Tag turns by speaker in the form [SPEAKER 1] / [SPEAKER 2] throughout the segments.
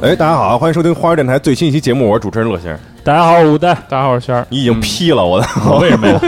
[SPEAKER 1] 哎，大家好，欢迎收听花儿电台最新一期节目，我是主持人乐先生。
[SPEAKER 2] 大家好，我是吴丹。
[SPEAKER 3] 大家好，我是轩儿。
[SPEAKER 1] 你已经劈了我的，
[SPEAKER 2] 为什么呀？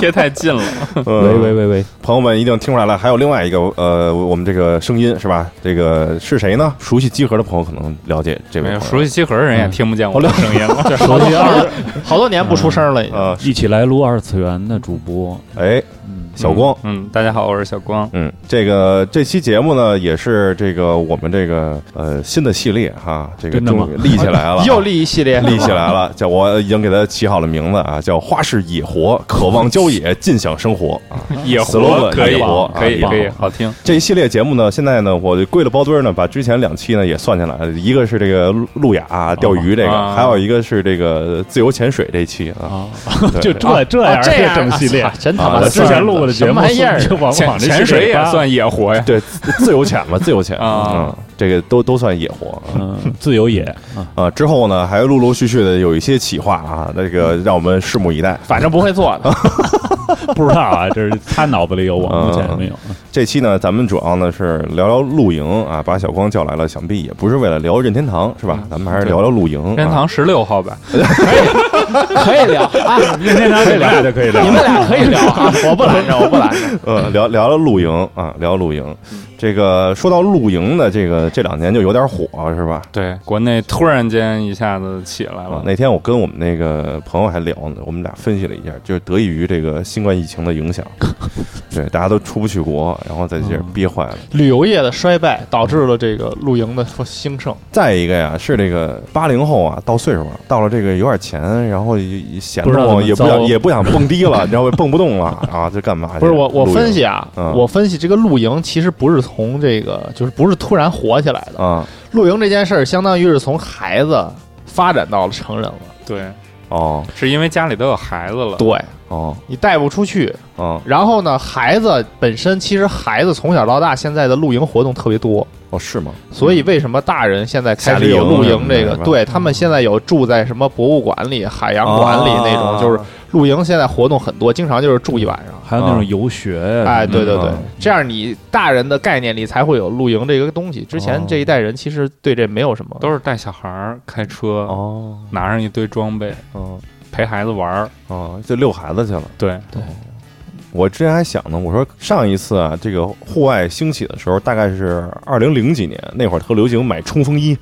[SPEAKER 3] 贴太近了，
[SPEAKER 1] 嗯
[SPEAKER 2] 喂喂喂喂，
[SPEAKER 1] 朋友们一定听出来了。还有另外一个，呃，我们这个声音是吧？这个是谁呢？熟悉集合的朋友可能了解这位
[SPEAKER 3] 没有
[SPEAKER 1] 朋
[SPEAKER 3] 熟
[SPEAKER 1] 友。
[SPEAKER 3] 悉集合的人也听不见我的声音了。
[SPEAKER 2] 这手机二
[SPEAKER 4] 好多年不出声了，已
[SPEAKER 3] 嗯
[SPEAKER 4] 经。
[SPEAKER 1] 呃，
[SPEAKER 2] 一起来撸二次元的主播，
[SPEAKER 1] 哎，
[SPEAKER 2] 嗯，
[SPEAKER 1] 小光，
[SPEAKER 3] 嗯，大家好，我是小光。
[SPEAKER 1] 嗯，这个这期节目呢，也是这个我们这个呃新的系列哈，这个
[SPEAKER 2] 真的吗
[SPEAKER 1] 终于立起来了，
[SPEAKER 4] 又立一系列，
[SPEAKER 1] 立起来了，叫我已经给它起好了名字啊，叫“花式野活，渴望郊野，尽享生活”啊。
[SPEAKER 3] 野
[SPEAKER 1] Slogan，
[SPEAKER 3] 活可以
[SPEAKER 1] 野活，
[SPEAKER 3] 可以，
[SPEAKER 1] 啊
[SPEAKER 3] 可
[SPEAKER 1] 野
[SPEAKER 3] 以，
[SPEAKER 1] 活
[SPEAKER 3] 好听。
[SPEAKER 1] 这一系列节目呢，现在呢，我跪了包堆儿呢，把之前两期呢也算进来了，一个是这个路路亚、钓鱼这个，
[SPEAKER 3] 啊哦
[SPEAKER 1] 还有一个是这个自由潜水这一期啊。
[SPEAKER 2] 啊，
[SPEAKER 1] 对
[SPEAKER 2] 就这这样
[SPEAKER 4] 啊这
[SPEAKER 2] 这
[SPEAKER 4] 样
[SPEAKER 2] 整系列
[SPEAKER 4] 啊，真他
[SPEAKER 1] 啊
[SPEAKER 2] 我
[SPEAKER 4] 妈的
[SPEAKER 2] 之前录过的节
[SPEAKER 4] 什
[SPEAKER 2] 目
[SPEAKER 4] 么玩意儿
[SPEAKER 2] 就往
[SPEAKER 3] 潜
[SPEAKER 2] 往这
[SPEAKER 3] 潜水也
[SPEAKER 2] 扒，
[SPEAKER 3] 算野活呀。
[SPEAKER 1] 对，自自由潜嘛，自由潜
[SPEAKER 3] 啊
[SPEAKER 1] 嗯，这个都都算野活
[SPEAKER 2] 嗯，自由野啊，
[SPEAKER 1] 啊。之后呢，还陆陆续续的有一些企划啊，那个让我们拭目以待。
[SPEAKER 4] 反正不会做 的。
[SPEAKER 2] 不知道啊，这是他脑子里有，我目前没有。
[SPEAKER 1] 这期呢，咱们主要呢是聊聊露营啊，把小光叫来了，想必也不是为了聊任天堂是吧？咱们还是聊聊露营。
[SPEAKER 3] 嗯
[SPEAKER 1] 啊
[SPEAKER 3] 任天堂十六号吧，
[SPEAKER 4] 可以聊啊，
[SPEAKER 2] 任天堂这俩就可以
[SPEAKER 4] 你
[SPEAKER 2] 聊
[SPEAKER 4] 们，俩可以聊啊， 我不拦着，我不拦着。
[SPEAKER 1] 呃，聊聊聊露营啊，聊露营。这个说到露营呢，这个这两年就有点火，是吧？
[SPEAKER 3] 对，国内突然间一下子起来
[SPEAKER 1] 啊
[SPEAKER 3] 了，。
[SPEAKER 1] 那天我跟我们那个朋友还聊呢，我们俩分析了一下，就是得益于这个新冠疫情的影响，对，大家都出不去国，然后在这儿憋坏了。
[SPEAKER 4] 旅游业的衰败导致了这个露营的兴盛，
[SPEAKER 1] 再一个呀，是这个八零后啊，到岁数了，到了这个有点钱，然后也也闲
[SPEAKER 2] 不知道怎
[SPEAKER 1] 着
[SPEAKER 2] 么
[SPEAKER 1] 也不想
[SPEAKER 2] 糟
[SPEAKER 1] 也不想蹦迪了，你知道吧？蹦不动了啊，这干嘛去？
[SPEAKER 4] 不是我我
[SPEAKER 1] 露营
[SPEAKER 4] 分析啊，
[SPEAKER 1] 嗯
[SPEAKER 4] 我分析这个露营其实不是从这个，就是不是突然火起来的。
[SPEAKER 1] 啊，
[SPEAKER 4] 露营这件事儿，相当于是从孩子发展到了成人了。
[SPEAKER 3] 对，
[SPEAKER 1] 哦
[SPEAKER 3] 是因为家里都有孩子了。
[SPEAKER 4] 对
[SPEAKER 1] 哦
[SPEAKER 4] 你带不出去，
[SPEAKER 1] 哦
[SPEAKER 4] 然后呢，孩子本身其实孩子从小到大现在的露营活动特别多，
[SPEAKER 1] 哦，是吗？
[SPEAKER 4] 所以为什么大人现在开
[SPEAKER 1] 夏
[SPEAKER 4] 始
[SPEAKER 1] 令
[SPEAKER 4] 有
[SPEAKER 1] 营
[SPEAKER 4] 露
[SPEAKER 1] 什
[SPEAKER 4] 营
[SPEAKER 1] 么的
[SPEAKER 4] 这个
[SPEAKER 1] 是吧？嗯
[SPEAKER 4] 对他们现在有住在什么博物馆里、海洋馆里那种，
[SPEAKER 1] 啊
[SPEAKER 4] 就是露营现在活动很多，经常就是住一晚上。
[SPEAKER 2] 还有那种游学，
[SPEAKER 4] 哎，对对
[SPEAKER 1] 嗯
[SPEAKER 4] 对
[SPEAKER 1] 啊，
[SPEAKER 4] 这样你大人的概念里才会有露营这个东西。之前这一代人其实对这没有什么，
[SPEAKER 3] 都是带小孩儿开车，
[SPEAKER 1] 哦
[SPEAKER 3] 拿上一堆装备，
[SPEAKER 1] 哦
[SPEAKER 3] 陪孩子玩儿。
[SPEAKER 1] 哦，就遛孩子去了。
[SPEAKER 3] 对，
[SPEAKER 1] 我之前还想呢，我说上一次啊，这个户外兴起的时候，大概是二零零几年那会儿，特流行买冲锋衣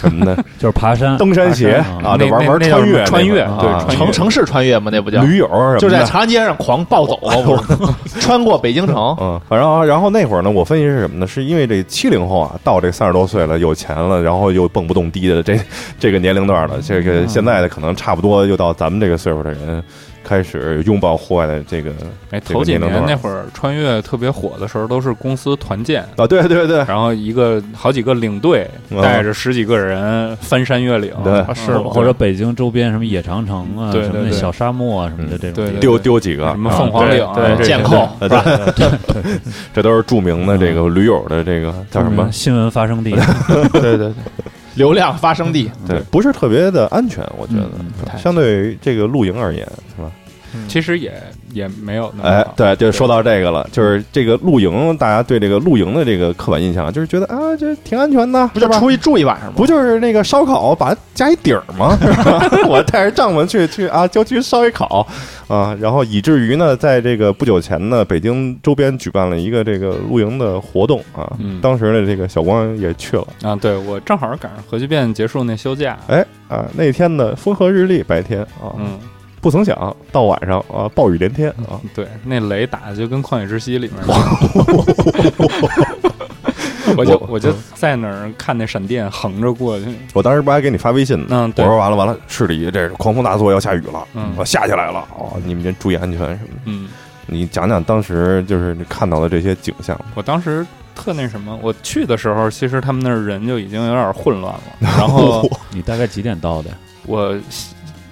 [SPEAKER 1] 什么的，
[SPEAKER 2] 就是爬山，
[SPEAKER 1] 登山鞋
[SPEAKER 2] 爬山
[SPEAKER 1] 啊，
[SPEAKER 3] 那
[SPEAKER 1] 这玩
[SPEAKER 3] 那
[SPEAKER 1] 玩
[SPEAKER 3] 那叫
[SPEAKER 1] 穿
[SPEAKER 3] 什么
[SPEAKER 1] 越
[SPEAKER 3] 穿越
[SPEAKER 1] 那会
[SPEAKER 2] 对
[SPEAKER 1] 儿啊
[SPEAKER 3] 穿越
[SPEAKER 4] 城城市穿越嘛，那不叫，
[SPEAKER 1] 驴友什么的哦
[SPEAKER 4] 就在长安街上狂暴走，穿过北京城。
[SPEAKER 1] 嗯，反正啊然后那会儿呢，我分析是什么呢？是因为这七零后啊，到这三十多岁了，有钱了，然后又蹦不动迪的这 这个年龄段了，这个现在的可能差不多又到咱们这个岁数的人，开始拥抱户外的这个
[SPEAKER 3] 哎，
[SPEAKER 1] 这个
[SPEAKER 3] 头几
[SPEAKER 1] 年龄
[SPEAKER 3] 年
[SPEAKER 1] 段
[SPEAKER 3] 那会儿穿越特别火的时候，都是公司团建，
[SPEAKER 1] 啊，对对对，
[SPEAKER 3] 然后一个好几个领队
[SPEAKER 1] 嗯
[SPEAKER 3] 带着十几个人翻山越岭，
[SPEAKER 1] 对
[SPEAKER 3] 嗯
[SPEAKER 4] 是吗
[SPEAKER 2] 啊或者北京周边什么野长城啊，
[SPEAKER 3] 对对
[SPEAKER 2] 什么那
[SPEAKER 3] 对
[SPEAKER 2] 小沙漠啊什么的这种地
[SPEAKER 3] 对
[SPEAKER 2] 方，
[SPEAKER 1] 丢丢几个
[SPEAKER 3] 什么凤凰岭啊、
[SPEAKER 4] 对
[SPEAKER 3] 这些
[SPEAKER 4] 箭扣
[SPEAKER 1] 呃，对，这都是著名的这个驴友的这个叫什么？
[SPEAKER 2] 新闻发生地，
[SPEAKER 4] 嗯 对对对，流量发生地。
[SPEAKER 1] 对，不是特别的安全，我觉得，
[SPEAKER 2] 嗯
[SPEAKER 4] 太
[SPEAKER 1] 相对于这个露营而言，是吧？
[SPEAKER 3] 其实也也没有
[SPEAKER 4] 嗯
[SPEAKER 3] 那么
[SPEAKER 1] 哎
[SPEAKER 3] 好，。
[SPEAKER 1] 对，就说到这个了，就是这个露营，大家对这个露营的这个刻板印象，就是觉得啊，这挺安全的，
[SPEAKER 4] 不就是
[SPEAKER 1] 吧？
[SPEAKER 4] 出去住一晚上吗？
[SPEAKER 1] 不就是那个烧烤，把它加一底儿吗？ 是吧我带着帐篷去去啊，郊区烧一烤啊，然后以至于呢，在这个不久前呢，北京周边举办了一个这个露营的活动啊，
[SPEAKER 3] 嗯
[SPEAKER 1] 当时呢，这个小光也去了。
[SPEAKER 3] 啊，对我正好赶上核聚变结束那休假，
[SPEAKER 1] 哎啊，那天呢风和日丽，白天啊，
[SPEAKER 3] 嗯，
[SPEAKER 1] 不曾想到晚上啊暴雨连天啊，
[SPEAKER 3] 对，那雷打的就跟《旷野之息》里面一样，我就我就在那儿看那闪电横着过去，
[SPEAKER 1] 我当时不还给你发微信呢，
[SPEAKER 3] 嗯，
[SPEAKER 1] 我
[SPEAKER 3] 对，
[SPEAKER 1] 说完了完了，市里这是狂风大作要下雨了，
[SPEAKER 3] 嗯
[SPEAKER 1] 我下起来了啊，你们这注意安全什么的。
[SPEAKER 3] 嗯，
[SPEAKER 1] 你讲讲当时就是你看到的这些景象，
[SPEAKER 3] 我当时特那什么，我去的时候，其实他们那儿人就已经有点混乱了，然后
[SPEAKER 2] 你大概几点到的？
[SPEAKER 3] 我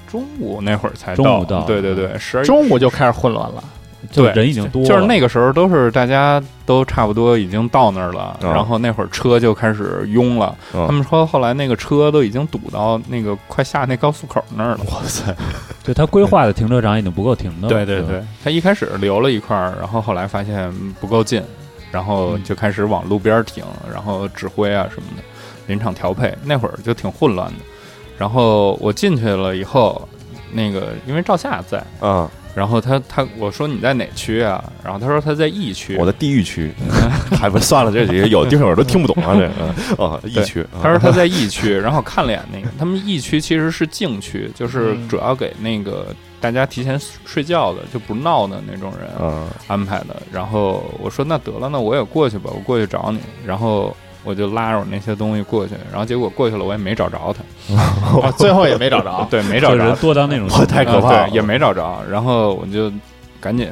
[SPEAKER 3] 中午那会儿才
[SPEAKER 2] 中午到嗯
[SPEAKER 3] 对对对，十二
[SPEAKER 4] 中午就开始混 乱了。
[SPEAKER 2] 就
[SPEAKER 3] 对
[SPEAKER 2] 人已经多了，
[SPEAKER 3] 就是那个时候都是大家都差不多已经到那儿了，
[SPEAKER 1] 嗯
[SPEAKER 3] 然后那会儿车就开始拥了。
[SPEAKER 1] 嗯
[SPEAKER 3] 他们说后来那个车都已经堵到那个快下那高速口那儿了。
[SPEAKER 1] 哇塞，
[SPEAKER 2] 对他规划的停车场已经不够停的了。
[SPEAKER 3] 对对
[SPEAKER 2] 吧
[SPEAKER 3] 对，嗯他一开始留了一块儿，然后后来发
[SPEAKER 2] 嗯
[SPEAKER 3] 现不够近，然后就开始往路边儿停，然后指挥啊什么的。林场调配，那会儿就挺混乱的。然后我进去了以后，那个因为赵夏在，
[SPEAKER 1] 啊，
[SPEAKER 3] 然后他他我说你在哪区啊？然后他说他在疫区，
[SPEAKER 1] 我的地狱区，还不算了，这几个有地方我都听不懂啊，这 个啊，疫区，啊
[SPEAKER 3] 他说他在疫区，然后看了眼那个，他们疫区其实是静区，就是
[SPEAKER 4] 嗯
[SPEAKER 3] 主要给那个大家提前睡觉的，就不闹的那种人
[SPEAKER 1] 啊，
[SPEAKER 3] 安排的。然后我说那得了，那我也过去吧，我过去找你。然后我就拉着我那些东西过去，然后结果过去了，我也没找着他，。
[SPEAKER 4] 啊最后也没找着
[SPEAKER 3] 对，没
[SPEAKER 2] 这
[SPEAKER 3] 找
[SPEAKER 2] 人
[SPEAKER 3] 着，
[SPEAKER 2] 多到那种
[SPEAKER 1] 我 太可怕
[SPEAKER 3] 呃
[SPEAKER 1] 了，
[SPEAKER 3] 对，也没找着。然后我就赶紧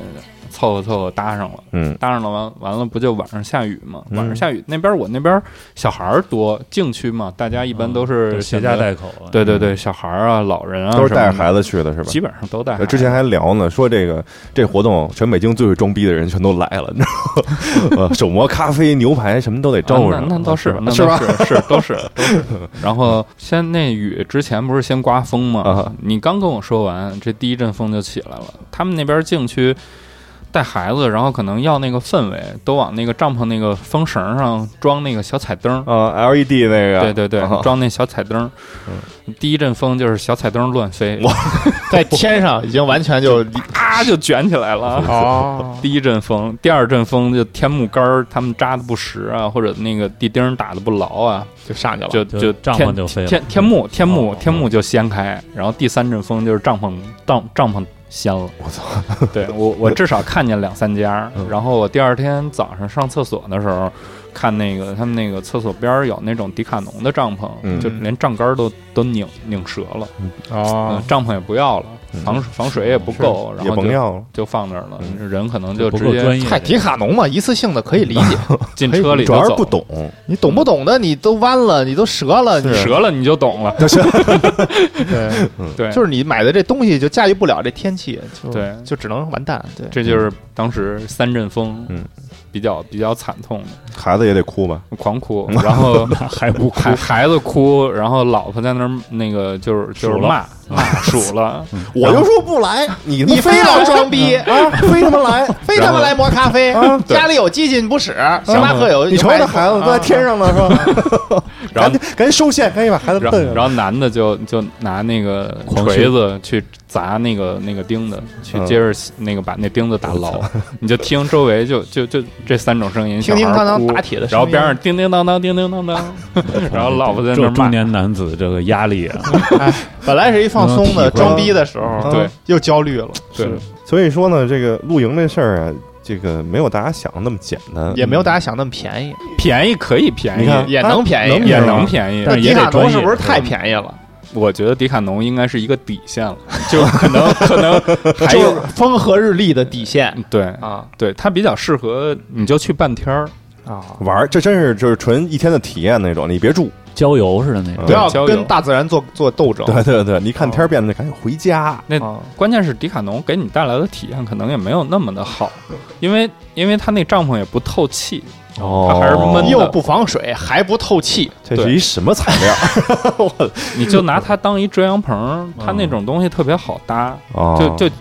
[SPEAKER 3] 凑合凑合搭上了。
[SPEAKER 1] 嗯
[SPEAKER 3] 搭上了完完了不就晚上下雨嘛？
[SPEAKER 1] 嗯
[SPEAKER 3] 晚上下雨那边我那边小孩儿多，静区嘛，大家一般都是
[SPEAKER 2] 携
[SPEAKER 3] 选
[SPEAKER 2] 家
[SPEAKER 3] 择，
[SPEAKER 2] 带口，
[SPEAKER 3] 对对对，小孩儿啊、老人啊什
[SPEAKER 1] 都
[SPEAKER 3] 么的，
[SPEAKER 1] 是带着孩子去的是吧？
[SPEAKER 3] 基本上都带孩
[SPEAKER 1] 呃
[SPEAKER 3] 子。啊
[SPEAKER 1] 之前还聊呢，说这个这活动全北京最会装逼的人全都来了， 你知道吗？呃手磨咖啡、牛排什么都得招呼
[SPEAKER 3] 啊
[SPEAKER 1] 上，
[SPEAKER 3] 那那倒是，那
[SPEAKER 1] 是
[SPEAKER 3] 倒
[SPEAKER 1] 吧？
[SPEAKER 3] 是是都是都是。然后先那雨之前不是先刮风
[SPEAKER 1] 啊
[SPEAKER 3] 吗？你刚跟我说完，这第一阵风就起来了。他们那边禁区带孩子，然后可能要那个氛围，都往那个帐篷那个风绳上装那个小彩灯儿。
[SPEAKER 1] 啊，LED 那个，
[SPEAKER 3] 对对对
[SPEAKER 1] 啊，嗯
[SPEAKER 3] 装那小彩灯儿。第一阵风就是小彩灯乱飞，
[SPEAKER 1] 哇
[SPEAKER 4] 在天上已经完全就
[SPEAKER 3] 啪就卷起来 了。
[SPEAKER 4] 哦，
[SPEAKER 3] 第一阵风，第二阵风就天幕杆儿他们扎的不实啊，或者那个地钉儿打的不牢啊，
[SPEAKER 4] 就上去了。
[SPEAKER 3] 就
[SPEAKER 2] 就
[SPEAKER 3] 就
[SPEAKER 2] 帐
[SPEAKER 3] 天
[SPEAKER 2] 篷就飞了
[SPEAKER 3] 天天幕天幕、
[SPEAKER 2] 哦
[SPEAKER 3] 天幕就掀开，然后第三阵风就是帐篷帐帐篷掀了。我操！对我我至少看见两三家
[SPEAKER 1] 嗯，
[SPEAKER 3] 然后我第二天早上上厕所的时候。看那个，他们那个厕所边儿有那种迪卡侬的帐篷，
[SPEAKER 1] 嗯
[SPEAKER 3] 就连帐杆儿都都拧拧折了，
[SPEAKER 4] 哦
[SPEAKER 3] 嗯，帐篷也不要了，防防水也不够，然
[SPEAKER 1] 也
[SPEAKER 3] 后
[SPEAKER 1] 甭
[SPEAKER 3] 就
[SPEAKER 1] 要了，
[SPEAKER 3] 就放那儿了，
[SPEAKER 1] 嗯
[SPEAKER 3] 人可能就
[SPEAKER 2] 就不
[SPEAKER 3] 直
[SPEAKER 2] 够
[SPEAKER 3] 接
[SPEAKER 2] 专业。
[SPEAKER 4] 嗨，迪卡侬嘛，一次性的可以理解。
[SPEAKER 3] 进车里
[SPEAKER 1] 主
[SPEAKER 3] 就
[SPEAKER 1] 要是
[SPEAKER 3] 走
[SPEAKER 1] 不，懂，
[SPEAKER 4] 你懂不懂的，你都弯了，你都折了，你
[SPEAKER 3] 折了你就懂了，
[SPEAKER 4] 对，
[SPEAKER 3] 对，
[SPEAKER 4] 就是你买的这东西就驾驭不了这天气，就
[SPEAKER 3] 对
[SPEAKER 4] 就只能完蛋。对，
[SPEAKER 3] 这就是当时三阵风，
[SPEAKER 1] 嗯，
[SPEAKER 3] 比较比较惨痛的，
[SPEAKER 1] 孩子也得哭吧？
[SPEAKER 3] 狂哭，然后
[SPEAKER 2] 还不哭，
[SPEAKER 3] 孩孩子哭，然后老婆在那儿那个就是就
[SPEAKER 2] 数
[SPEAKER 3] 是
[SPEAKER 2] 了嗯
[SPEAKER 3] 骂骂数了，
[SPEAKER 1] 我就说不来， 你
[SPEAKER 4] 你非要装逼
[SPEAKER 1] 啊，非他妈来，
[SPEAKER 4] 非他妈来磨咖啡，家里有机器你不使，星巴克有，
[SPEAKER 1] 你啊瞅瞅这孩子都在天上呢，是吧？
[SPEAKER 3] 然
[SPEAKER 1] 赶
[SPEAKER 3] 后
[SPEAKER 1] 紧赶紧收线，赶紧把孩子
[SPEAKER 3] 然后
[SPEAKER 1] 蹬上。
[SPEAKER 3] 然后男的就就拿那个
[SPEAKER 2] 狂
[SPEAKER 3] 锤子去砸那个那个钉子，去
[SPEAKER 1] 嗯
[SPEAKER 3] 接着那个把那钉子打 牢， 你就听周围就就就这三种声音，
[SPEAKER 4] 叮叮
[SPEAKER 3] 小孩
[SPEAKER 4] 当当
[SPEAKER 3] 哭
[SPEAKER 4] 打铁的声
[SPEAKER 3] 然
[SPEAKER 4] 音，
[SPEAKER 3] 后边上叮叮当当叮 叮当当，然后老婆在那
[SPEAKER 2] 这
[SPEAKER 3] 儿
[SPEAKER 2] 中
[SPEAKER 3] 骂，
[SPEAKER 2] 年男子这个压力啊，
[SPEAKER 4] 本来是一放松的
[SPEAKER 2] 能体会
[SPEAKER 4] 装逼的时候，
[SPEAKER 1] 嗯
[SPEAKER 3] 对
[SPEAKER 4] 又焦虑了，
[SPEAKER 3] 对
[SPEAKER 2] 啊是
[SPEAKER 1] 所以说呢，这个露营这事儿啊，这个没有大家想的那么简单。
[SPEAKER 4] 也没有大家想那么便宜，
[SPEAKER 3] 便宜可以便
[SPEAKER 1] 你
[SPEAKER 3] 宜，
[SPEAKER 1] 看
[SPEAKER 4] 也能便宜，
[SPEAKER 1] 能
[SPEAKER 3] 也
[SPEAKER 1] 便宜
[SPEAKER 3] 能便宜，
[SPEAKER 2] 但是
[SPEAKER 4] 迪
[SPEAKER 2] 也得
[SPEAKER 4] 卡侬
[SPEAKER 2] 专业
[SPEAKER 4] 是不是太便宜了？
[SPEAKER 3] 我觉得迪卡侬应该是一个底线 了，就可能可能还
[SPEAKER 4] 就是
[SPEAKER 3] 有
[SPEAKER 4] 嗯风和日丽的底线
[SPEAKER 3] 对
[SPEAKER 4] 啊
[SPEAKER 3] 对，它比较适合你就去半天儿，
[SPEAKER 4] 啊！
[SPEAKER 1] 玩儿，这真是就是纯一天的体验那种，你别住。
[SPEAKER 2] 郊游似的那种
[SPEAKER 4] 不。要
[SPEAKER 3] 郊游
[SPEAKER 4] 跟大自然做做斗争。
[SPEAKER 1] 对对对，你
[SPEAKER 3] 哦
[SPEAKER 1] 看天儿变了，赶紧回家。
[SPEAKER 3] 那
[SPEAKER 4] 啊
[SPEAKER 3] 关键是迪卡侬给你带来的体验可能也没有那么的好，因为因为它那帐篷也不透气，
[SPEAKER 1] 哦
[SPEAKER 3] 它还是闷的
[SPEAKER 4] 又不防水，还不透气，
[SPEAKER 1] 这
[SPEAKER 3] 对
[SPEAKER 1] 是一什么材料？
[SPEAKER 3] 你就拿它当一遮阳棚，它那种东西特别好搭，
[SPEAKER 1] 哦
[SPEAKER 3] 就就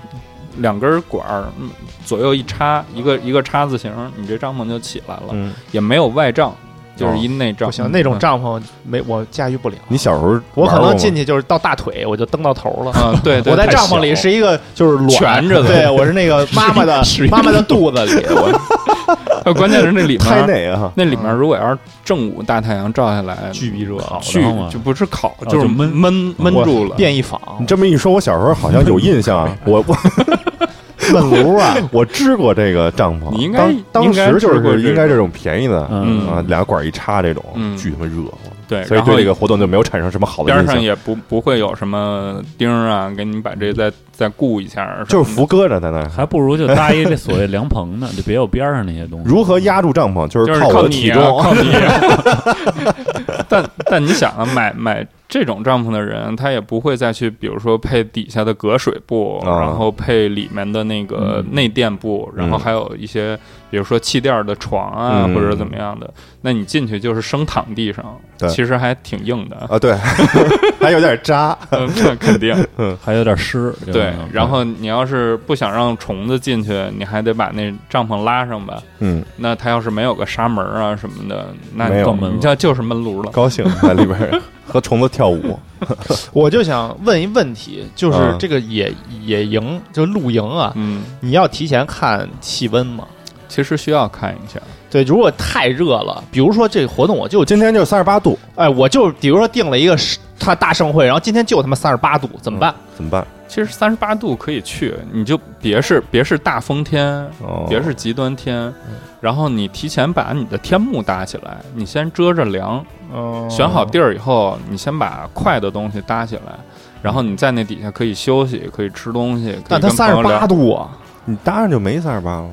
[SPEAKER 3] 两根管儿嗯左右一插，一个一个叉字形，你这帐篷就起来了，
[SPEAKER 1] 嗯，
[SPEAKER 3] 也没有外帐，就是
[SPEAKER 1] 哦
[SPEAKER 3] 一内帐，
[SPEAKER 4] 不行，那种
[SPEAKER 3] 嗯
[SPEAKER 4] 帐篷没我驾驭不了。
[SPEAKER 1] 你小时候
[SPEAKER 4] 我可
[SPEAKER 1] 玩过
[SPEAKER 4] 能
[SPEAKER 1] 吗
[SPEAKER 4] 进去就是到大腿，我就蹬到头了。
[SPEAKER 3] 啊，对，对
[SPEAKER 4] 我在
[SPEAKER 3] 太
[SPEAKER 4] 帐篷里
[SPEAKER 3] 小
[SPEAKER 4] 是一个就是卵
[SPEAKER 3] 蜷着的
[SPEAKER 4] 对我是那个妈妈的
[SPEAKER 2] 是一
[SPEAKER 4] 妈妈的肚子里，我
[SPEAKER 3] 呃，关键是那里面
[SPEAKER 1] 太
[SPEAKER 3] 儿
[SPEAKER 1] 那啊，
[SPEAKER 3] 那里面儿如果要是正午大太阳照下来，
[SPEAKER 4] 巨逼热，
[SPEAKER 3] 去
[SPEAKER 2] 烤的慌啊
[SPEAKER 3] 就不是烤，
[SPEAKER 2] 哦
[SPEAKER 3] 就是
[SPEAKER 2] 就闷
[SPEAKER 3] 闷闷
[SPEAKER 4] 我
[SPEAKER 3] 住了。
[SPEAKER 4] 便衣坊
[SPEAKER 1] 你这么一说，我小时候好像有印象啊，我我
[SPEAKER 4] 闷炉啊，
[SPEAKER 1] 我支过这个帐篷，
[SPEAKER 3] 你应该
[SPEAKER 1] 当当
[SPEAKER 3] 应该
[SPEAKER 1] 时就
[SPEAKER 3] 支过
[SPEAKER 1] 是
[SPEAKER 3] 这
[SPEAKER 1] 应该这种便宜的
[SPEAKER 2] 嗯
[SPEAKER 1] 啊，俩管一插这种，
[SPEAKER 3] 嗯
[SPEAKER 1] 巨他妈热，
[SPEAKER 3] 对，
[SPEAKER 1] 所以
[SPEAKER 3] 然后
[SPEAKER 1] 对这个活动就没有产生什么好的
[SPEAKER 3] 边
[SPEAKER 1] 印
[SPEAKER 3] 上
[SPEAKER 1] 象，
[SPEAKER 3] 也不不会有什么钉儿啊，给你把这再再固一下什么的。
[SPEAKER 1] 就是扶搁着在那儿。
[SPEAKER 2] 还不如就搭一这所谓凉棚呢，就别有边上那些东西。
[SPEAKER 1] 如何压住帐篷，就
[SPEAKER 3] 就是啊
[SPEAKER 1] 靠我的
[SPEAKER 3] 你
[SPEAKER 1] 体
[SPEAKER 3] 啊，
[SPEAKER 1] 重。
[SPEAKER 3] 靠你啊。但但你想啊，买买这种帐篷的人，他也不会再去，比如说配底下的隔水布，
[SPEAKER 1] 啊
[SPEAKER 3] 然后配里面的那个
[SPEAKER 2] 嗯
[SPEAKER 3] 内垫布，然后还有一些，比如说气垫的床啊，
[SPEAKER 1] 嗯
[SPEAKER 3] 或者怎么样的。那你进去就是生躺地上，
[SPEAKER 1] 对
[SPEAKER 3] 其实还挺硬的，
[SPEAKER 1] 啊，对， 还有点扎，
[SPEAKER 3] 嗯那 肯定。
[SPEAKER 2] 还有点湿。有
[SPEAKER 3] 对
[SPEAKER 2] 点，
[SPEAKER 3] 然后你要是不想让虫子进去，你还得把那帐篷拉上吧。
[SPEAKER 1] 嗯，
[SPEAKER 3] 那他要是没有个纱门啊什么的，那
[SPEAKER 1] 没有
[SPEAKER 3] 更闷，你这就是闷炉了。
[SPEAKER 1] 高兴在里边儿 和虫子跳舞，
[SPEAKER 4] 我就想问一问题，就是
[SPEAKER 1] 嗯
[SPEAKER 4] 这个野、野营，就露营 啊，
[SPEAKER 3] 嗯，
[SPEAKER 4] 你要提前看气温吗？
[SPEAKER 3] 其实需要看一下。
[SPEAKER 4] 对，如果太热了，比如说这个活动我就
[SPEAKER 1] 今天就三十八度，
[SPEAKER 4] 哎，我就比如说定了一个是他大盛会，然后今天就他妈三十八度，怎么办？
[SPEAKER 1] 怎么办？
[SPEAKER 3] 其实三十八度可以去，你就别是别是大风天，
[SPEAKER 1] 哦，
[SPEAKER 3] 别是极端天，
[SPEAKER 4] 嗯
[SPEAKER 3] 然后你提前把你的天幕搭起来，你先遮着凉，
[SPEAKER 4] 嗯
[SPEAKER 3] 选好地儿以后，你先把快的东西搭起来，然后你在那底下可以休息，可以吃东西，可
[SPEAKER 4] 但
[SPEAKER 3] 以
[SPEAKER 4] 他
[SPEAKER 3] 跟
[SPEAKER 4] 三
[SPEAKER 3] 朋
[SPEAKER 4] 十
[SPEAKER 3] 友聊。
[SPEAKER 4] 八度啊，
[SPEAKER 1] 你搭上就没三十八了，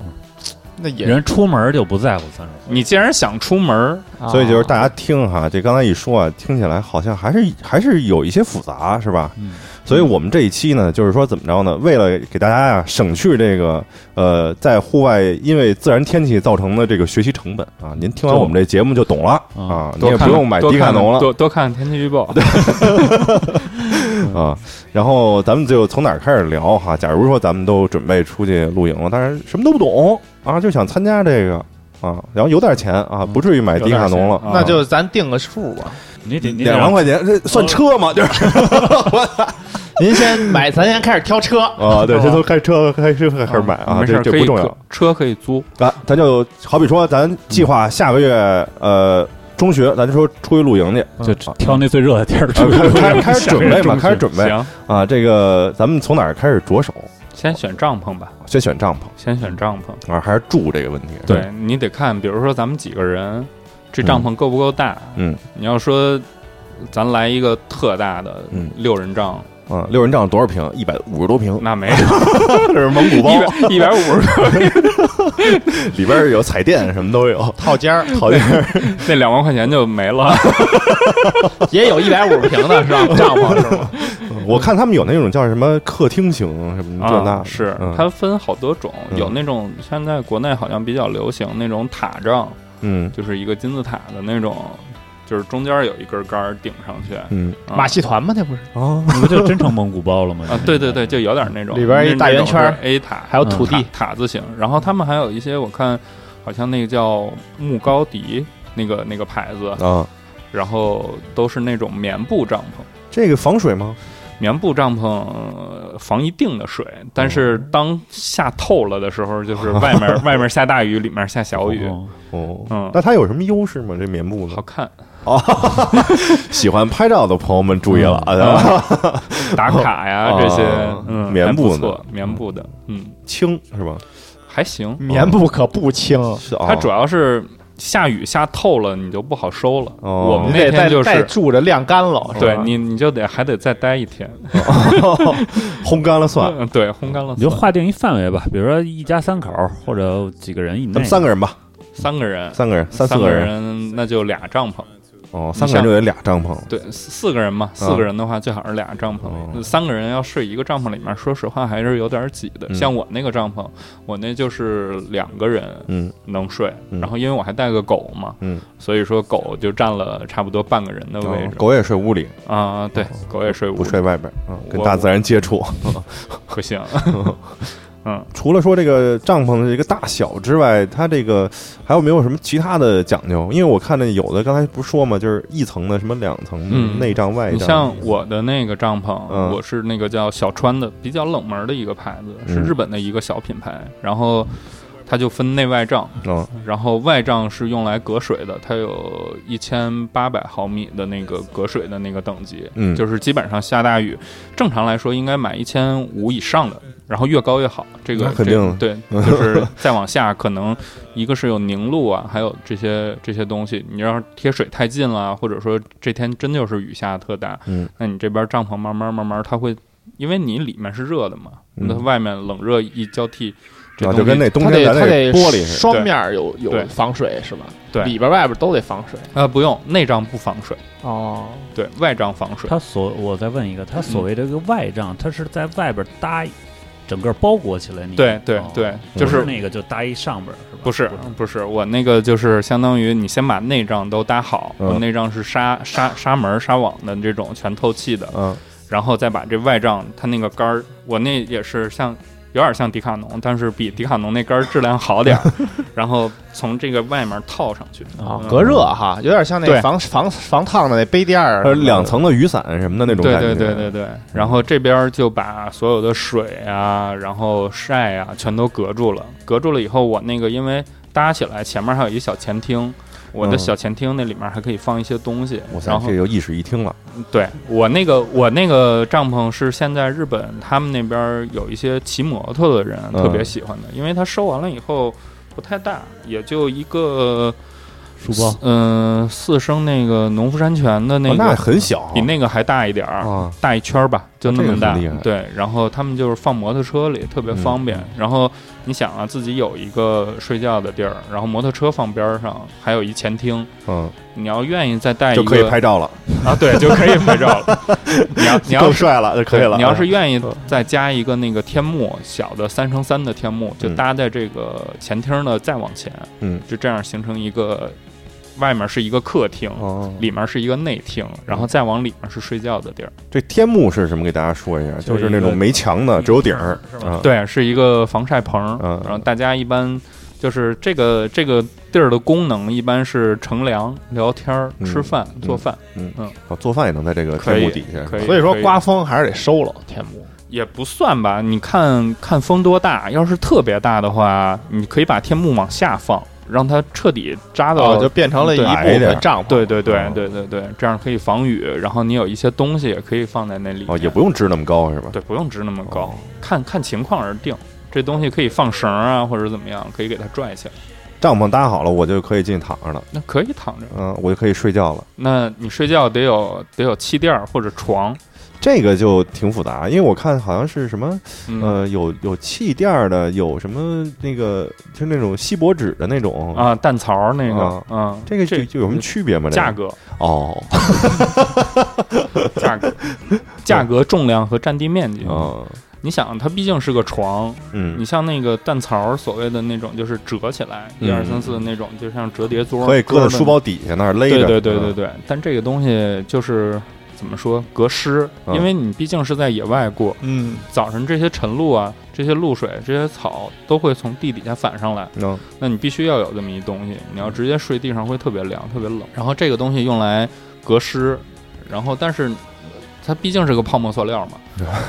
[SPEAKER 4] 那也
[SPEAKER 2] 人出门就不在乎三十度，
[SPEAKER 3] 你既然想出门，
[SPEAKER 4] 啊
[SPEAKER 1] 所以就是大家听哈，这刚才一说啊，听起来好像还是还是有一些复杂，是吧？
[SPEAKER 2] 嗯，
[SPEAKER 1] 所以我们这一期呢，就是说怎么着呢？为了给大家呀、省去这个呃在户外因为自然天气造成的这个学习成本啊，您听完我们这节目就懂了
[SPEAKER 2] 嗯
[SPEAKER 1] 啊，你
[SPEAKER 3] 多
[SPEAKER 1] 也
[SPEAKER 3] 看
[SPEAKER 1] 不用买迪卡侬了
[SPEAKER 3] 多多看天气预报。
[SPEAKER 1] 啊。然后咱们就从哪儿开始聊哈？假如说咱们都准备出去露营了，但是什么都不懂啊，就想参加这个啊，然后有点钱啊，不至于买迪卡侬了。
[SPEAKER 3] 有点钱啊
[SPEAKER 4] 那就咱定个数吧。
[SPEAKER 2] 你得你得
[SPEAKER 1] 两万
[SPEAKER 2] 让
[SPEAKER 1] 块钱，这算车吗？就是
[SPEAKER 4] 您先 买，咱先开始挑车。
[SPEAKER 1] 啊，对，这都开车开车开始买啊，
[SPEAKER 3] 哦没
[SPEAKER 1] 这
[SPEAKER 3] 事，
[SPEAKER 1] 这
[SPEAKER 3] 可
[SPEAKER 1] 不
[SPEAKER 3] 以
[SPEAKER 1] 重要
[SPEAKER 3] 租。车可以租，
[SPEAKER 1] 咱咱就好比说，咱计划下个月呃中旬，咱就说出去露营去，
[SPEAKER 2] 就挑那最热的天儿
[SPEAKER 1] 嗯啊
[SPEAKER 2] 出去
[SPEAKER 1] 开 开开 始准备吧，
[SPEAKER 2] 中旬
[SPEAKER 1] 开始准备
[SPEAKER 3] 行，
[SPEAKER 1] 啊。这个咱们从哪儿开始着手？
[SPEAKER 3] 先选帐篷吧，
[SPEAKER 1] 先选帐篷
[SPEAKER 3] 先选帐篷。
[SPEAKER 1] 啊，还是住这个问题？
[SPEAKER 2] 对
[SPEAKER 3] 对你得看，比如说咱们几个人，
[SPEAKER 4] 嗯
[SPEAKER 3] 这帐篷够不够大？
[SPEAKER 1] 嗯，
[SPEAKER 3] 你要说咱来一个特大的
[SPEAKER 1] 嗯
[SPEAKER 3] 六人帐，
[SPEAKER 1] 嗯，六人帐多少平？一百五十多
[SPEAKER 4] 嗯
[SPEAKER 1] 平，
[SPEAKER 3] 那没 有
[SPEAKER 1] 这是蒙古包，
[SPEAKER 3] 一百一百五十，
[SPEAKER 1] 里边有彩电，什么都 有。
[SPEAKER 4] 套间儿
[SPEAKER 1] 好像
[SPEAKER 3] 那两万块钱就没了。
[SPEAKER 4] 也有一百五十平的 是吧？帐篷是吗？
[SPEAKER 1] 我看他们有那种叫什么客厅型什么这那
[SPEAKER 3] 啊，
[SPEAKER 1] 的，
[SPEAKER 3] 是
[SPEAKER 1] 嗯
[SPEAKER 3] 它分好多种，
[SPEAKER 1] 嗯
[SPEAKER 3] 有那种现在国内好像比较流行那种塔帐，
[SPEAKER 1] 嗯
[SPEAKER 3] 就是一个金字塔的那种，就是中间有一根杆儿顶上去。
[SPEAKER 1] 嗯
[SPEAKER 3] 啊
[SPEAKER 4] 马戏团吗？那不是？
[SPEAKER 1] 啊，
[SPEAKER 2] 你不就真成蒙古包了吗？
[SPEAKER 3] 啊，对对对，就有点那种
[SPEAKER 4] 里边一
[SPEAKER 3] 那
[SPEAKER 4] 大圆圈儿
[SPEAKER 3] 那种是，A 塔，
[SPEAKER 4] 还有土地
[SPEAKER 3] 塔塔字形，然后他们还有一些我看好像那个叫木高迪那个那个牌子，
[SPEAKER 1] 啊，
[SPEAKER 3] 然后都是那种棉布帐篷，
[SPEAKER 1] 这个防水吗？
[SPEAKER 3] 棉布帐篷呃防一定的水，但是当下透了的时候，就是外面外面下大雨，里面下小雨，
[SPEAKER 2] 哦
[SPEAKER 1] 哦，
[SPEAKER 3] 嗯
[SPEAKER 1] 那它有什么优势吗？这棉布呢
[SPEAKER 3] 好？看
[SPEAKER 1] 喜欢拍照的朋友们注意了
[SPEAKER 3] 嗯
[SPEAKER 1] 啊！
[SPEAKER 3] 打卡呀这些
[SPEAKER 1] 哦，
[SPEAKER 3] 嗯，
[SPEAKER 1] 棉布
[SPEAKER 3] 还不
[SPEAKER 1] 呢
[SPEAKER 3] 错，棉布的，嗯，
[SPEAKER 1] 轻是吧？
[SPEAKER 3] 还行，
[SPEAKER 4] 棉布可不轻，
[SPEAKER 1] 是啊，
[SPEAKER 3] 它主要是。下雨下透了，你就不好收了。
[SPEAKER 1] 哦
[SPEAKER 3] 我们
[SPEAKER 4] 你
[SPEAKER 3] 那
[SPEAKER 4] 得再
[SPEAKER 3] 天就是
[SPEAKER 4] 再住着晾干了。是吧
[SPEAKER 3] 对你，你就得还得再待一天，
[SPEAKER 1] 烘干了算。
[SPEAKER 3] 嗯，对，烘干了
[SPEAKER 2] 你就
[SPEAKER 3] 算
[SPEAKER 2] 划定一范围吧，比如说一家三口儿或者几个人以内。
[SPEAKER 1] 咱们三个人吧，
[SPEAKER 3] 三个人，
[SPEAKER 1] 三个人，三
[SPEAKER 3] 嗯三
[SPEAKER 1] 四个
[SPEAKER 3] 个
[SPEAKER 1] 人，
[SPEAKER 3] 那就俩帐篷，
[SPEAKER 1] 哦，三个人就得俩帐篷了。
[SPEAKER 3] 对，四四个人嘛，四个人的话最好是俩帐篷，
[SPEAKER 1] 嗯哦
[SPEAKER 3] 三个人要睡一个帐篷里面，说实话还是有点挤的。
[SPEAKER 1] 嗯
[SPEAKER 3] 像我那个帐篷，我那就是两个人
[SPEAKER 1] 嗯
[SPEAKER 3] 能睡，
[SPEAKER 1] 嗯
[SPEAKER 3] 然后因为我还带个狗嘛，
[SPEAKER 1] 嗯，
[SPEAKER 3] 所以说狗就占了差不多半个人的位
[SPEAKER 1] 哦
[SPEAKER 3] 置
[SPEAKER 1] 狗也睡屋里，
[SPEAKER 3] 啊、对，狗也睡
[SPEAKER 1] 不
[SPEAKER 3] 午
[SPEAKER 1] 睡外边，嗯，
[SPEAKER 3] 我
[SPEAKER 1] 跟大自然接触。
[SPEAKER 3] 不行，
[SPEAKER 1] 除了说这个帐篷的这个大小之外，它这个还有没有什么其他的讲究？因为我看那有的刚才不是说嘛，就是一层的，什么两层的，
[SPEAKER 3] 嗯
[SPEAKER 1] 内帐外
[SPEAKER 3] 你
[SPEAKER 1] 帐。
[SPEAKER 3] 像我的那个帐篷，
[SPEAKER 1] 嗯
[SPEAKER 3] 我是那个叫小川的，比较冷门的一个牌子，是
[SPEAKER 1] 嗯
[SPEAKER 3] 日本的一个小品牌。然后它就分内外帐，
[SPEAKER 1] 嗯
[SPEAKER 3] 然后外帐是用来隔水的，它有一千八百毫米的那个隔水的那个等级，
[SPEAKER 1] 嗯
[SPEAKER 3] 就是基本上下大雨，正常来说应该买一千五以上的，然后越高越好。这个
[SPEAKER 1] 那肯
[SPEAKER 3] 这个
[SPEAKER 1] 定
[SPEAKER 3] 对，就是再往下可能一个是有凝露啊，还有这些这些东西，你要是贴水太近了，或者说这天真就是雨下得特大，
[SPEAKER 1] 嗯，
[SPEAKER 3] 那你这边帐篷慢慢慢慢它会，因为你里面是热的嘛，
[SPEAKER 1] 嗯
[SPEAKER 3] 那外面冷热一交替。这
[SPEAKER 1] 啊，就
[SPEAKER 3] 东西
[SPEAKER 1] 跟那冬
[SPEAKER 4] 它
[SPEAKER 1] 天
[SPEAKER 4] 得
[SPEAKER 1] 咱
[SPEAKER 4] 它
[SPEAKER 1] 那
[SPEAKER 4] 得
[SPEAKER 1] 个玻璃似的，
[SPEAKER 4] 双面儿有有
[SPEAKER 3] 对
[SPEAKER 4] 防水是吧？
[SPEAKER 3] 对
[SPEAKER 4] 里边外边都得防水。
[SPEAKER 3] 呃不用内帐不防水，
[SPEAKER 4] 哦，
[SPEAKER 3] 对外帐防
[SPEAKER 1] 哦
[SPEAKER 3] 水。
[SPEAKER 2] 他所我再问一个，他所谓这个外帐，他是在外边搭一整个包裹起来你？
[SPEAKER 3] 对对
[SPEAKER 2] 哦
[SPEAKER 1] 嗯
[SPEAKER 3] 对，
[SPEAKER 2] 不
[SPEAKER 3] 就是是
[SPEAKER 2] 那个就搭一上边儿是吧？
[SPEAKER 3] 不是不是我那个就是相当于你先把内帐都搭好，
[SPEAKER 1] 嗯
[SPEAKER 3] 我内帐是纱纱纱门纱网的这种全透气的，
[SPEAKER 1] 嗯
[SPEAKER 3] 然后再把这外帐它那个杆儿，我那也是像有点像迪卡侬，但是比迪卡侬那杆儿质量好点 儿，然后从这个外面套上去
[SPEAKER 4] 啊
[SPEAKER 3] 嗯，
[SPEAKER 4] 隔热哈，有点像那
[SPEAKER 3] 对
[SPEAKER 4] 防防防烫的那杯垫儿，
[SPEAKER 1] 它是两层的雨伞什么的那种
[SPEAKER 3] 对
[SPEAKER 1] 感
[SPEAKER 3] 对
[SPEAKER 1] 觉，
[SPEAKER 3] 对对对，然后这边儿就把所有的水啊，然后晒啊，全都隔住了。隔住了以后，我那个因为搭起来前面还有一小前厅，我的
[SPEAKER 1] 嗯
[SPEAKER 3] 小前厅那里面还可以放一些东西。
[SPEAKER 1] 我塞
[SPEAKER 3] 然，后
[SPEAKER 1] 这就一室一厅了，
[SPEAKER 3] 对我那个我那个帐篷是现在日本他们那边儿有一些骑摩托的人特别
[SPEAKER 1] 嗯
[SPEAKER 3] 喜欢的，因为它收完了以后不太大，也就一个
[SPEAKER 2] 书包
[SPEAKER 3] 嗯、四升那个农夫山泉的那
[SPEAKER 1] 哦
[SPEAKER 3] 个，
[SPEAKER 1] 那很小，
[SPEAKER 3] 比那个还大一点儿。
[SPEAKER 1] 啊，
[SPEAKER 3] 大一圈儿吧，就那么
[SPEAKER 1] 这个
[SPEAKER 3] 大
[SPEAKER 1] 很厉害。嗯
[SPEAKER 3] 对，然后他们就是放摩托车里，特别方便。然后你想啊，自己有一个睡觉的地儿，然后摩托车放边儿上，还有一前厅。
[SPEAKER 1] 嗯，
[SPEAKER 3] 你要愿意再带一
[SPEAKER 1] 就
[SPEAKER 3] 个
[SPEAKER 1] 可以拍照了，
[SPEAKER 3] 啊，对，就可以拍照 了。你要你要
[SPEAKER 1] 更
[SPEAKER 3] 是
[SPEAKER 1] 帅了就可以了。嗯
[SPEAKER 3] 你
[SPEAKER 4] 啊
[SPEAKER 3] 要是愿意再加一个那个天幕，小的三乘三的天幕，就
[SPEAKER 1] 嗯
[SPEAKER 3] 搭在这个前厅的再往前，
[SPEAKER 1] 嗯，
[SPEAKER 3] 就这样形成一个，外面是一个客厅，
[SPEAKER 1] 哦，
[SPEAKER 3] 里面是一个内厅，然后再往里面是睡觉的地儿。
[SPEAKER 1] 这天幕是什么？给大家说一下，
[SPEAKER 2] 就
[SPEAKER 1] 就是
[SPEAKER 2] 一个
[SPEAKER 1] 是那种没墙的，只有顶儿
[SPEAKER 2] 是，吧哦
[SPEAKER 1] 啊，
[SPEAKER 3] 对，是一个防晒棚儿，
[SPEAKER 1] 嗯
[SPEAKER 3] 然后大家一般就是这个这个地儿的功能一般是乘凉、聊天儿、
[SPEAKER 1] 嗯
[SPEAKER 3] 吃饭、做饭，
[SPEAKER 1] 哦做饭也能在这个
[SPEAKER 3] 可
[SPEAKER 1] 天
[SPEAKER 3] 以
[SPEAKER 1] 幕底下，
[SPEAKER 3] 可以。
[SPEAKER 4] 所以说
[SPEAKER 3] 可
[SPEAKER 4] 刮风还是得收了天幕。
[SPEAKER 3] 也不算吧，你看看风多大，要是特别大的话，你可以把天幕往下放，让它彻底扎到。
[SPEAKER 4] 哦，就变成了一
[SPEAKER 3] 对
[SPEAKER 1] 矮一
[SPEAKER 4] 部
[SPEAKER 1] 点
[SPEAKER 4] 分帐篷。
[SPEAKER 3] 对对对
[SPEAKER 1] 哦
[SPEAKER 3] 对对对，这样可以防雨，然后你有一些东西也可以放在那里面。
[SPEAKER 1] 哦，也不用支那么高是吧？
[SPEAKER 3] 对，不用支那么高，
[SPEAKER 1] 哦
[SPEAKER 3] 看看情况而定。这东西可以放绳儿啊，或者怎么样，可以给它拽起来。
[SPEAKER 1] 帐篷搭好了，我就可以进去躺着了，
[SPEAKER 3] 那可以躺着。
[SPEAKER 1] 嗯，我就可以睡觉了。
[SPEAKER 3] 那你睡觉得有得有气垫儿或者床，
[SPEAKER 1] 这个就挺复杂，因为我看好像是什么
[SPEAKER 3] 嗯、
[SPEAKER 1] 呃，有有气垫儿的，有什么那个就那种锡箔纸的那种。
[SPEAKER 3] 啊蛋槽儿那个，
[SPEAKER 1] 啊
[SPEAKER 3] 嗯，
[SPEAKER 1] 这个就
[SPEAKER 3] 这
[SPEAKER 1] 就有什么区别吗？这个
[SPEAKER 3] 价格、
[SPEAKER 1] 哦，
[SPEAKER 3] 价格、价格、重量和占地面积。
[SPEAKER 1] 嗯
[SPEAKER 3] 你想，它毕竟是个床，你
[SPEAKER 1] 嗯，
[SPEAKER 3] 像那个蛋槽儿所谓的那种，就是折起来，
[SPEAKER 1] 嗯
[SPEAKER 3] 一二三四那种，就像折叠桌儿，
[SPEAKER 1] 可以搁
[SPEAKER 3] 搁
[SPEAKER 1] 在
[SPEAKER 3] 着
[SPEAKER 1] 书包底下那儿勒
[SPEAKER 3] 对
[SPEAKER 1] 着。
[SPEAKER 3] 对对对
[SPEAKER 1] 嗯，
[SPEAKER 3] 对，但这个东西就是怎么说隔湿，
[SPEAKER 1] 嗯
[SPEAKER 3] 因为你毕竟是在野外过，
[SPEAKER 4] 嗯，
[SPEAKER 3] 早晨这些晨露啊、这些露水、这些草都会从地底下反上来。
[SPEAKER 1] 嗯
[SPEAKER 3] 那你必须要有这么一东西，你要直接睡地上会特别凉、特别冷。然后这个东西用来隔湿，然后但是它毕竟是个泡沫 塑料嘛，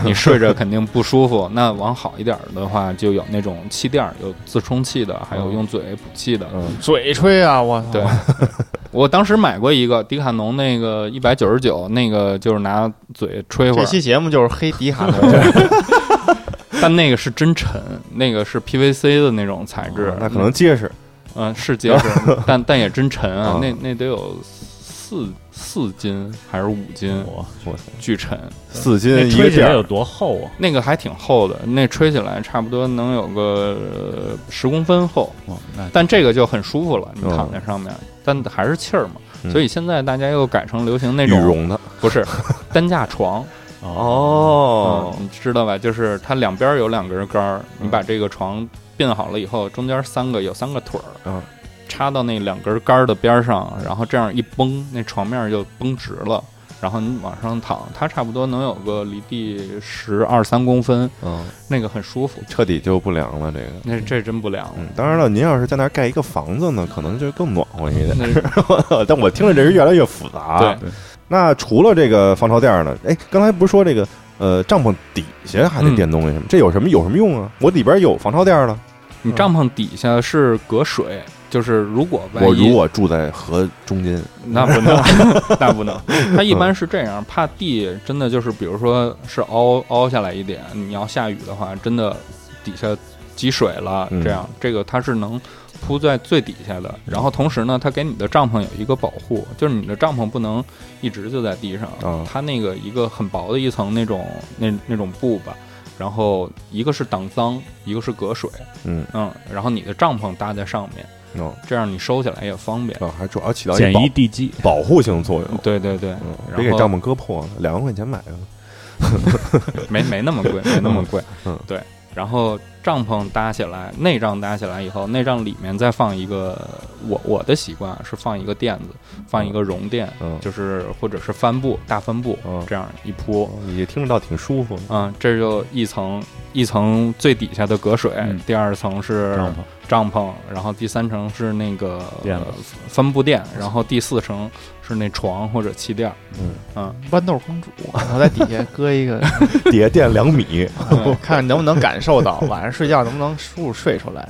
[SPEAKER 3] 你睡着肯定不舒服。那往好一点儿的话，就有那种气垫儿，有自充气的，还
[SPEAKER 1] 哦
[SPEAKER 3] 有用嘴补气的。
[SPEAKER 1] 嗯，
[SPEAKER 4] 嘴吹啊，我操！
[SPEAKER 3] 对，我当时买过一个迪卡侬那个一百九十九，那个就是拿嘴吹会
[SPEAKER 4] 这
[SPEAKER 3] 儿，啊
[SPEAKER 4] 期节目就是黑 迪卡 侬，
[SPEAKER 3] 但那个是真沉，那个是 PVC 的那种材质
[SPEAKER 1] 哦，那可能结实。
[SPEAKER 3] 嗯，是结实，但但也真沉啊
[SPEAKER 1] 啊，
[SPEAKER 3] 那那得有四四斤还是五
[SPEAKER 1] 哦
[SPEAKER 3] 斤，
[SPEAKER 2] 哇，
[SPEAKER 3] 巨沉。
[SPEAKER 1] 四斤
[SPEAKER 2] 那
[SPEAKER 1] 嗯一
[SPEAKER 2] 吹
[SPEAKER 1] 个
[SPEAKER 2] 起
[SPEAKER 1] 垫
[SPEAKER 2] 来有
[SPEAKER 1] 儿，
[SPEAKER 2] 多厚啊？
[SPEAKER 3] 那个还挺厚的，那吹起来差不多能有个呃十公分厚，
[SPEAKER 2] 哇，哦那
[SPEAKER 3] 但这个就很舒服了，你
[SPEAKER 1] 嗯
[SPEAKER 3] 躺在上面，但还是气儿嘛。
[SPEAKER 1] 嗯
[SPEAKER 3] 所以现在大家又改成流行那
[SPEAKER 1] 羽
[SPEAKER 3] 种
[SPEAKER 1] 绒的。
[SPEAKER 3] 不是担架床，
[SPEAKER 1] 哦
[SPEAKER 3] 嗯，你知道吧？就是它两边有两根杆儿，
[SPEAKER 1] 嗯
[SPEAKER 3] 你把这个床并好了以后，中间三个有三个腿儿，
[SPEAKER 1] 嗯，
[SPEAKER 3] 插到那两根杆儿的边儿上，然后这样一绷，那床面就绷直了。然后你往上躺，它差不多能有个离地十二三公分，
[SPEAKER 1] 嗯，
[SPEAKER 3] 那个很舒服。
[SPEAKER 1] 彻底就不凉了这个。
[SPEAKER 3] 那这真不凉了
[SPEAKER 1] 嗯，当然了，您要是在那儿盖一个房子呢，可能就更暖和一点。
[SPEAKER 3] 那是
[SPEAKER 1] 但我听着这是越来越复杂。啊
[SPEAKER 3] 对，
[SPEAKER 1] 那除了这个防潮垫儿呢？哎，刚才不是说这个呃帐篷底下还
[SPEAKER 3] 嗯
[SPEAKER 1] 得垫东西什么？这有什么有什么用啊？我里边有防潮垫儿了，
[SPEAKER 3] 你帐篷底下是隔水，就是如果万一
[SPEAKER 1] 我如果住在河中间，
[SPEAKER 3] 那不能， 那不能。它一般是这样，怕地真的就是，比如说是凹凹下来一点，你要下雨的话，真的底下积水了，
[SPEAKER 1] 嗯
[SPEAKER 3] 这样这个它是能铺在最底下的。然后同时呢，它给你的帐篷有一个保护，就是你的帐篷不能一直就在地上
[SPEAKER 1] 啊，
[SPEAKER 3] 它那个一个很薄的一层那种那那种布吧。然后一个是挡脏，一个是隔水，
[SPEAKER 1] 嗯
[SPEAKER 3] 嗯，然后你的帐篷搭在上面，
[SPEAKER 1] 哦，
[SPEAKER 3] 这样你收起来也方便。
[SPEAKER 1] 啊，还主要起到
[SPEAKER 2] 简
[SPEAKER 1] 一
[SPEAKER 2] 易
[SPEAKER 1] 保
[SPEAKER 2] 地基，
[SPEAKER 1] 保护性作用。
[SPEAKER 3] 对对对，
[SPEAKER 1] 嗯，
[SPEAKER 3] 然
[SPEAKER 1] 别给
[SPEAKER 3] 后
[SPEAKER 1] 帐篷割破了，两万块钱买的。
[SPEAKER 3] 没没那么贵，没那么贵。
[SPEAKER 1] 嗯，
[SPEAKER 3] 对。然后帐篷搭起来，内帐搭起来以后，内帐里面再放一个，我我的习惯是放一个垫子，放一个绒垫，
[SPEAKER 1] 嗯，
[SPEAKER 3] 就是或者是帆布、大帆布
[SPEAKER 1] 嗯
[SPEAKER 3] 这样一铺。
[SPEAKER 1] 你听着倒挺舒服的。
[SPEAKER 3] 嗯，这就一层一层最底下的隔水，
[SPEAKER 2] 嗯
[SPEAKER 3] 第二层是
[SPEAKER 1] 啊
[SPEAKER 2] 帐篷
[SPEAKER 3] 帐篷，然后第三层是那个
[SPEAKER 2] 垫子
[SPEAKER 3] 帆布垫，然后第四层是那床或者气垫儿。
[SPEAKER 4] 豌豆公主，啊然后在底下搁一 个，
[SPEAKER 1] 底下垫两米，
[SPEAKER 4] 我看能不能感受 到晚上睡觉能不能舒服睡出来。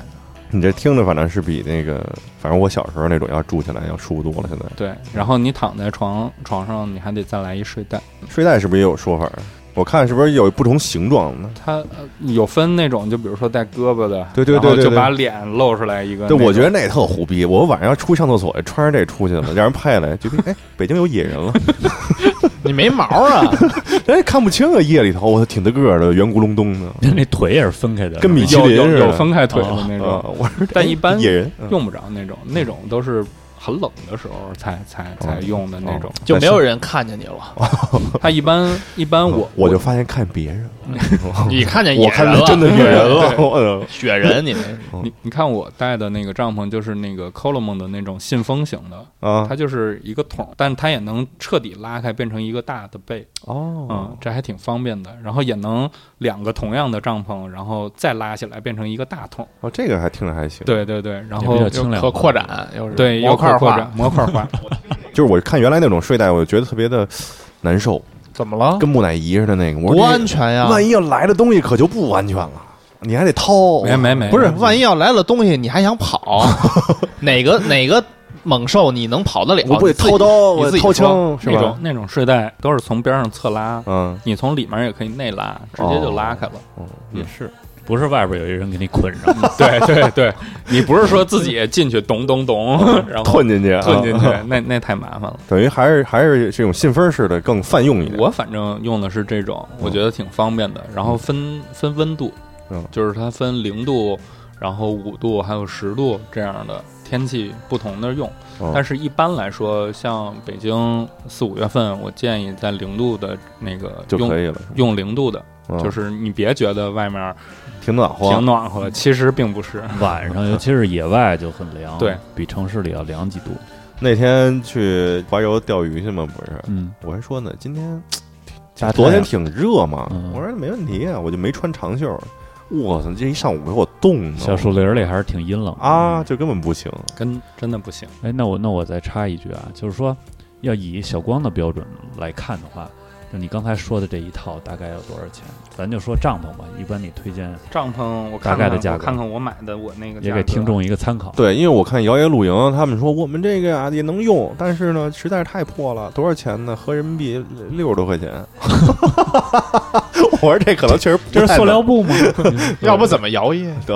[SPEAKER 1] 你这听着反正是比那个，反正我小时候那种要住起来要舒服多了。现在
[SPEAKER 3] 对，然后你躺在床床上，你还得再来一睡袋。
[SPEAKER 1] 睡袋是不是也有说法儿？啊我看是不是有不同形状的？
[SPEAKER 3] 它呃有分那种，就比如说带胳膊的，
[SPEAKER 1] 对对
[SPEAKER 3] 然后
[SPEAKER 1] 对对
[SPEAKER 3] 就
[SPEAKER 1] 对
[SPEAKER 3] 把脸露出来一个那
[SPEAKER 1] 对，
[SPEAKER 3] 种。
[SPEAKER 1] 我觉得呃那特胡逼。我晚上要出去上厕所，穿着这出去 了，让人拍下来，就跟哎，北京有野人了，
[SPEAKER 4] 你没毛 啊？
[SPEAKER 1] 哎，看不清啊，夜里头，我挺大个儿的，圆咕隆咚的，
[SPEAKER 2] 那腿也是分开的，
[SPEAKER 1] 跟米
[SPEAKER 2] 是吧
[SPEAKER 1] 奇
[SPEAKER 3] 有
[SPEAKER 1] 林
[SPEAKER 3] 有
[SPEAKER 1] 似的
[SPEAKER 3] 有分开腿的那
[SPEAKER 1] 啊
[SPEAKER 3] 种，，
[SPEAKER 1] 我说
[SPEAKER 3] 但一般
[SPEAKER 1] 野人嗯
[SPEAKER 3] 用不着那种，那种都是很冷的时候才才才用的那
[SPEAKER 1] 哦
[SPEAKER 3] 种。
[SPEAKER 4] 就没有人看见你了，
[SPEAKER 3] 它一般一般我
[SPEAKER 1] 嗯我就发现看别人，
[SPEAKER 4] 你看见
[SPEAKER 1] 我
[SPEAKER 4] 哎野
[SPEAKER 1] 看
[SPEAKER 4] 人
[SPEAKER 1] 见
[SPEAKER 4] 了，
[SPEAKER 1] 真的野人 了，
[SPEAKER 3] 对
[SPEAKER 1] 我呃
[SPEAKER 4] 雪人，你 那
[SPEAKER 3] 你你看我带的那个帐篷就是那个 Coleman 的那种信封型的，
[SPEAKER 1] 啊
[SPEAKER 3] 它就是一个桶，但它也能彻底拉开变成一个大的被，嗯
[SPEAKER 1] 哦，，
[SPEAKER 3] 这还挺方便的。然后也能两个同样的帐篷，然后再拉起来变成一个大桶。
[SPEAKER 1] 哦，这个还听着还行。
[SPEAKER 3] 对对对，然
[SPEAKER 2] 也比
[SPEAKER 3] 后
[SPEAKER 2] 较清凉，
[SPEAKER 4] 可扩展，又是
[SPEAKER 3] 对
[SPEAKER 4] 模
[SPEAKER 3] 模
[SPEAKER 4] 块
[SPEAKER 3] 块
[SPEAKER 4] 化，
[SPEAKER 3] 化模块化，
[SPEAKER 1] 就是我看原来那种睡袋，我就觉得特别的难受，
[SPEAKER 4] 怎么了？
[SPEAKER 1] 跟木乃伊似的那个。我
[SPEAKER 4] 多
[SPEAKER 1] 说
[SPEAKER 4] 安全呀！
[SPEAKER 1] 万一要来的东西可就不安全了，你还得掏。
[SPEAKER 3] 没没没，
[SPEAKER 4] 不是，万一要来了东西，你还想 跑？哪个哪个猛兽你能跑得了？
[SPEAKER 1] 我不得
[SPEAKER 4] 哎哦你自己
[SPEAKER 1] 掏刀，
[SPEAKER 4] 你
[SPEAKER 1] 我
[SPEAKER 4] 自
[SPEAKER 1] 得
[SPEAKER 4] 己
[SPEAKER 1] 掏
[SPEAKER 4] 说
[SPEAKER 1] 枪是
[SPEAKER 3] 那种
[SPEAKER 1] 吧？
[SPEAKER 3] 那种睡袋都是从边上侧拉，
[SPEAKER 1] 嗯，
[SPEAKER 3] 你从里面也可以内拉，直接就拉开了。
[SPEAKER 1] 哦
[SPEAKER 3] 也是，
[SPEAKER 2] 不是外边有一人给你捆上，
[SPEAKER 3] 对对对，你不是说自己进去咚咚咚，然后
[SPEAKER 1] 吞进去，
[SPEAKER 3] 哦吞进去
[SPEAKER 1] 啊，
[SPEAKER 3] 那那太麻烦了。
[SPEAKER 1] 等于还是还是这种信封式的更泛用一点。
[SPEAKER 3] 我反正用的是这种，我觉得挺方便的。然后分分温度
[SPEAKER 1] 嗯，
[SPEAKER 3] 就是它分零度，然后五度，还有十度这样的天气不同的用。
[SPEAKER 1] 嗯
[SPEAKER 3] 但是一般来说，像北京四五月份，我建议在零度的那个
[SPEAKER 1] 就可
[SPEAKER 3] 用
[SPEAKER 1] 以了，
[SPEAKER 3] 用零度的，
[SPEAKER 1] 嗯
[SPEAKER 3] 就是你别觉得外面
[SPEAKER 1] 挺暖和，
[SPEAKER 3] 挺暖和，其实并不是。
[SPEAKER 2] 晚上尤其是野外就很凉，
[SPEAKER 3] 对，
[SPEAKER 2] 比城市里要凉几度。
[SPEAKER 1] 那天去怀柔钓鱼去嘛，不是？
[SPEAKER 2] 嗯，
[SPEAKER 1] 我还说呢，今天
[SPEAKER 4] 大太阳
[SPEAKER 1] 昨天挺热嘛，
[SPEAKER 2] 嗯
[SPEAKER 1] 我说没问题啊，我就没穿长袖。我操，这一上午给我冻的，
[SPEAKER 2] 小树林里还是挺阴冷的
[SPEAKER 1] 哦啊，。就根本不行。
[SPEAKER 3] 跟真的不行。
[SPEAKER 2] 哎，那我那我再插一句啊，就是说，要以小光的标准来看的话，就你刚才说的这一套大概要多少钱？咱就说帐篷吧，一般你推荐
[SPEAKER 3] 帐篷我
[SPEAKER 2] 大
[SPEAKER 3] 看看
[SPEAKER 2] 概的价格
[SPEAKER 3] 我看看我买的我那个
[SPEAKER 2] 也
[SPEAKER 3] 价
[SPEAKER 2] 给
[SPEAKER 3] 格
[SPEAKER 2] 听众一个参考。
[SPEAKER 1] 对，因为我看摇曳露营，他们说我们这个啊也能用，但是呢实在是太破了，多少钱呢？合人民币六十多块钱。我说这可能确实不
[SPEAKER 2] 这是
[SPEAKER 1] 太
[SPEAKER 2] 塑
[SPEAKER 1] 能
[SPEAKER 2] 料布吗？
[SPEAKER 4] 要不怎么摇曳？
[SPEAKER 1] 得，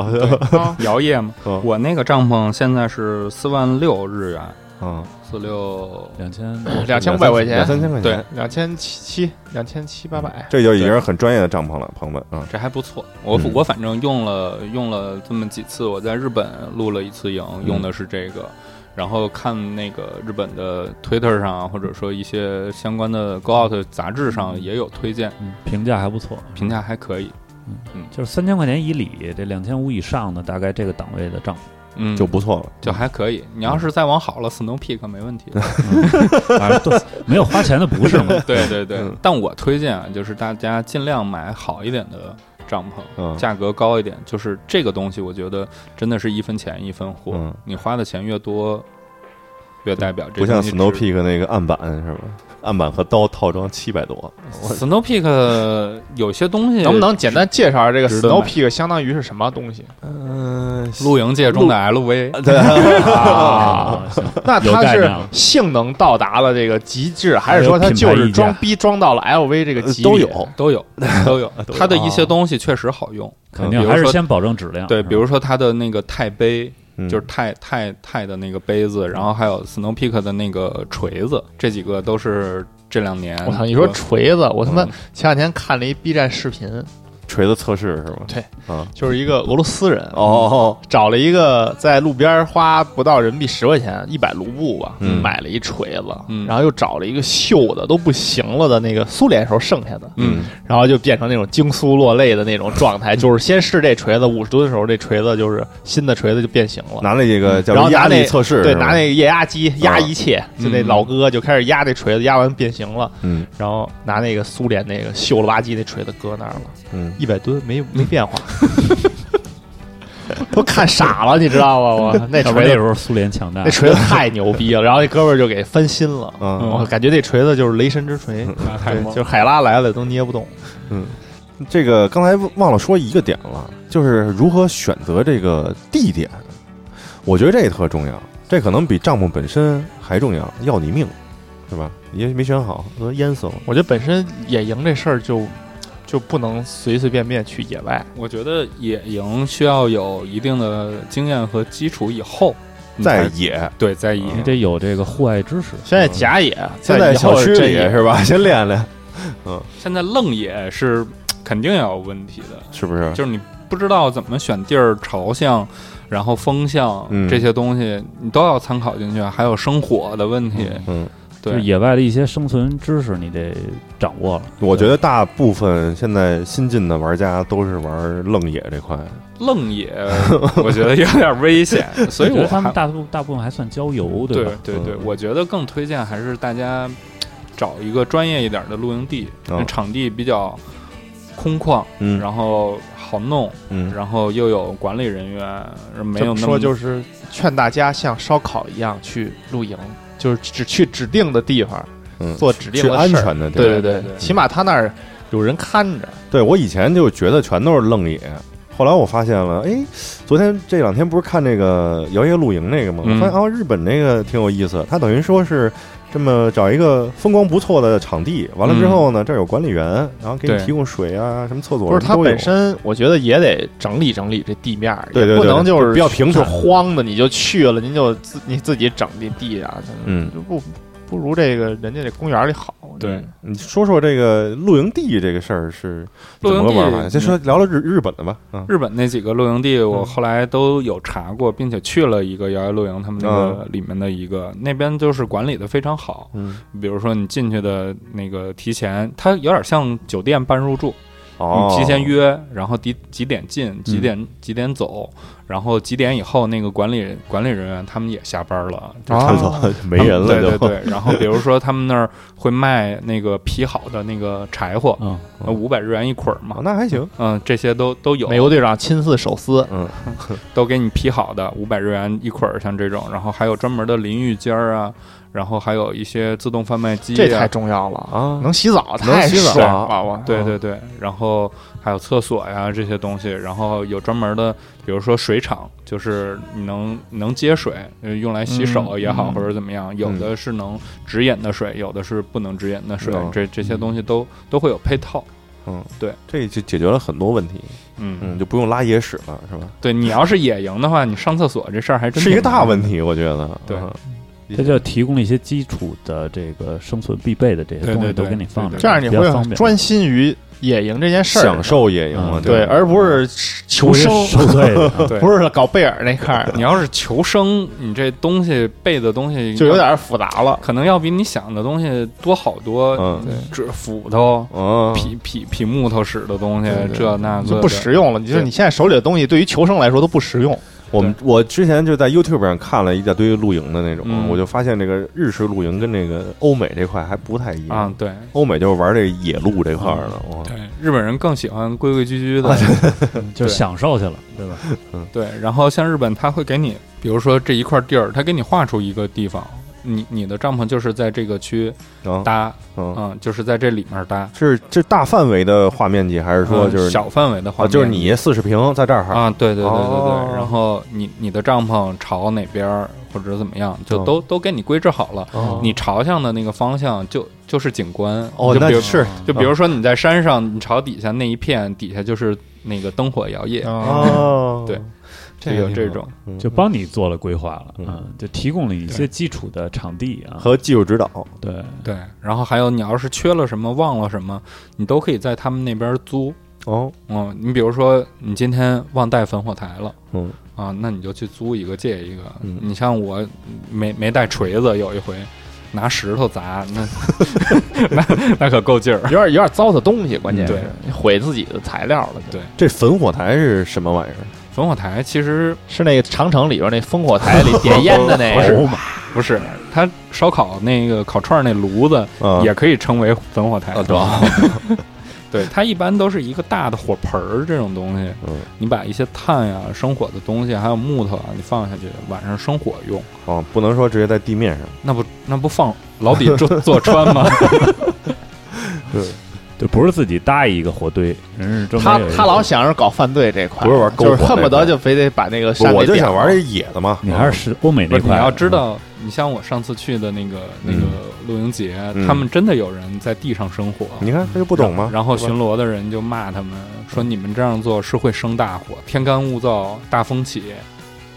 [SPEAKER 4] 啊
[SPEAKER 3] 摇曳嘛
[SPEAKER 1] 嗯。
[SPEAKER 3] 我那个帐篷现在是四万六日元，
[SPEAKER 1] 嗯，
[SPEAKER 3] 四六
[SPEAKER 2] 两千
[SPEAKER 4] 两千五百块
[SPEAKER 1] 两
[SPEAKER 4] 钱，
[SPEAKER 1] 三千块钱
[SPEAKER 3] 对，
[SPEAKER 4] 两千七七，两千七八百。
[SPEAKER 1] 这就已经是很专业的帐篷了，朋友们啊。
[SPEAKER 3] 这还不错。我、
[SPEAKER 1] 嗯
[SPEAKER 3] 我反正用了用了这么几次，我在日本录了一次营，用
[SPEAKER 1] 嗯
[SPEAKER 3] 的是这个。然后看那个日本的 Twitter 上，啊或者说一些相关的 Go Out 杂志上也有推荐，
[SPEAKER 2] 嗯评价还不错，
[SPEAKER 3] 评价还可以。
[SPEAKER 2] 就是三千块钱以里，这两千五以上的大概这个档位的帐
[SPEAKER 3] 嗯，
[SPEAKER 1] 就不嗯错了，
[SPEAKER 3] 就还可以。你要是再往好了，Snow Peak 没问题。
[SPEAKER 2] 篷，啊，对，没有花钱的不是 吗？
[SPEAKER 3] 对对对
[SPEAKER 1] 嗯，
[SPEAKER 3] 但我推荐啊，就是大家尽量买好一点的帐篷，
[SPEAKER 1] 嗯，
[SPEAKER 3] 价格高一点。就是这个东西，我觉得真的是一分钱一分货，
[SPEAKER 1] 嗯
[SPEAKER 3] 你花的钱越多，越代表这
[SPEAKER 1] 不像
[SPEAKER 3] 东西
[SPEAKER 1] Snow
[SPEAKER 3] 值
[SPEAKER 1] Peak 那个案板是吧？案板和刀套装七百多，
[SPEAKER 3] Snow Peak 呃有些东西
[SPEAKER 4] 能不能简单介绍一下这个
[SPEAKER 3] 值得买
[SPEAKER 4] Snow Peak 相当于是什么 东西？
[SPEAKER 1] 嗯，
[SPEAKER 3] 露营界中的 LV？
[SPEAKER 1] 对，
[SPEAKER 2] 啊，行
[SPEAKER 4] 那
[SPEAKER 2] 有
[SPEAKER 4] 它
[SPEAKER 2] 概
[SPEAKER 4] 是
[SPEAKER 2] 念了
[SPEAKER 4] 性能到达了这个极致，还是说它
[SPEAKER 2] 还有品牌
[SPEAKER 4] 就是
[SPEAKER 2] 溢价呃
[SPEAKER 4] 装逼装到了 LV 这个级
[SPEAKER 1] 呃都
[SPEAKER 4] 别
[SPEAKER 1] 有，
[SPEAKER 3] 都 有，都
[SPEAKER 4] 啊
[SPEAKER 3] 有。
[SPEAKER 1] 都有
[SPEAKER 3] 它的一些东西确实好用，
[SPEAKER 2] 肯
[SPEAKER 3] 比
[SPEAKER 2] 定
[SPEAKER 3] 如
[SPEAKER 2] 还是
[SPEAKER 3] 说
[SPEAKER 2] 先保证质
[SPEAKER 4] 啊
[SPEAKER 2] 量。啊
[SPEAKER 3] 对，
[SPEAKER 4] 嗯
[SPEAKER 2] 吧
[SPEAKER 3] 比如说它的那个钛杯，
[SPEAKER 1] 嗯
[SPEAKER 3] 就是钛钛钛的那个杯
[SPEAKER 4] 嗯
[SPEAKER 3] 子，然后还有 Snow Peak 的那个锤子，这几个都是这两年。
[SPEAKER 2] 嗯
[SPEAKER 4] 我操！你说
[SPEAKER 3] 呃
[SPEAKER 4] 锤子，我他妈
[SPEAKER 3] 嗯
[SPEAKER 4] 前两天看了一 B 站视频，
[SPEAKER 1] 锤子测试是吗？
[SPEAKER 4] 对，
[SPEAKER 1] 啊，
[SPEAKER 4] 就是一个俄罗斯人
[SPEAKER 1] 哦，
[SPEAKER 4] 找了一个在路边花不到人民币十块钱，一百卢布吧，
[SPEAKER 1] 嗯
[SPEAKER 4] 买了一锤子，
[SPEAKER 3] 嗯
[SPEAKER 4] 然后又找了一个锈的都不行了的那个苏联时候剩下的，
[SPEAKER 1] 嗯
[SPEAKER 4] 然后就变成那种经苏落泪的那种状态，就是先试这锤子，五十吨的时候这锤子就是新的锤子就变形了。
[SPEAKER 1] 拿那这个叫
[SPEAKER 4] 哦然后拿
[SPEAKER 1] 压
[SPEAKER 4] 那
[SPEAKER 1] 力测试，
[SPEAKER 4] 对，
[SPEAKER 1] 是吧
[SPEAKER 4] 拿那个液压机压
[SPEAKER 1] 啊
[SPEAKER 4] 一切，就那
[SPEAKER 3] 嗯
[SPEAKER 4] 老哥就开始压这锤子，压完变形了，
[SPEAKER 1] 嗯
[SPEAKER 4] 然后拿那个苏联那个锈了吧唧那锤子搁那儿了，
[SPEAKER 1] 嗯，
[SPEAKER 4] 一百吨没没变化， 都看傻了，你知道吗？ 我那
[SPEAKER 2] 要不那
[SPEAKER 4] 锤
[SPEAKER 2] 时
[SPEAKER 4] 子
[SPEAKER 2] 候苏联强大
[SPEAKER 4] 那，锤子太牛逼了，然后那哥们儿就给翻新了，
[SPEAKER 1] 嗯
[SPEAKER 4] 我感觉那锤子就是雷神之锤，
[SPEAKER 3] 啊
[SPEAKER 2] 那太
[SPEAKER 4] 嗯对，
[SPEAKER 2] 猛
[SPEAKER 4] 就是海拉来了都捏不动。
[SPEAKER 1] 这个刚才忘了说一个点了，就是如何选择这个地点，我觉得这个特重要，这可能比帐篷本身还重要，要你命，是吧？也没选好，都淹死了。
[SPEAKER 4] 我觉得本身野营这事儿就就不能随随便便去野外，
[SPEAKER 3] 我觉得野营需要有一定的经验和基础以后，你才
[SPEAKER 1] 在野，
[SPEAKER 3] 对在野
[SPEAKER 1] 嗯
[SPEAKER 2] 你得有这个户外知识。
[SPEAKER 4] 嗯现在假野，
[SPEAKER 1] 现在
[SPEAKER 4] 以后
[SPEAKER 1] 小区
[SPEAKER 4] 真
[SPEAKER 1] 里
[SPEAKER 4] 野
[SPEAKER 1] 是吧？先练练，
[SPEAKER 3] 现在愣野是肯定要有问题的，
[SPEAKER 1] 是不是？
[SPEAKER 3] 就是你不知道怎么选地儿、朝向，然后风向、
[SPEAKER 1] 嗯
[SPEAKER 3] 这些东西，你都要参考进去，还有生火的问题。
[SPEAKER 1] 嗯，
[SPEAKER 2] 就是
[SPEAKER 3] 对，
[SPEAKER 2] 野外的一些生存知识，你得掌握了。
[SPEAKER 1] 我觉得大部分现在新进的玩家都是玩愣野这块，
[SPEAKER 3] 愣野 我觉得有点危险，所以
[SPEAKER 2] 我觉
[SPEAKER 3] 我
[SPEAKER 2] 得他们
[SPEAKER 3] 还
[SPEAKER 2] 大部大部分还算郊游，
[SPEAKER 3] 对
[SPEAKER 2] 吧？
[SPEAKER 3] 对
[SPEAKER 1] 嗯
[SPEAKER 3] 对，我觉得更推荐还是大家找一个专业一点的露营地，
[SPEAKER 1] 嗯
[SPEAKER 3] 场地比较空旷，
[SPEAKER 1] 嗯
[SPEAKER 3] 然后好弄，
[SPEAKER 1] 嗯，
[SPEAKER 3] 然后又有管理人员，没
[SPEAKER 4] 这
[SPEAKER 3] 有
[SPEAKER 4] 么
[SPEAKER 3] 那
[SPEAKER 4] 说
[SPEAKER 3] 么
[SPEAKER 4] 就是劝大家像烧烤一样去露营，就是只去指定的地方
[SPEAKER 1] 嗯
[SPEAKER 4] 做指定
[SPEAKER 1] 去
[SPEAKER 4] 的
[SPEAKER 1] 安
[SPEAKER 4] 事儿
[SPEAKER 1] 全的地嗯
[SPEAKER 4] 对
[SPEAKER 1] 儿。
[SPEAKER 4] 对对
[SPEAKER 3] 对对对
[SPEAKER 4] 起码他那儿有人看着。
[SPEAKER 1] 对我以前就觉得全都是愣野，后来我发现了，哎，昨天这两天不是看那个摇曳露营那个吗？我
[SPEAKER 3] 嗯
[SPEAKER 1] 发现哦，日本那个挺有意思，它等于说是这么找一个风光不错的场地，完了之后呢，这儿有管理员，然后给你
[SPEAKER 3] 对
[SPEAKER 1] 提供水啊，什么厕所
[SPEAKER 4] 不
[SPEAKER 1] 什么
[SPEAKER 4] 是他
[SPEAKER 1] 都有
[SPEAKER 4] 本身，我觉得也得整理整理这地面儿，
[SPEAKER 1] 对对对
[SPEAKER 4] 也不能就
[SPEAKER 1] 对
[SPEAKER 4] 是
[SPEAKER 1] 比较平
[SPEAKER 4] 就
[SPEAKER 1] 坦
[SPEAKER 4] 荒的你就去了，您就自你自己整这地啊，
[SPEAKER 1] 嗯
[SPEAKER 4] 就不不如这个人家这公园里好。我觉得
[SPEAKER 3] 对，
[SPEAKER 1] 你说说这个露营地这个事儿是怎么个玩
[SPEAKER 3] 露营
[SPEAKER 1] 法？
[SPEAKER 3] 地嗯
[SPEAKER 1] 先说嗯聊聊日日本的吧，嗯
[SPEAKER 3] 日本那几个露营地，我后来都有查过，并且去了一个摇摇露营，他们那个里面的一个，那边就是管理的非常好。
[SPEAKER 1] 嗯，
[SPEAKER 3] 比如说你进去的那个提前，它有点像酒店办入住，
[SPEAKER 1] 哦，嗯
[SPEAKER 3] 你提前约，然后几几点进，几点几点走，然后几点以后那个管理管理人员他们也下班了，就
[SPEAKER 1] 差不
[SPEAKER 3] 他们
[SPEAKER 1] 多
[SPEAKER 4] 啊
[SPEAKER 1] 没人了就
[SPEAKER 3] 对对对，然后比如说他们那儿会卖那个劈好的那个柴火，呃
[SPEAKER 2] 嗯，
[SPEAKER 3] 五百日元一捆儿
[SPEAKER 1] 哦
[SPEAKER 3] 嘛，
[SPEAKER 1] 那还行，
[SPEAKER 3] 嗯，这些都都有。
[SPEAKER 4] 美国队长亲自手撕，
[SPEAKER 1] 嗯
[SPEAKER 3] 都给你批好的，五百日元一捆儿，像这种，然后还有专门的淋浴间儿啊，然后还有一些自动贩卖机、啊，
[SPEAKER 4] 这太重要了
[SPEAKER 1] 啊，
[SPEAKER 4] 啊！能洗澡
[SPEAKER 1] 能
[SPEAKER 4] 太
[SPEAKER 1] 洗澡
[SPEAKER 4] 爽了，我
[SPEAKER 1] 嗯
[SPEAKER 3] 对对对，然后还有厕所呀这些东西，然后有专门的，比如说水厂，就是你能能接水，呃用来洗手也好，
[SPEAKER 4] 嗯嗯
[SPEAKER 3] 或者怎么样，有的是能直饮的水，有的是不能直饮的水，
[SPEAKER 1] 嗯
[SPEAKER 3] 这这些东西都都会有配套。
[SPEAKER 1] 嗯，
[SPEAKER 3] 对，
[SPEAKER 1] 这就解决了很多问题，
[SPEAKER 3] 嗯，
[SPEAKER 1] 嗯，就不用拉野屎了，是吧？
[SPEAKER 3] 对你要是野营的话，你上厕所这事儿还真
[SPEAKER 1] 是一个
[SPEAKER 3] 挺麻
[SPEAKER 1] 大
[SPEAKER 3] 烦
[SPEAKER 1] 问题，我觉得。
[SPEAKER 3] 对
[SPEAKER 1] 嗯
[SPEAKER 2] 这就提供了一些基础的这个生存必备的这些
[SPEAKER 3] 对
[SPEAKER 2] 东西
[SPEAKER 3] 对
[SPEAKER 2] 都
[SPEAKER 3] 对
[SPEAKER 2] 给你放着，
[SPEAKER 4] 这样你
[SPEAKER 2] 比较方
[SPEAKER 4] 会
[SPEAKER 2] 便
[SPEAKER 4] 专心于野营这件事儿，
[SPEAKER 1] 享受野营啊嘛，
[SPEAKER 2] 嗯
[SPEAKER 4] 对，
[SPEAKER 1] 吧
[SPEAKER 4] 而不是求生，
[SPEAKER 2] 受罪 的。
[SPEAKER 3] 对
[SPEAKER 4] 不是搞贝尔那块 儿
[SPEAKER 3] 你，要是求生，你这东西背的东西
[SPEAKER 4] 就有点复杂了。
[SPEAKER 3] 可能要比你想的东西多好多。
[SPEAKER 1] 嗯
[SPEAKER 3] 这斧头、
[SPEAKER 1] 嗯，
[SPEAKER 3] 劈劈劈木头使的东西
[SPEAKER 4] 对，对
[SPEAKER 3] 这那个
[SPEAKER 4] 就
[SPEAKER 3] 的
[SPEAKER 4] 不实用了，你就是
[SPEAKER 3] 对
[SPEAKER 4] 你现在手里的东西，对于求生来说都不实用。
[SPEAKER 1] 我们我之前就在 YouTube 上看了一大堆露营的那种，
[SPEAKER 3] 嗯
[SPEAKER 1] 我就发现这个日式露营跟那个欧美这块还不太一
[SPEAKER 3] 啊
[SPEAKER 1] 样，，
[SPEAKER 3] 对
[SPEAKER 1] 欧美就是玩这个野路这块儿的，哇，
[SPEAKER 3] 对，日本人更喜欢规规矩矩
[SPEAKER 1] 啊
[SPEAKER 3] 的，
[SPEAKER 2] 嗯就
[SPEAKER 3] 对
[SPEAKER 2] 享受去了，对吧？
[SPEAKER 3] 对。然后像日本，他会给你，比如说这一块地儿，他给你划出一个地方，你你的帐篷就是在这个区
[SPEAKER 1] 啊，
[SPEAKER 3] 搭，
[SPEAKER 1] 嗯，
[SPEAKER 3] 嗯，就是在这里面搭。
[SPEAKER 1] 是这大范围的画面积，还是说
[SPEAKER 3] 嗯
[SPEAKER 1] 就是
[SPEAKER 3] 小范围的话，
[SPEAKER 1] 啊，就是你四十平在这儿哈，
[SPEAKER 3] 啊，对对对对
[SPEAKER 1] 哦
[SPEAKER 3] 对，然后你你的帐篷朝哪边儿或者怎么样，就
[SPEAKER 1] 哦
[SPEAKER 3] 都都给你规制好了。
[SPEAKER 1] 哦
[SPEAKER 3] 你朝向的那个方向就就是景观
[SPEAKER 1] 哦，
[SPEAKER 3] 就比
[SPEAKER 1] 那
[SPEAKER 3] 如
[SPEAKER 1] 是
[SPEAKER 3] 就比如说你在山上，你朝底下那一片，底下就是那个灯火摇
[SPEAKER 4] 啊
[SPEAKER 3] 曳，
[SPEAKER 1] 哦，
[SPEAKER 3] 对
[SPEAKER 1] 这
[SPEAKER 3] 就
[SPEAKER 1] 个
[SPEAKER 3] 有
[SPEAKER 1] 挺
[SPEAKER 3] 这
[SPEAKER 1] 好
[SPEAKER 3] 种。
[SPEAKER 1] 嗯
[SPEAKER 2] 就帮你做了规划了，
[SPEAKER 1] 嗯
[SPEAKER 2] 嗯，就提供了一些基础的场地啊，
[SPEAKER 1] 和技术指导，
[SPEAKER 2] 对，
[SPEAKER 3] 对，然后还有你要是缺了什么忘了什么，你都可以在他们那边租。
[SPEAKER 1] 哦，
[SPEAKER 3] 嗯，你比如说你今天忘带防火台了，
[SPEAKER 1] 嗯
[SPEAKER 3] 啊，那你就去租一个借一个。
[SPEAKER 1] 嗯
[SPEAKER 3] 你像我没没带锤子，有一回拿石头砸， 那那那可够劲儿。
[SPEAKER 4] 有点有点糟蹋东西，关键
[SPEAKER 3] 嗯对
[SPEAKER 4] 是毁自己的材料了。
[SPEAKER 3] 对
[SPEAKER 1] 这焚火台是什么玩意儿？
[SPEAKER 3] 防火台其实
[SPEAKER 4] 是那个长城里边那烽火台里点烟的那个，
[SPEAKER 1] 哦
[SPEAKER 3] 不是，它烧烤那个烤串儿那炉子
[SPEAKER 1] 啊，
[SPEAKER 3] 也可以称为防火台。
[SPEAKER 1] 啊对啊
[SPEAKER 3] 对，它一般都是一个大的火盆儿这种东西，
[SPEAKER 1] 嗯
[SPEAKER 3] 你把一些炭呀、生火的东西，还有木头啊，你放下去，晚上生火用。
[SPEAKER 1] 哦，不能说直接在地面上。
[SPEAKER 3] 那不那不放牢底坐坐 穿吗？
[SPEAKER 2] 就不是自己搭一个火堆，人是专
[SPEAKER 4] 他
[SPEAKER 2] 门有一个
[SPEAKER 4] 他老想着搞犯罪这块，
[SPEAKER 1] 不是玩篝火
[SPEAKER 4] 就是恨不
[SPEAKER 1] 那块
[SPEAKER 4] 得就非得把那个山
[SPEAKER 1] 我
[SPEAKER 4] 给
[SPEAKER 1] 就想
[SPEAKER 4] 点
[SPEAKER 1] 玩
[SPEAKER 4] 了
[SPEAKER 1] 这
[SPEAKER 3] 啊
[SPEAKER 1] 野的嘛。
[SPEAKER 2] 你还是是欧美
[SPEAKER 3] 不
[SPEAKER 2] 那
[SPEAKER 3] 是，你
[SPEAKER 2] 块，嗯
[SPEAKER 3] 要知道，你像我上次去的那个那个
[SPEAKER 1] 嗯
[SPEAKER 3] 露营节，
[SPEAKER 1] 嗯
[SPEAKER 3] 他们真的有人在地上生火，
[SPEAKER 1] 你看他就不懂吗？
[SPEAKER 3] 然后
[SPEAKER 1] 对吧
[SPEAKER 3] 巡逻的人就骂他们说：“你们这样做是会生大火，天干物燥，大风起，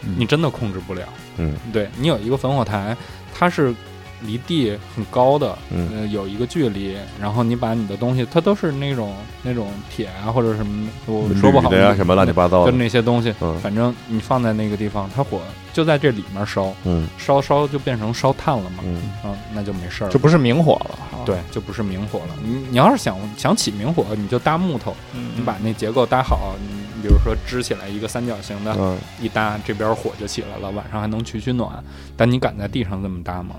[SPEAKER 2] 嗯
[SPEAKER 3] 你真的控制不了。”
[SPEAKER 1] 嗯，
[SPEAKER 3] 对你有一个焚火台，它是离地很高的，
[SPEAKER 1] 嗯
[SPEAKER 3] 呃，有一个距离，然后你把你的东西，它都是那种那种铁啊或者什么，我说不好
[SPEAKER 1] 铝的呀，什么乱七八糟的
[SPEAKER 3] 就是，那些东西，
[SPEAKER 1] 嗯
[SPEAKER 3] 反正你放在那个地方，它火就在这里面烧，
[SPEAKER 1] 嗯
[SPEAKER 3] 烧烧就变成烧炭了嘛，
[SPEAKER 1] 嗯，
[SPEAKER 3] 嗯，那就没事儿了
[SPEAKER 4] 就。不是明火
[SPEAKER 1] 啊
[SPEAKER 4] 了。
[SPEAKER 3] 对，就不是明火了。你你要是想想起明火，你就搭木头，你
[SPEAKER 4] 嗯，
[SPEAKER 3] 把那结构搭好，你你比如说支起来一个三角形的，
[SPEAKER 1] 嗯，
[SPEAKER 3] 一搭这边火就起来了，晚上还能取取暖。但你敢在地上这么搭吗？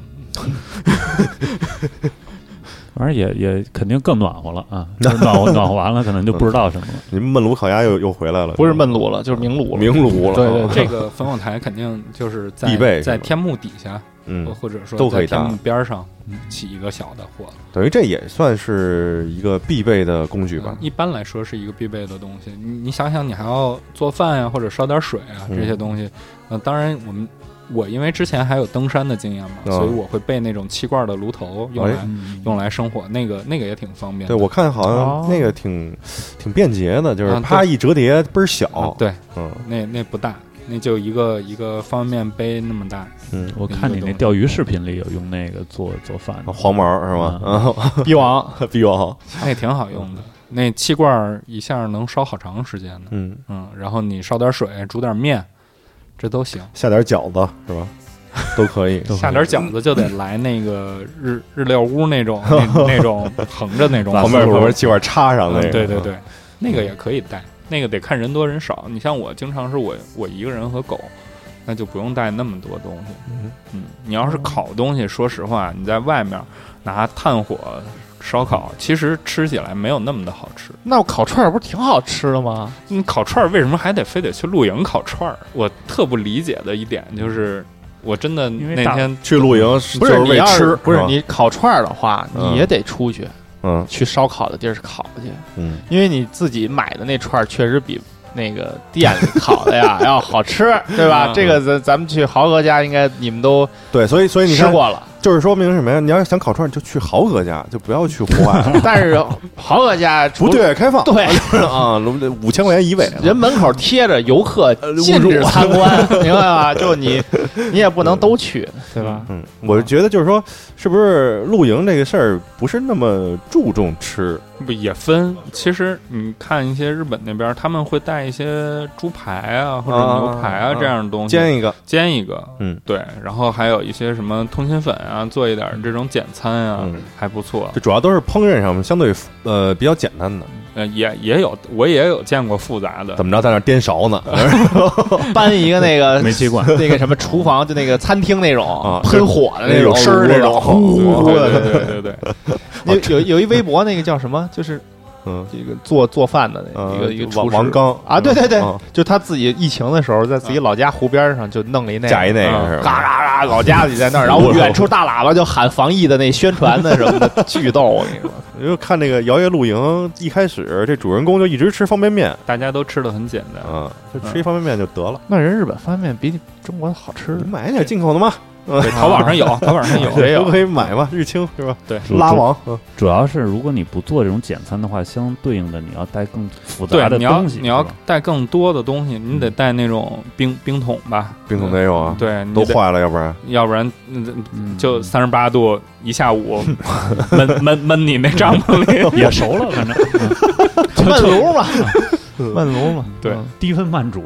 [SPEAKER 2] 反正也也肯定更暖和了啊，就是暖和暖和完了，可能就不知道什么了。
[SPEAKER 1] 你们焖炉烤鸭又又回来了，
[SPEAKER 4] 不是焖炉了，就是明炉了。
[SPEAKER 1] 明炉了，哦
[SPEAKER 4] 对对对
[SPEAKER 3] 这个烽火台肯定就是在
[SPEAKER 1] 必备是吧
[SPEAKER 3] 在天幕底下，
[SPEAKER 1] 嗯，
[SPEAKER 3] 或者说
[SPEAKER 1] 都可以
[SPEAKER 3] 在
[SPEAKER 1] 搭
[SPEAKER 3] 天幕边上起一个小的火。
[SPEAKER 1] 等于这也算是一个必备的工具吧
[SPEAKER 3] 嗯？一般来说是一个必备的东西。你你想想，你还要做饭呀、或者烧点水啊
[SPEAKER 1] 嗯
[SPEAKER 3] 这些东西。呃，当然我们。我因为之前还有登山的经验嘛，
[SPEAKER 1] 嗯
[SPEAKER 3] 所以我会备那种气罐的炉头用来、
[SPEAKER 1] 哎
[SPEAKER 2] 嗯
[SPEAKER 3] 用来生火，那个那个也挺方便
[SPEAKER 1] 对，
[SPEAKER 3] 的。
[SPEAKER 1] 我看好
[SPEAKER 2] 哦
[SPEAKER 1] 像那个挺挺便捷的，就是
[SPEAKER 3] 啊
[SPEAKER 1] 啪一折叠倍儿
[SPEAKER 3] 啊
[SPEAKER 1] 小，，
[SPEAKER 3] 对，
[SPEAKER 1] 嗯
[SPEAKER 3] 那那不大，那就一个一个方便面杯那 么大。
[SPEAKER 1] 嗯，
[SPEAKER 2] 我看你那钓鱼视频里有用那个做做饭的，
[SPEAKER 1] 黄毛是吗？啊，
[SPEAKER 4] 逼王，
[SPEAKER 1] 比我好，
[SPEAKER 3] 那挺好用的。那气罐儿一下能烧好长时间呢。
[SPEAKER 1] 嗯，
[SPEAKER 3] 嗯，然后你烧点水，煮点面，这都行。
[SPEAKER 1] 下点饺子是吧？都可以，
[SPEAKER 2] 都
[SPEAKER 3] 下点饺子就得来那个日日料屋那种那 那种横着那种
[SPEAKER 1] 旁边旁边气管插上那
[SPEAKER 3] 嗯
[SPEAKER 1] 个，
[SPEAKER 3] 对对，对，那个也可以带，那个得看人多人少。你像我，经常是我我一个人和狗，那就不用带那么多东西。
[SPEAKER 1] 嗯
[SPEAKER 3] 嗯，你要是烤东西，说实话，你在外面拿炭火烧烤，其实吃起来没有那么的好吃。
[SPEAKER 4] 那我烤串儿不是挺好吃的吗？
[SPEAKER 3] 你烤串儿为什么还得非得去露营烤串儿？我特不理解的一点就是，我真的
[SPEAKER 2] 因为
[SPEAKER 3] 那
[SPEAKER 2] 大
[SPEAKER 3] 天
[SPEAKER 1] 去露营是
[SPEAKER 4] 不
[SPEAKER 1] 就是是
[SPEAKER 4] 你
[SPEAKER 1] 为
[SPEAKER 4] 要
[SPEAKER 1] 吃
[SPEAKER 4] 是，不是
[SPEAKER 1] 吧，
[SPEAKER 4] 你烤串儿的话，
[SPEAKER 1] 嗯
[SPEAKER 4] 你也得出去
[SPEAKER 1] 嗯
[SPEAKER 4] 去烧烤的地儿烤去，
[SPEAKER 1] 嗯，
[SPEAKER 4] 因为你自己买的那串儿确实比。那个店里烤 的呀，要好吃，对吧？
[SPEAKER 3] 嗯
[SPEAKER 4] 这个咱咱们去豪哥家，应该你们都
[SPEAKER 1] 对，所以所以你
[SPEAKER 4] 吃
[SPEAKER 1] 看，
[SPEAKER 4] 过了。
[SPEAKER 1] 就是说明什么呀？你要是想烤串，就去豪哥家，就不要去户外 了，
[SPEAKER 4] 但是豪哥家除
[SPEAKER 1] 不对外开放，
[SPEAKER 4] 对，
[SPEAKER 1] 啊，五千块钱一位，
[SPEAKER 4] 人门口贴着游客
[SPEAKER 1] 呃
[SPEAKER 4] 禁止参观，明白吗？就你，你也不能都去，对吧？
[SPEAKER 1] 嗯，我是觉得就是说，是不是露营这个事儿不是那么注重吃？
[SPEAKER 3] 不也分，其实你看一些日本那边儿，他们会带一些猪排啊或者牛排
[SPEAKER 1] 啊
[SPEAKER 3] 啊这样的东西，
[SPEAKER 1] 煎一个，
[SPEAKER 3] 煎一个，
[SPEAKER 1] 嗯，
[SPEAKER 3] 对，然后还有一些什么通心粉啊，做一点儿这种简餐啊，
[SPEAKER 1] 嗯
[SPEAKER 3] 还不错
[SPEAKER 1] 这。主要都是烹饪上面相对呃比较简单的，
[SPEAKER 3] 呃，也也有，我也有见过复杂的
[SPEAKER 1] 怎，么着在那儿颠勺呢？
[SPEAKER 4] 搬一个那个
[SPEAKER 2] 煤气罐
[SPEAKER 4] 那个什么厨房，就那个餐厅那
[SPEAKER 1] 啊
[SPEAKER 4] 种喷火的那
[SPEAKER 1] 那
[SPEAKER 4] 种
[SPEAKER 1] 种
[SPEAKER 4] 声儿，那
[SPEAKER 1] 那种
[SPEAKER 4] 呼呼呼
[SPEAKER 3] 对
[SPEAKER 4] 的。
[SPEAKER 3] 对对对对对，
[SPEAKER 4] 有有有一微博，那个叫什么？就是
[SPEAKER 1] 嗯，
[SPEAKER 4] 这个做做饭的那
[SPEAKER 1] 呃
[SPEAKER 4] 一个一个
[SPEAKER 1] 王
[SPEAKER 4] 厨师
[SPEAKER 1] 王刚
[SPEAKER 4] 啊，对对对
[SPEAKER 1] 嗯，
[SPEAKER 4] 就他自己疫情的时候，在自己老家湖边上就弄了一那
[SPEAKER 1] 嗯加一那
[SPEAKER 3] 啊
[SPEAKER 1] 个是
[SPEAKER 4] 嘎
[SPEAKER 1] 吧？
[SPEAKER 4] 嘎嘎，老家里在那儿，然后远处大喇叭就喊防疫的那宣传的什么的，巨逗，我跟你说。
[SPEAKER 1] 因为看那个《摇曳露营》，一开始这主人公就一直吃方便面，
[SPEAKER 3] 大家都吃的很简单。
[SPEAKER 1] 嗯，就吃一方便面就得了，
[SPEAKER 4] 那人日本方便面比你中国的好吃
[SPEAKER 1] 你买点进口的嘛，
[SPEAKER 3] 对，淘宝上有，淘宝上有，
[SPEAKER 1] 对都可以买嘛，日清是吧？
[SPEAKER 3] 对
[SPEAKER 2] 主
[SPEAKER 1] 拉王，嗯
[SPEAKER 2] 主要是如果你不做这种简餐的话，相对应的你要带更复
[SPEAKER 3] 对
[SPEAKER 2] 杂，的
[SPEAKER 3] 你要
[SPEAKER 2] 东西，
[SPEAKER 3] 你要
[SPEAKER 2] 是吧
[SPEAKER 3] 带更多的东西，你得带那种冰冰桶吧？
[SPEAKER 1] 嗯冰桶得有啊，
[SPEAKER 3] 嗯对，你
[SPEAKER 1] 都
[SPEAKER 3] 得，
[SPEAKER 1] 坏了，要不然
[SPEAKER 3] 要不然嗯
[SPEAKER 2] 嗯
[SPEAKER 3] 就三十 八度一下午闷闷闷你那帐篷里。
[SPEAKER 2] 也熟了，反正
[SPEAKER 4] 慢炉嘛， 慢炉嘛，
[SPEAKER 3] 对
[SPEAKER 4] 嗯
[SPEAKER 2] 低温慢 煮，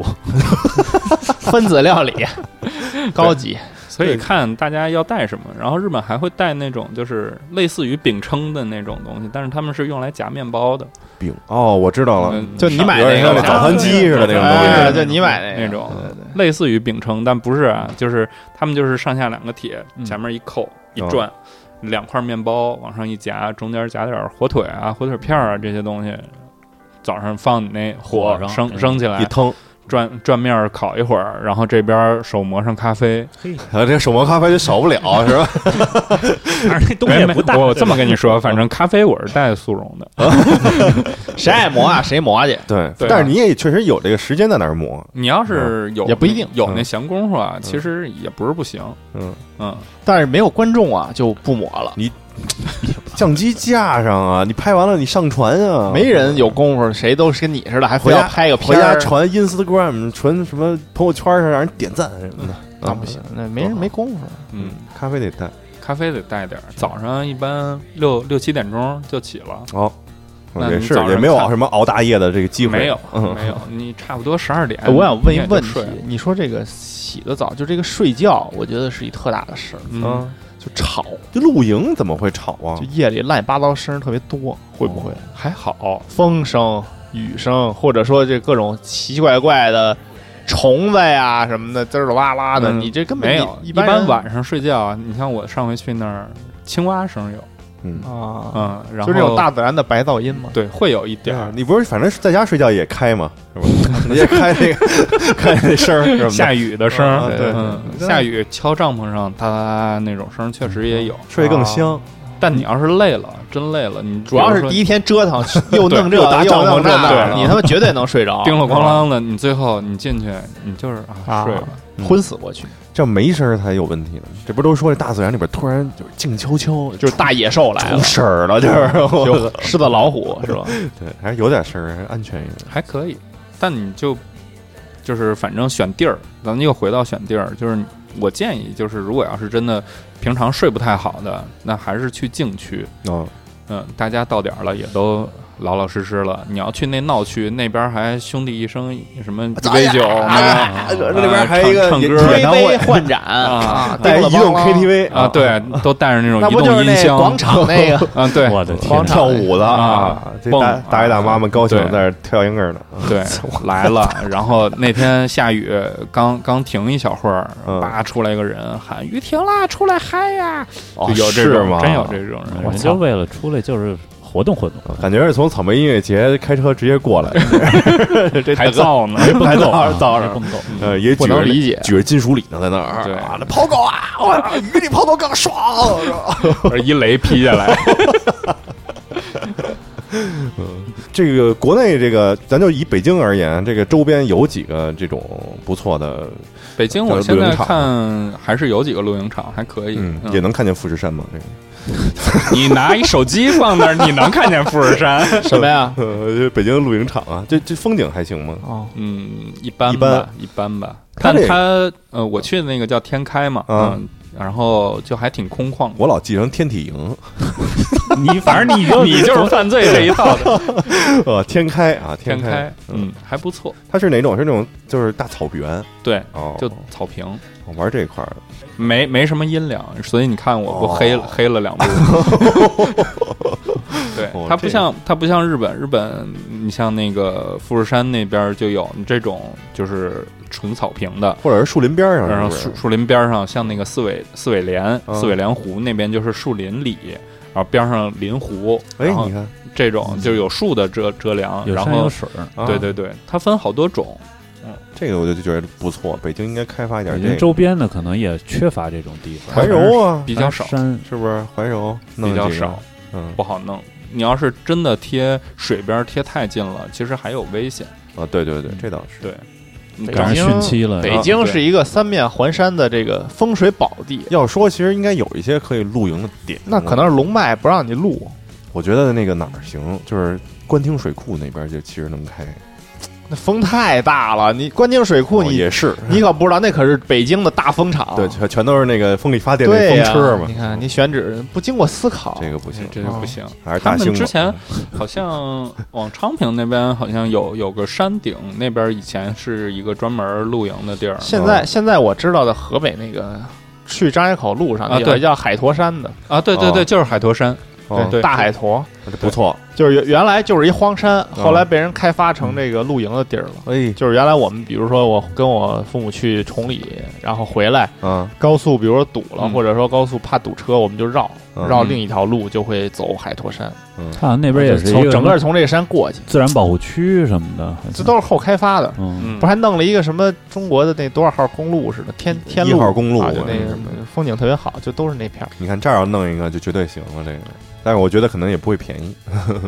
[SPEAKER 4] 分子料理， 高级，
[SPEAKER 3] 所以看大家要带什么。然后日本还会带那种就是类似于饼铛的那种东西，但是他们是用来夹面包的。
[SPEAKER 1] 饼哦，我知道了，
[SPEAKER 3] 嗯
[SPEAKER 4] 就你买
[SPEAKER 1] 有
[SPEAKER 4] 那
[SPEAKER 1] 点像
[SPEAKER 4] 个
[SPEAKER 1] 那
[SPEAKER 4] 吧
[SPEAKER 1] 早餐机似的那种
[SPEAKER 4] 哎，
[SPEAKER 1] 东西。
[SPEAKER 4] 就你买
[SPEAKER 3] 那
[SPEAKER 4] 那
[SPEAKER 3] 种
[SPEAKER 4] 对对
[SPEAKER 3] 类似于饼铛，但不是啊，就是他们就是上下两个铁，
[SPEAKER 2] 嗯
[SPEAKER 3] 前面一扣一
[SPEAKER 1] 哦
[SPEAKER 3] 转，两块面包往上一夹，中间夹点火腿啊、火腿片儿啊这些东西，早上放你那火
[SPEAKER 2] 火上
[SPEAKER 3] 升
[SPEAKER 2] 对
[SPEAKER 3] 升起
[SPEAKER 1] 一
[SPEAKER 3] 来，
[SPEAKER 1] 腾，
[SPEAKER 3] 转转面儿烤一会儿，然后这边手磨上咖啡。
[SPEAKER 2] 嘿，
[SPEAKER 1] 然啊后这手磨咖啡就少不了，是吧？
[SPEAKER 2] 反正那东西也
[SPEAKER 3] 哎没
[SPEAKER 2] 不大。
[SPEAKER 3] 我这么跟你说，反正咖啡我是带速溶的，
[SPEAKER 4] 对，谁爱磨啊谁磨去，
[SPEAKER 1] 对，
[SPEAKER 3] 对啊
[SPEAKER 1] 但是你也确实有这个时间在那儿磨，
[SPEAKER 3] 你要是有
[SPEAKER 4] 也不一定
[SPEAKER 3] 有那闲工夫啊，其实也不是不行。
[SPEAKER 1] 嗯
[SPEAKER 3] 嗯，
[SPEAKER 4] 但是没有观众啊就不磨了，
[SPEAKER 1] 相机架上啊，你拍完了你上传啊，
[SPEAKER 4] 没人有功夫，谁都是跟你似的，还非
[SPEAKER 1] 回
[SPEAKER 4] 要
[SPEAKER 1] 家
[SPEAKER 4] 拍个
[SPEAKER 1] 回
[SPEAKER 4] 片
[SPEAKER 1] 家
[SPEAKER 4] 儿，
[SPEAKER 1] 传 Instagram 传什么朋友圈上让人点赞什么的，啊
[SPEAKER 4] 那啊不行，那没人没功夫，
[SPEAKER 3] 嗯，
[SPEAKER 1] 咖啡得带
[SPEAKER 3] 咖啡得带点儿，早上一般六六七点钟就起了。
[SPEAKER 1] 哦。
[SPEAKER 3] 那
[SPEAKER 1] 也
[SPEAKER 3] 你
[SPEAKER 1] 是
[SPEAKER 3] 早上
[SPEAKER 1] 也没有
[SPEAKER 3] 看
[SPEAKER 1] 什么熬大夜的这个机会，
[SPEAKER 3] 没有，
[SPEAKER 1] 嗯
[SPEAKER 3] 没有，你差不多十二点。
[SPEAKER 4] 哎我想问一
[SPEAKER 3] 你也就
[SPEAKER 4] 问
[SPEAKER 3] 睡
[SPEAKER 4] 题
[SPEAKER 3] 了，
[SPEAKER 4] 你说这个洗的澡，就这个睡觉，我觉得是一特大的事儿，
[SPEAKER 3] 嗯，
[SPEAKER 1] 啊。
[SPEAKER 4] 就吵，
[SPEAKER 1] 这露营怎么会吵啊
[SPEAKER 4] 就？夜里乱七八糟声儿特别多，会不会
[SPEAKER 3] 还好，
[SPEAKER 4] 风声、雨声，或者说这各种奇奇怪怪的虫子呀什么的，滋儿哇啦的，
[SPEAKER 3] 嗯
[SPEAKER 4] 你这根本
[SPEAKER 3] 没有。
[SPEAKER 4] 一
[SPEAKER 3] 般
[SPEAKER 4] 人
[SPEAKER 3] 晚上睡觉啊，你像我上回去那儿，青蛙声有，
[SPEAKER 1] 嗯，
[SPEAKER 4] 啊，
[SPEAKER 3] 嗯，然后
[SPEAKER 4] 就是那种大自然的白噪音嘛。
[SPEAKER 3] 对，会有一
[SPEAKER 1] 对
[SPEAKER 3] 点
[SPEAKER 1] 啊
[SPEAKER 3] 儿，。
[SPEAKER 1] 你不是反正在家睡觉也开 嘛，是吧？你也开那个 开那声儿什么的，
[SPEAKER 3] 下雨的声
[SPEAKER 1] 啊
[SPEAKER 3] 儿，
[SPEAKER 1] 对
[SPEAKER 3] 嗯，
[SPEAKER 1] 对
[SPEAKER 3] 下雨敲帐篷上哒哒哒那种声儿确实也有，
[SPEAKER 1] 睡更
[SPEAKER 3] 啊
[SPEAKER 1] 香。
[SPEAKER 3] 但你要是累了，真累了，你
[SPEAKER 4] 主要是第
[SPEAKER 3] 一
[SPEAKER 4] 一天 折腾，又弄这
[SPEAKER 1] 又搭
[SPEAKER 4] 个
[SPEAKER 1] 帐
[SPEAKER 4] 又
[SPEAKER 1] 篷
[SPEAKER 4] 弄
[SPEAKER 1] 这
[SPEAKER 4] 那
[SPEAKER 3] 那
[SPEAKER 4] 个，你他妈绝对能睡着，
[SPEAKER 3] 叮了咣啷的，你最后你进去，你就是啊
[SPEAKER 4] 啊
[SPEAKER 3] 睡了，
[SPEAKER 1] 嗯
[SPEAKER 4] 昏死过去，
[SPEAKER 1] 这没声儿才有问题呢。这不都说这大自然里边突然就是静悄悄，
[SPEAKER 4] 就是大野兽来了
[SPEAKER 1] 出，事儿了，嗯就是我
[SPEAKER 4] 就狮子老虎是吧？
[SPEAKER 1] 对，还是有点声儿，还是安全一点。
[SPEAKER 3] 还可以，但你就就是反正选地儿，咱们又回到选地儿，就是我建议就是如果要是真的平常睡不太好的，那还是去静区，
[SPEAKER 1] 嗯，
[SPEAKER 3] 嗯，大家到点儿了也都。老老实实了，你要去那闹区，那边还兄弟一生什么一杯酒，
[SPEAKER 1] 啊
[SPEAKER 3] 那
[SPEAKER 1] 这里边还有一个
[SPEAKER 3] 唱唱
[SPEAKER 1] 也
[SPEAKER 3] 歌
[SPEAKER 1] 对
[SPEAKER 4] 推
[SPEAKER 1] 演唱会
[SPEAKER 4] 杯换盏啊，
[SPEAKER 1] 带移动
[SPEAKER 4] 叮了咣啷
[SPEAKER 1] KTV
[SPEAKER 3] 啊， 对，都带着那
[SPEAKER 4] 那
[SPEAKER 3] 种移
[SPEAKER 4] 不就
[SPEAKER 3] 动
[SPEAKER 4] 是
[SPEAKER 3] 音
[SPEAKER 4] 那
[SPEAKER 3] 箱
[SPEAKER 4] 广场那 个？
[SPEAKER 3] 啊，对
[SPEAKER 2] 我的天
[SPEAKER 1] 光
[SPEAKER 2] 哪！
[SPEAKER 1] 跳舞的
[SPEAKER 3] 啊，
[SPEAKER 1] 这
[SPEAKER 3] 蹦
[SPEAKER 1] 大大爷大妈们高兴
[SPEAKER 3] 对
[SPEAKER 1] 在那跳秧歌呢。啊
[SPEAKER 3] 对，来了。然后那天下雨，刚刚停一小会儿
[SPEAKER 1] 嗯，
[SPEAKER 3] 叭出来一个人喊雨停啦，出来嗨呀！
[SPEAKER 1] 哦
[SPEAKER 3] 就有这
[SPEAKER 1] 是吗
[SPEAKER 3] 种，真有这种人。
[SPEAKER 2] 我就为了出来就是活动活动，
[SPEAKER 3] 啊
[SPEAKER 1] 感觉是从草莓音乐节开车直接过来，
[SPEAKER 3] 这还造呢，
[SPEAKER 1] 还早上
[SPEAKER 2] 早
[SPEAKER 1] 早
[SPEAKER 2] 上
[SPEAKER 1] 上，
[SPEAKER 2] 蹦啊够，
[SPEAKER 1] 呃，也
[SPEAKER 4] 不
[SPEAKER 1] 举
[SPEAKER 4] 能
[SPEAKER 1] 着
[SPEAKER 4] 理解
[SPEAKER 1] 举着金属礼呢，在那儿，
[SPEAKER 3] 对
[SPEAKER 1] 啊，那跑狗啊，哇，雨里跑狗更爽，啊是吧？
[SPEAKER 3] 一雷劈下来。
[SPEAKER 1] 这个国内这个，咱就以北京而言，这个周边有几个这种不错的，
[SPEAKER 3] 北京，我现在看还是有几个露营场还可以，
[SPEAKER 1] 嗯，
[SPEAKER 3] 嗯
[SPEAKER 1] 也能看见富士山吗？这个
[SPEAKER 3] 你拿一手机放那儿，你能看见富士山？
[SPEAKER 4] 什么呀？
[SPEAKER 1] 呃， 这北京露营场啊，这这风景还行吗？
[SPEAKER 4] 哦，
[SPEAKER 3] 嗯，一般
[SPEAKER 1] 一
[SPEAKER 3] 吧
[SPEAKER 1] 般，
[SPEAKER 3] 一般吧。
[SPEAKER 1] 它
[SPEAKER 3] 但
[SPEAKER 1] 这
[SPEAKER 3] 它呃，我去的那个叫天开嘛，
[SPEAKER 1] 啊
[SPEAKER 3] 嗯，然后就还挺空旷的。
[SPEAKER 1] 我老记成天体营，
[SPEAKER 2] 你反正你就
[SPEAKER 3] 你就是犯罪这一套的，
[SPEAKER 1] 呃，天开啊，
[SPEAKER 3] 天
[SPEAKER 1] 开
[SPEAKER 3] 开，，嗯，还不错，
[SPEAKER 1] 它是哪种？是那种就是大草原
[SPEAKER 3] 对，
[SPEAKER 1] 哦，
[SPEAKER 3] 就草坪，
[SPEAKER 1] 我玩这块儿，
[SPEAKER 3] 没没什么阴凉，所以你看我不
[SPEAKER 1] 哦
[SPEAKER 3] 黑了、黑了两步。对
[SPEAKER 1] 哦，
[SPEAKER 3] 它不
[SPEAKER 1] 这
[SPEAKER 3] 像它不像日本，日本你像那个富士山那边儿就有你这种就是纯草坪的，
[SPEAKER 1] 或者是树林边上，
[SPEAKER 3] 然后
[SPEAKER 1] 嗯是
[SPEAKER 3] 树树林边儿上像那个四尾四尾莲、
[SPEAKER 1] 嗯
[SPEAKER 3] 四尾莲湖那边就是树林里，然后边上林湖，
[SPEAKER 1] 不是？
[SPEAKER 3] 然
[SPEAKER 1] 哎，
[SPEAKER 3] 后
[SPEAKER 1] 你看，
[SPEAKER 3] 这种就有树的遮遮凉，
[SPEAKER 2] 有
[SPEAKER 3] 然
[SPEAKER 2] 山
[SPEAKER 3] 后
[SPEAKER 2] 有水儿，
[SPEAKER 1] 啊
[SPEAKER 3] 对对对，它分好多种，
[SPEAKER 1] 这个我就觉得不错，北京应该开发一点
[SPEAKER 2] 北
[SPEAKER 1] 这
[SPEAKER 2] 京
[SPEAKER 1] 个。
[SPEAKER 2] 周边的可能也缺乏这种地方，
[SPEAKER 1] 怀柔啊，
[SPEAKER 3] 比较少，
[SPEAKER 2] 哎山
[SPEAKER 1] 是不是？怀柔弄
[SPEAKER 3] 比较
[SPEAKER 1] 几个
[SPEAKER 3] 少，
[SPEAKER 1] 嗯
[SPEAKER 3] 不好弄。你要是真的贴水边儿贴太近了，其实还有危险。
[SPEAKER 1] 啊，对对对，这倒是。
[SPEAKER 3] 对，你
[SPEAKER 4] 北
[SPEAKER 2] 赶
[SPEAKER 3] 赶
[SPEAKER 2] 上
[SPEAKER 3] 上
[SPEAKER 4] 京
[SPEAKER 2] 汛期了，
[SPEAKER 4] 北京是一个三面环山的这个风水宝地，
[SPEAKER 1] 要说其实应该有一些可以露营的点，
[SPEAKER 4] 那可能是龙脉不让你录，
[SPEAKER 1] 我觉得那个哪儿行，就是官厅水库那边就其实能开，
[SPEAKER 4] 那风太大了，你关进水库
[SPEAKER 1] 哦
[SPEAKER 4] 你
[SPEAKER 1] 也是，
[SPEAKER 4] 你可不知道，那可是北京的大风场。
[SPEAKER 1] 对，全全都是那个风力发电那
[SPEAKER 4] 哦对
[SPEAKER 1] 风
[SPEAKER 4] 呀
[SPEAKER 1] 车嘛哦
[SPEAKER 4] 你。看，你选址不经过思考，
[SPEAKER 1] 这个不行，
[SPEAKER 3] 这就不行。
[SPEAKER 1] 还是
[SPEAKER 3] 他
[SPEAKER 1] 大兴
[SPEAKER 3] 们
[SPEAKER 1] 吧嗯
[SPEAKER 3] 之前好像往昌平那边好像有有个山顶，那边以前是一个专门露营的地儿
[SPEAKER 4] 现在现在我知道的河北那个去张家口路上
[SPEAKER 3] 啊
[SPEAKER 4] 有个
[SPEAKER 3] 对
[SPEAKER 4] 叫海坨山的，
[SPEAKER 3] 啊。对对
[SPEAKER 1] 哦
[SPEAKER 3] 对，就是海坨山，
[SPEAKER 1] 哦
[SPEAKER 3] 对
[SPEAKER 4] 大海坨，
[SPEAKER 1] 不错。
[SPEAKER 4] 就是原原来就是一荒山，后来被人开发成这个露营的地儿了。
[SPEAKER 1] 哎，
[SPEAKER 4] 就是原来我们，比如说我跟我父母去崇礼，然后回来，
[SPEAKER 1] 啊，
[SPEAKER 4] 高速比如说堵了，
[SPEAKER 3] 嗯
[SPEAKER 4] 或者说高速怕堵车，我们就绕
[SPEAKER 1] 嗯
[SPEAKER 4] 绕另一条路，就会走海坨山，
[SPEAKER 2] 好像那边也是一
[SPEAKER 4] 从
[SPEAKER 2] 个
[SPEAKER 4] 整个从这个山过去，
[SPEAKER 2] 自然保护区什么的，好像
[SPEAKER 4] 这都是后开发的。
[SPEAKER 2] 嗯，
[SPEAKER 3] 嗯
[SPEAKER 4] 不是还弄了一个什么中国的那多少号公路似的，天天
[SPEAKER 1] 一
[SPEAKER 4] 路
[SPEAKER 1] 号公路
[SPEAKER 4] 啊，就那个什么风景特别好，就都是那片儿。
[SPEAKER 1] 你看这儿要弄一个就绝对行了，这个。但是我觉得可能也不会便宜。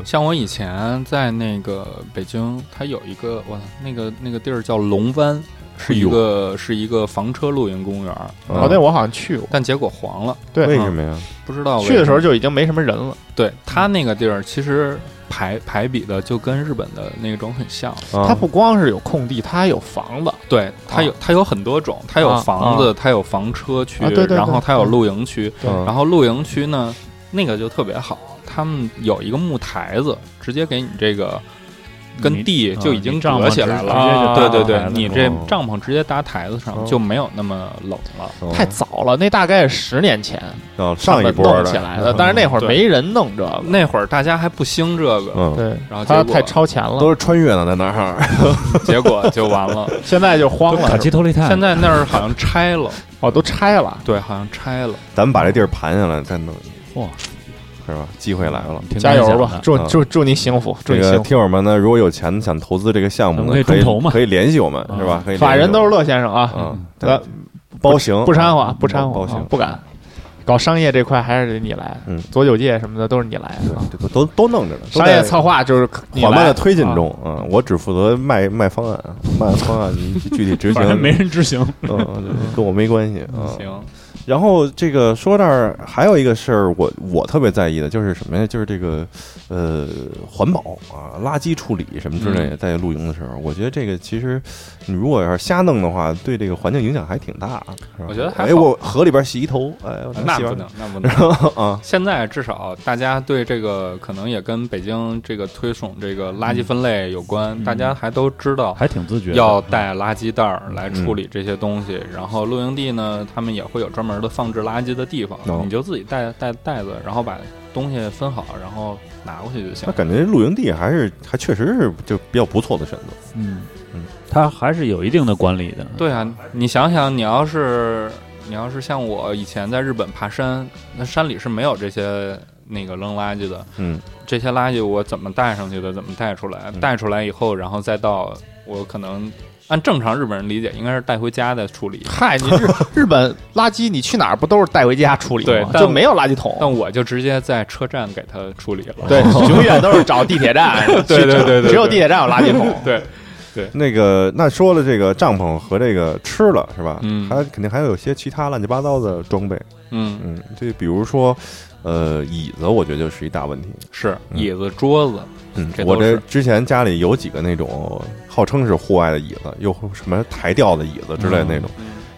[SPEAKER 3] 像我以前在那个北京，它有一个我操那个那个地儿叫龙湾，是
[SPEAKER 4] 哎
[SPEAKER 3] 一个是一个房车露营公园，
[SPEAKER 1] 嗯
[SPEAKER 4] 哦，对，我好像去过，
[SPEAKER 3] 但结果黄了，
[SPEAKER 4] 对
[SPEAKER 1] 为什么呀？
[SPEAKER 3] 不知道为
[SPEAKER 4] 去的时候
[SPEAKER 3] 什么
[SPEAKER 4] 就已经没什么人了。
[SPEAKER 3] 对它那个地儿其实排排比的就跟日本的那种很像，
[SPEAKER 1] 啊哦
[SPEAKER 4] 它不光是有空地，它还有房子，
[SPEAKER 3] 对它有它有很多种，它有
[SPEAKER 4] 啊
[SPEAKER 3] 房子，它有房车区
[SPEAKER 4] 啊对对，对
[SPEAKER 3] 然后它有
[SPEAKER 4] 嗯
[SPEAKER 3] 露营区，
[SPEAKER 1] 嗯
[SPEAKER 3] 然后露营区呢，那个就特别好，他们有一个木台子，直接给你这个
[SPEAKER 2] 嗯
[SPEAKER 3] 跟地
[SPEAKER 1] 啊
[SPEAKER 3] 就已经隔起来了。
[SPEAKER 4] 啊
[SPEAKER 3] 对对
[SPEAKER 4] 啊
[SPEAKER 3] 对，你这
[SPEAKER 1] 哦
[SPEAKER 3] 帐篷直接搭台子上
[SPEAKER 1] 哦
[SPEAKER 3] 就没有那么冷了。
[SPEAKER 1] 哦
[SPEAKER 4] 太早了，那大概是十年前
[SPEAKER 1] 啊上一
[SPEAKER 4] 他们
[SPEAKER 1] 波嗯
[SPEAKER 4] 弄起来的，但是那会儿
[SPEAKER 3] 对
[SPEAKER 4] 没人弄这个，
[SPEAKER 3] 那会儿大家还不兴这个，
[SPEAKER 1] 嗯，
[SPEAKER 4] 对，
[SPEAKER 3] 然后
[SPEAKER 4] 它
[SPEAKER 3] 结果
[SPEAKER 4] 太超前了，
[SPEAKER 1] 都是穿越呢，在那儿。
[SPEAKER 3] 结果就完 了。
[SPEAKER 4] 现在就慌
[SPEAKER 2] 卡
[SPEAKER 4] 了，
[SPEAKER 2] 奇托利泰，
[SPEAKER 3] 现在那儿好像拆了，
[SPEAKER 4] 哦，都拆了。
[SPEAKER 3] 对，好像拆了。
[SPEAKER 1] 咱们把这地儿盘下来，再弄一个
[SPEAKER 2] 哇，
[SPEAKER 1] 是吧？机会来了。
[SPEAKER 2] 挺
[SPEAKER 4] 加
[SPEAKER 2] 难
[SPEAKER 4] 油
[SPEAKER 2] 想
[SPEAKER 4] 吧
[SPEAKER 2] 的，，
[SPEAKER 4] 祝
[SPEAKER 1] 嗯
[SPEAKER 4] 祝祝你幸福，祝
[SPEAKER 1] 这
[SPEAKER 4] 你
[SPEAKER 1] 个
[SPEAKER 4] 幸福。
[SPEAKER 1] 听友们呢，如果有钱想投资这个项目
[SPEAKER 2] 我
[SPEAKER 1] 呢，
[SPEAKER 2] 们可以
[SPEAKER 1] 可以
[SPEAKER 2] 众筹嘛
[SPEAKER 1] 可以联系我们，
[SPEAKER 2] 啊
[SPEAKER 1] 是吧？可以联系
[SPEAKER 4] 嗯法人都是
[SPEAKER 1] 我们
[SPEAKER 4] 乐先生啊，
[SPEAKER 1] 嗯，
[SPEAKER 4] 咱
[SPEAKER 1] 对包行嗯
[SPEAKER 4] 不掺和，不掺和，
[SPEAKER 1] 包
[SPEAKER 4] 啊
[SPEAKER 1] 行
[SPEAKER 4] 不敢。搞商业这块还是得你来，
[SPEAKER 1] 嗯
[SPEAKER 4] 左九界什么的都是你来。啊
[SPEAKER 1] 对这都都都弄着呢。都
[SPEAKER 4] 商业
[SPEAKER 1] 在
[SPEAKER 4] 策划就是你来啊
[SPEAKER 1] 缓慢的推进中，嗯，我只负责卖卖方案，卖完方案你具 体执
[SPEAKER 2] 反正
[SPEAKER 1] 行
[SPEAKER 2] 没，人执行，
[SPEAKER 1] 嗯，对跟我没关系啊。嗯
[SPEAKER 3] 行，
[SPEAKER 1] 然后这个说到这儿还有一个事儿，我我特别在意的就是什么呀？就是这个呃环保啊，垃圾处理什么之
[SPEAKER 3] 嗯
[SPEAKER 1] 类的，在露营的时候，我觉得这个其实你如果要是瞎弄的话，对这个环境影响还挺大。是吧
[SPEAKER 3] 我觉得还好
[SPEAKER 1] 哎，我河里边洗一头，哎，我
[SPEAKER 3] 那
[SPEAKER 1] 洗完
[SPEAKER 3] 不能， 那不能。
[SPEAKER 1] 啊，
[SPEAKER 3] 现在至少大家对这个可能也跟北京这个推崇这个垃圾分类有关，
[SPEAKER 2] 嗯
[SPEAKER 3] 大家还都知道
[SPEAKER 2] 还挺自觉的，
[SPEAKER 3] 要带垃圾袋儿来处
[SPEAKER 1] 嗯
[SPEAKER 3] 理这些东西。然后露营地呢，他们也会有专门的放置垃圾的地方，
[SPEAKER 1] 哦
[SPEAKER 3] 你就自己带带袋子，然后把东西分好，然后拿过去就行
[SPEAKER 1] 那。感觉露营地还是还确实是就比较不错的选择。
[SPEAKER 2] 嗯
[SPEAKER 1] 嗯，
[SPEAKER 2] 他还是有一定的管理的，
[SPEAKER 3] 对啊，你想想，你要是你要是像我以前在日本爬山，那山里是没有这些那个扔垃圾的，
[SPEAKER 1] 嗯，
[SPEAKER 3] 这些垃圾我怎么带上去的，怎么带出来，
[SPEAKER 1] 嗯
[SPEAKER 3] 带出来以后，然后再到我可能按正常日本人理解，应该是带回家再处理。
[SPEAKER 4] 嗨，你 日日本垃圾你去哪儿不都是带回家处理
[SPEAKER 3] 对
[SPEAKER 4] 吗？
[SPEAKER 3] 但
[SPEAKER 4] 就没有垃圾桶，
[SPEAKER 3] 但我就直接在车站给他处理了。
[SPEAKER 4] 对， 永远都是找地铁站。
[SPEAKER 3] 对对对对对
[SPEAKER 4] 只有地铁站有垃圾 桶。
[SPEAKER 3] 对，
[SPEAKER 1] 那个，那说了这个帐篷和这个吃了是吧？
[SPEAKER 3] 嗯
[SPEAKER 1] 它肯定还有些其他乱七八糟的装备。
[SPEAKER 3] 嗯，
[SPEAKER 1] 嗯，这比如说，呃，椅子，我觉得就是一大问题。
[SPEAKER 3] 是
[SPEAKER 1] 嗯
[SPEAKER 3] 椅子、桌子，
[SPEAKER 1] 嗯
[SPEAKER 3] 这
[SPEAKER 1] 我
[SPEAKER 3] 都
[SPEAKER 1] 这
[SPEAKER 3] 是
[SPEAKER 1] 之前家里有几个那种号称是户外的椅子，又什么台吊的椅子之类的那种，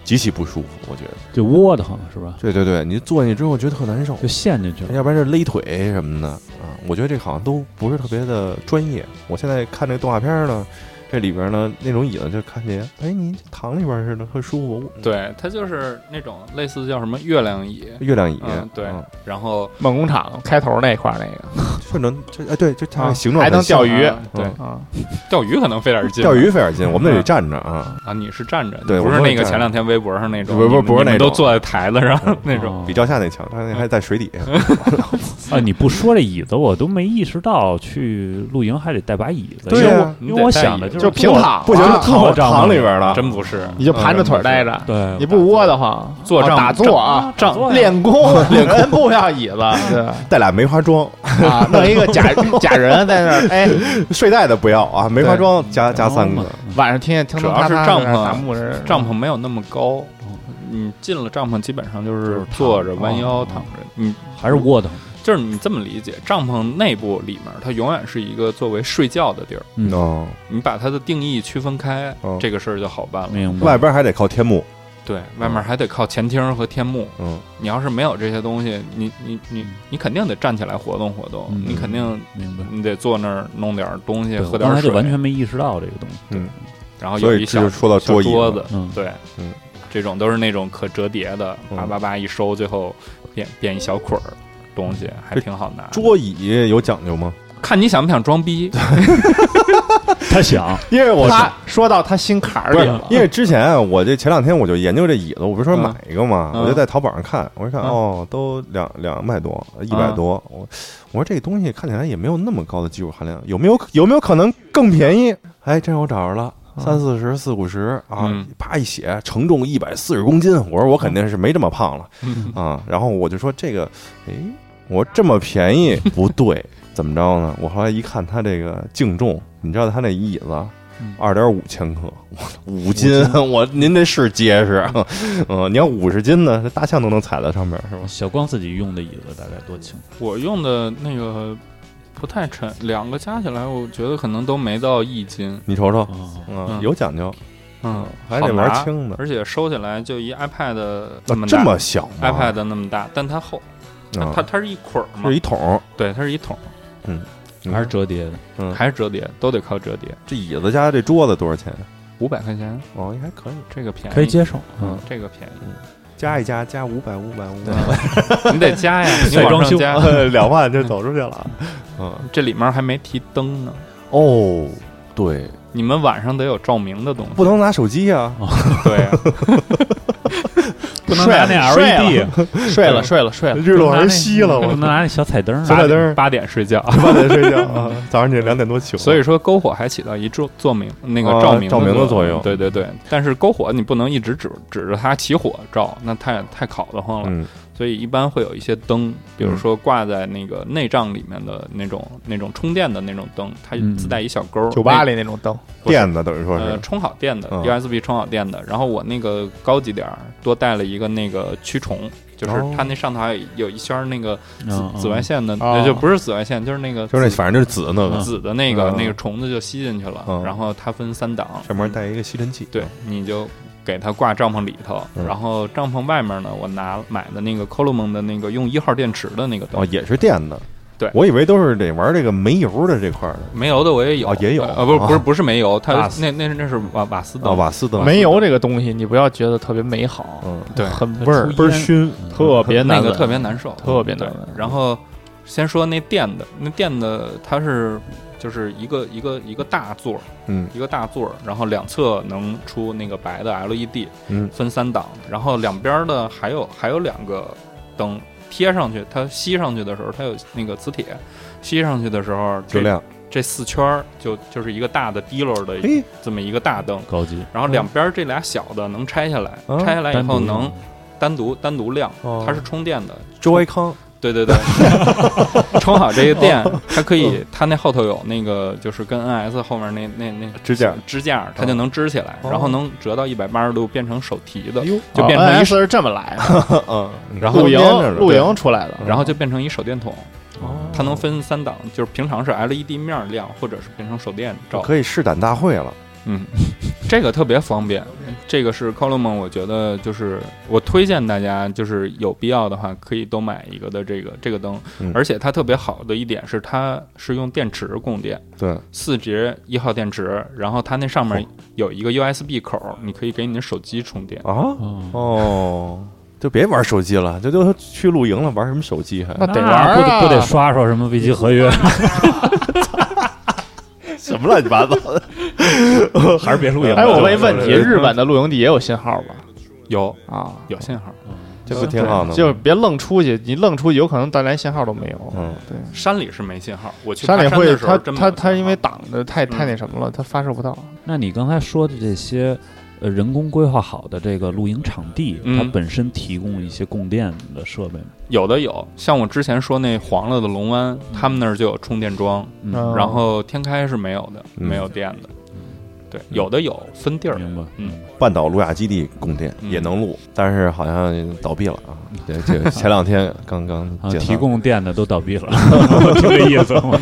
[SPEAKER 1] 极其不舒服。我觉得，
[SPEAKER 2] 就窝得慌是吧？
[SPEAKER 1] 对对对，你坐进去之后觉得特难受
[SPEAKER 2] 就，陷进去了，
[SPEAKER 1] 要不然是勒腿什么的啊。我觉得这个好像都不是特别的专业。我现在看这个动画片儿呢，这里边呢那种椅子就看见，哎，你躺里边似的，特舒服。
[SPEAKER 3] 对，它就是那种类似叫什么月亮椅，
[SPEAKER 1] 月亮椅，
[SPEAKER 3] 嗯对
[SPEAKER 1] 嗯
[SPEAKER 3] 然后
[SPEAKER 4] 梦工厂开头那块儿那个
[SPEAKER 1] 顺着这哎对，就它
[SPEAKER 4] 啊
[SPEAKER 1] 的形状
[SPEAKER 4] 还能
[SPEAKER 1] 很像
[SPEAKER 4] 钓鱼
[SPEAKER 3] 啊对
[SPEAKER 1] 嗯，
[SPEAKER 4] 啊，
[SPEAKER 3] 钓鱼可能费点劲，
[SPEAKER 1] 钓鱼费点劲，我们得站着啊。
[SPEAKER 3] 啊，你是站着，
[SPEAKER 1] 对
[SPEAKER 3] 不
[SPEAKER 1] 我
[SPEAKER 3] 是
[SPEAKER 1] 们
[SPEAKER 3] 那
[SPEAKER 1] 是
[SPEAKER 3] 个
[SPEAKER 1] 站着
[SPEAKER 3] 前两天微博上那种，
[SPEAKER 1] 不是不是
[SPEAKER 3] 你们
[SPEAKER 1] 不是那种嗯
[SPEAKER 3] 你们都坐在台子上那种，
[SPEAKER 2] 哦
[SPEAKER 1] 比较下那强，他那还在水 底下。
[SPEAKER 2] 啊，你不说这椅子，我都没意识到去露营还得带把椅子，
[SPEAKER 1] 对
[SPEAKER 2] 因为
[SPEAKER 1] 啊
[SPEAKER 2] 我因为我想的就
[SPEAKER 3] 你得带椅子
[SPEAKER 2] 是
[SPEAKER 4] 就平
[SPEAKER 2] 坐
[SPEAKER 4] 躺
[SPEAKER 1] 不行，嗯
[SPEAKER 4] 啊
[SPEAKER 1] 就躺我
[SPEAKER 2] 帐篷
[SPEAKER 1] 躺里边了。
[SPEAKER 3] 真不是
[SPEAKER 4] 你就盘着腿待着，
[SPEAKER 2] 对，
[SPEAKER 4] 你不窝得慌，
[SPEAKER 3] 坐
[SPEAKER 4] 哦
[SPEAKER 3] 帐
[SPEAKER 4] 打坐啊，
[SPEAKER 2] 帐坐呀
[SPEAKER 4] 练功，练功不要椅子，对
[SPEAKER 1] 带俩梅花桩，
[SPEAKER 4] 啊，弄一个假假人在那 儿，哎，
[SPEAKER 1] 睡袋的不要啊，梅花桩加加三个
[SPEAKER 2] 嘛。
[SPEAKER 4] 晚上听见听
[SPEAKER 3] 主要是帐篷啊
[SPEAKER 4] 打木人
[SPEAKER 3] 帐篷没有那么高，
[SPEAKER 1] 哦
[SPEAKER 3] 你进了帐篷基本上就是坐着弯腰躺着，你
[SPEAKER 2] 还是窝的慌，
[SPEAKER 3] 就是你这么理解，帐篷内部里面它永远是一个作为睡觉的地儿，
[SPEAKER 2] 嗯
[SPEAKER 1] 哦，
[SPEAKER 3] 你把它的定义区分开，
[SPEAKER 1] 嗯
[SPEAKER 3] 这个事儿就好办了。
[SPEAKER 2] 明白。
[SPEAKER 1] 外边还得靠天幕，
[SPEAKER 3] 对外面还得靠前厅和天幕，
[SPEAKER 1] 嗯，
[SPEAKER 3] 你要是没有这些东西，你你你你肯定得站起来活动活动，
[SPEAKER 2] 嗯
[SPEAKER 3] 你肯定
[SPEAKER 2] 明白。
[SPEAKER 3] 你得坐那儿弄点儿东西，
[SPEAKER 2] 对，
[SPEAKER 3] 喝
[SPEAKER 2] 我
[SPEAKER 3] 点
[SPEAKER 2] 刚
[SPEAKER 3] 儿
[SPEAKER 2] 才
[SPEAKER 3] 水
[SPEAKER 2] 就，完全没意识到这个东西。
[SPEAKER 3] 然后
[SPEAKER 1] 所
[SPEAKER 3] 哦有
[SPEAKER 1] 以
[SPEAKER 3] 一
[SPEAKER 1] 这
[SPEAKER 3] 小
[SPEAKER 1] 就说到
[SPEAKER 3] 小
[SPEAKER 1] 桌椅
[SPEAKER 3] 桌
[SPEAKER 1] 了
[SPEAKER 3] 子，
[SPEAKER 2] 嗯，
[SPEAKER 3] 对，
[SPEAKER 1] 嗯，
[SPEAKER 3] 这种都是那种可折叠的，
[SPEAKER 1] 嗯
[SPEAKER 3] 叭叭叭一收，最后变变一小捆儿东西，还
[SPEAKER 1] 这
[SPEAKER 3] 挺好拿。
[SPEAKER 1] 嗯桌椅有讲究吗？
[SPEAKER 3] 看你想不想 装逼，
[SPEAKER 2] 他 想，
[SPEAKER 1] 因为我
[SPEAKER 4] 他说到他心坎儿
[SPEAKER 1] 不
[SPEAKER 4] 里
[SPEAKER 1] 是
[SPEAKER 4] 了，
[SPEAKER 1] 因为之前啊我这前两天我就研究这椅子，我不是说买一个嘛，
[SPEAKER 3] 嗯
[SPEAKER 1] 我就在淘宝上看，我一看
[SPEAKER 3] 嗯
[SPEAKER 1] 哦，都两两百多，一百多，我我说这东西看起来也没有那么高的技术含量，有没有有没有可能更便宜？哎，这让我找着了。三四十、四五十啊
[SPEAKER 3] 嗯，
[SPEAKER 1] 啪一写，承重一百四十公斤。我说我肯定是没这么胖了啊。然后我就说这个，哎，我说这么便宜不对，怎么着呢？我后来一看它这个净重，你知道它那椅子
[SPEAKER 2] 嗯
[SPEAKER 1] 二点五千克，五斤，我您这是结实，嗯，你要五十斤呢，这大象都能踩在上面，是吧？
[SPEAKER 2] 小光自己用的椅子大概多轻？
[SPEAKER 3] 我用的那个不太沉，两个加起来，我觉得可能都没到一斤。
[SPEAKER 1] 你瞅瞅，
[SPEAKER 2] 哦，
[SPEAKER 1] 嗯，
[SPEAKER 3] 嗯
[SPEAKER 1] 有讲究，
[SPEAKER 3] 嗯，
[SPEAKER 1] 还得
[SPEAKER 3] 好
[SPEAKER 1] 玩
[SPEAKER 3] 拿
[SPEAKER 1] 轻的，
[SPEAKER 3] 而且收起来就一 iPad
[SPEAKER 1] 啊
[SPEAKER 3] 那么
[SPEAKER 1] 这
[SPEAKER 3] 大
[SPEAKER 1] 么小吗
[SPEAKER 3] iPad 那么大，但它厚，它
[SPEAKER 1] 啊
[SPEAKER 3] 它它是一捆儿嘛
[SPEAKER 1] 是一，桶，
[SPEAKER 3] 对，它是一桶，
[SPEAKER 1] 嗯
[SPEAKER 2] 还是折叠的？
[SPEAKER 1] 嗯
[SPEAKER 3] 还是折叠，都得靠折叠，
[SPEAKER 1] 这椅子加这桌子多少钱？啊
[SPEAKER 3] 五百块钱，
[SPEAKER 1] 哦，也还可以，
[SPEAKER 3] 这个便宜，
[SPEAKER 2] 可以接受。
[SPEAKER 3] 嗯，这个便宜，
[SPEAKER 1] 加一加，加五百，五百，五百，
[SPEAKER 3] 你得加 呀，你
[SPEAKER 2] 再
[SPEAKER 3] 往
[SPEAKER 2] 装
[SPEAKER 3] 上
[SPEAKER 2] 修
[SPEAKER 3] 加，
[SPEAKER 1] 两万就走出去了。嗯，
[SPEAKER 3] 这里面还没提灯呢，
[SPEAKER 1] 哦，对，
[SPEAKER 3] 你们晚上得有照明的东 西，
[SPEAKER 1] 不能拿手机啊，
[SPEAKER 3] 对呀，
[SPEAKER 2] 不
[SPEAKER 4] 能
[SPEAKER 2] 能拿
[SPEAKER 4] 拿
[SPEAKER 2] 那
[SPEAKER 4] 那
[SPEAKER 2] LED，
[SPEAKER 4] 睡了睡了睡了，
[SPEAKER 1] 日落还西了，
[SPEAKER 2] 不
[SPEAKER 1] 我
[SPEAKER 2] 能拿那小彩 灯。啊
[SPEAKER 1] 小彩灯，
[SPEAKER 3] 八点睡觉。
[SPEAKER 1] 八点睡觉啊，早上起来两点多醒了，
[SPEAKER 3] 所以说篝火还起到一照作明那个
[SPEAKER 1] 啊
[SPEAKER 3] 照明
[SPEAKER 1] 照明的作用
[SPEAKER 3] 对对对。但是篝火你不能一直指指着它起火照，那太太烤得慌了。
[SPEAKER 1] 嗯
[SPEAKER 3] 所以一般会有一些灯，比如说挂在那个内帐里面的那种那种充电的那种灯，它
[SPEAKER 2] 嗯
[SPEAKER 3] 自带一小钩儿，
[SPEAKER 4] 酒吧里那种灯，
[SPEAKER 3] 不是
[SPEAKER 1] 垫子等于说
[SPEAKER 3] 呃
[SPEAKER 1] 是
[SPEAKER 3] 充好电的
[SPEAKER 1] 嗯
[SPEAKER 3] USB 充好电的。然后我那个高级点儿，多带了一个那个驱虫。就是
[SPEAKER 1] 哦
[SPEAKER 3] 它那上头还有有一圈儿那个紫
[SPEAKER 2] 嗯
[SPEAKER 3] 紫外。线的，呃
[SPEAKER 4] 哦
[SPEAKER 3] 就不是紫外线，就是那个
[SPEAKER 1] 就是那
[SPEAKER 3] 紫
[SPEAKER 1] 反正就是紫那个，
[SPEAKER 3] 紫的那个
[SPEAKER 1] 嗯
[SPEAKER 3] 那个虫子就吸进去了
[SPEAKER 1] 嗯，
[SPEAKER 3] 然后它分三档，
[SPEAKER 1] 上面带一个吸尘器，
[SPEAKER 3] 对，你就给它挂帐篷里头，
[SPEAKER 1] 嗯
[SPEAKER 3] 然后帐篷外面呢，我拿买的那个 Coleman 的那个用一号电池的那个
[SPEAKER 1] 哦
[SPEAKER 3] 灯，，
[SPEAKER 1] 也是电的，
[SPEAKER 3] 对
[SPEAKER 1] 我以为都是得玩这个煤油的这块儿的，
[SPEAKER 3] 煤油的我也有
[SPEAKER 1] 哦，也有
[SPEAKER 3] 呃，不是
[SPEAKER 1] 啊
[SPEAKER 3] 不是不是煤油，它
[SPEAKER 1] 瓦斯
[SPEAKER 3] 那那那是瓦瓦斯
[SPEAKER 1] 啊，
[SPEAKER 3] 灯，
[SPEAKER 1] 瓦斯灯，
[SPEAKER 4] 煤油这个东西，你不要觉得特别美好，
[SPEAKER 1] 嗯，
[SPEAKER 3] 对
[SPEAKER 4] 很
[SPEAKER 2] 味儿
[SPEAKER 4] 不
[SPEAKER 2] 倍
[SPEAKER 4] 是
[SPEAKER 2] 儿
[SPEAKER 4] 熏，
[SPEAKER 2] 嗯
[SPEAKER 4] 特别难
[SPEAKER 3] 那个
[SPEAKER 4] 闻，
[SPEAKER 3] 特别难受，
[SPEAKER 4] 特别
[SPEAKER 3] 对
[SPEAKER 4] 难闻。
[SPEAKER 3] 然后先说那电的，那电的它是就是一个一个一个大座儿，
[SPEAKER 1] 嗯
[SPEAKER 3] 一个大座儿，然后两侧能出那个白的 LED，
[SPEAKER 1] 嗯
[SPEAKER 3] 分三档，然后两边的还有还有两个灯贴上去，它吸上去的时候，它有那个磁铁，吸上去的时候
[SPEAKER 1] 就
[SPEAKER 3] 这
[SPEAKER 1] 亮，哎
[SPEAKER 3] 这四圈儿就就是一个大的滴溜的
[SPEAKER 1] 嘿，
[SPEAKER 3] 这么一个大灯，
[SPEAKER 2] 高级，
[SPEAKER 3] 然后两边这俩小的能拆下来，
[SPEAKER 1] 嗯
[SPEAKER 3] 拆下来以
[SPEAKER 2] 单
[SPEAKER 3] 后
[SPEAKER 2] 独
[SPEAKER 3] 能单独单独亮，
[SPEAKER 1] 哦
[SPEAKER 3] 它是充电的，
[SPEAKER 1] 周 o 康，
[SPEAKER 3] 对对对，充好这个电，
[SPEAKER 1] 哦
[SPEAKER 3] 它可以，它那后头有那个就是跟 NS 后面那那那
[SPEAKER 1] 支架
[SPEAKER 3] 支架，它就能支起来，
[SPEAKER 1] 哦
[SPEAKER 3] 然后能折到一百八十度变成手提的，
[SPEAKER 1] 哎呦，
[SPEAKER 3] 就变成一
[SPEAKER 4] NS 啊是这么来的，
[SPEAKER 1] 嗯，然
[SPEAKER 4] 露营
[SPEAKER 1] 连着的
[SPEAKER 4] 露营出来的，嗯
[SPEAKER 3] 然后就变成一手电筒，
[SPEAKER 1] 哦
[SPEAKER 3] 它能分三档，就是平常是 LED 面亮，或者是变成手电照。
[SPEAKER 1] 哦可以试胆大会了，
[SPEAKER 3] 嗯，这个特别方便。
[SPEAKER 1] 嗯
[SPEAKER 3] 这个是 Column，我觉得就是我推荐大家，就是有必要的话可以都买一个的这个这个灯
[SPEAKER 1] 嗯，
[SPEAKER 3] 而且它特别好的一点是它是用电池供电。
[SPEAKER 1] 对，
[SPEAKER 3] 四节一号电池，然后它那上
[SPEAKER 4] 哦
[SPEAKER 3] 面有一个 USB 口，你可以给你的手机充电。
[SPEAKER 1] 啊，
[SPEAKER 2] 嗯
[SPEAKER 1] 哦， 就别玩手机了，就就去露营了，玩什么手机还？
[SPEAKER 4] 那得
[SPEAKER 2] 那
[SPEAKER 4] 玩
[SPEAKER 2] 不
[SPEAKER 4] 儿
[SPEAKER 2] 得
[SPEAKER 4] 啊
[SPEAKER 2] 不得刷刷什么危机合约？
[SPEAKER 1] 什么乱七八糟的，
[SPEAKER 2] 还是别录影吧。
[SPEAKER 4] 哎，我问一问题，
[SPEAKER 1] 对对
[SPEAKER 4] 日本的露营地也有信号吧？
[SPEAKER 3] 有
[SPEAKER 4] 啊，
[SPEAKER 3] 有信号，
[SPEAKER 1] 这不挺好的吗？
[SPEAKER 4] 就别愣出去，你愣出去有可能带连信号都没有。
[SPEAKER 1] 嗯，
[SPEAKER 4] 对，
[SPEAKER 3] 山里是没信号。我去
[SPEAKER 4] 山里
[SPEAKER 3] 爬
[SPEAKER 4] 会
[SPEAKER 3] 的时候
[SPEAKER 4] 它
[SPEAKER 3] 真没
[SPEAKER 4] 它
[SPEAKER 3] 有
[SPEAKER 4] 它
[SPEAKER 3] 信
[SPEAKER 4] 因
[SPEAKER 3] 号
[SPEAKER 4] 为挡的太太
[SPEAKER 3] 嗯
[SPEAKER 4] 那什么了，它发射不到。
[SPEAKER 2] 那你刚才说的这些，呃，人工规划好的这个露营场地，
[SPEAKER 3] 嗯
[SPEAKER 2] 它本身提供一些供电的设备吗？
[SPEAKER 3] 有的有，像我之前说那黄了的龙湾，他们那儿就有充电桩，
[SPEAKER 2] 嗯
[SPEAKER 4] 嗯
[SPEAKER 3] 然后天开是没有的，
[SPEAKER 1] 嗯
[SPEAKER 3] 没有电的。对，有的有分地儿，
[SPEAKER 2] 明白？
[SPEAKER 3] 嗯
[SPEAKER 1] 半岛卢亚基地供电
[SPEAKER 3] 嗯
[SPEAKER 1] 也能录，但是好像倒闭了啊！这这前两天刚刚
[SPEAKER 2] 啊，
[SPEAKER 1] 解散
[SPEAKER 2] 提供电的都倒闭 了，就这意思吗？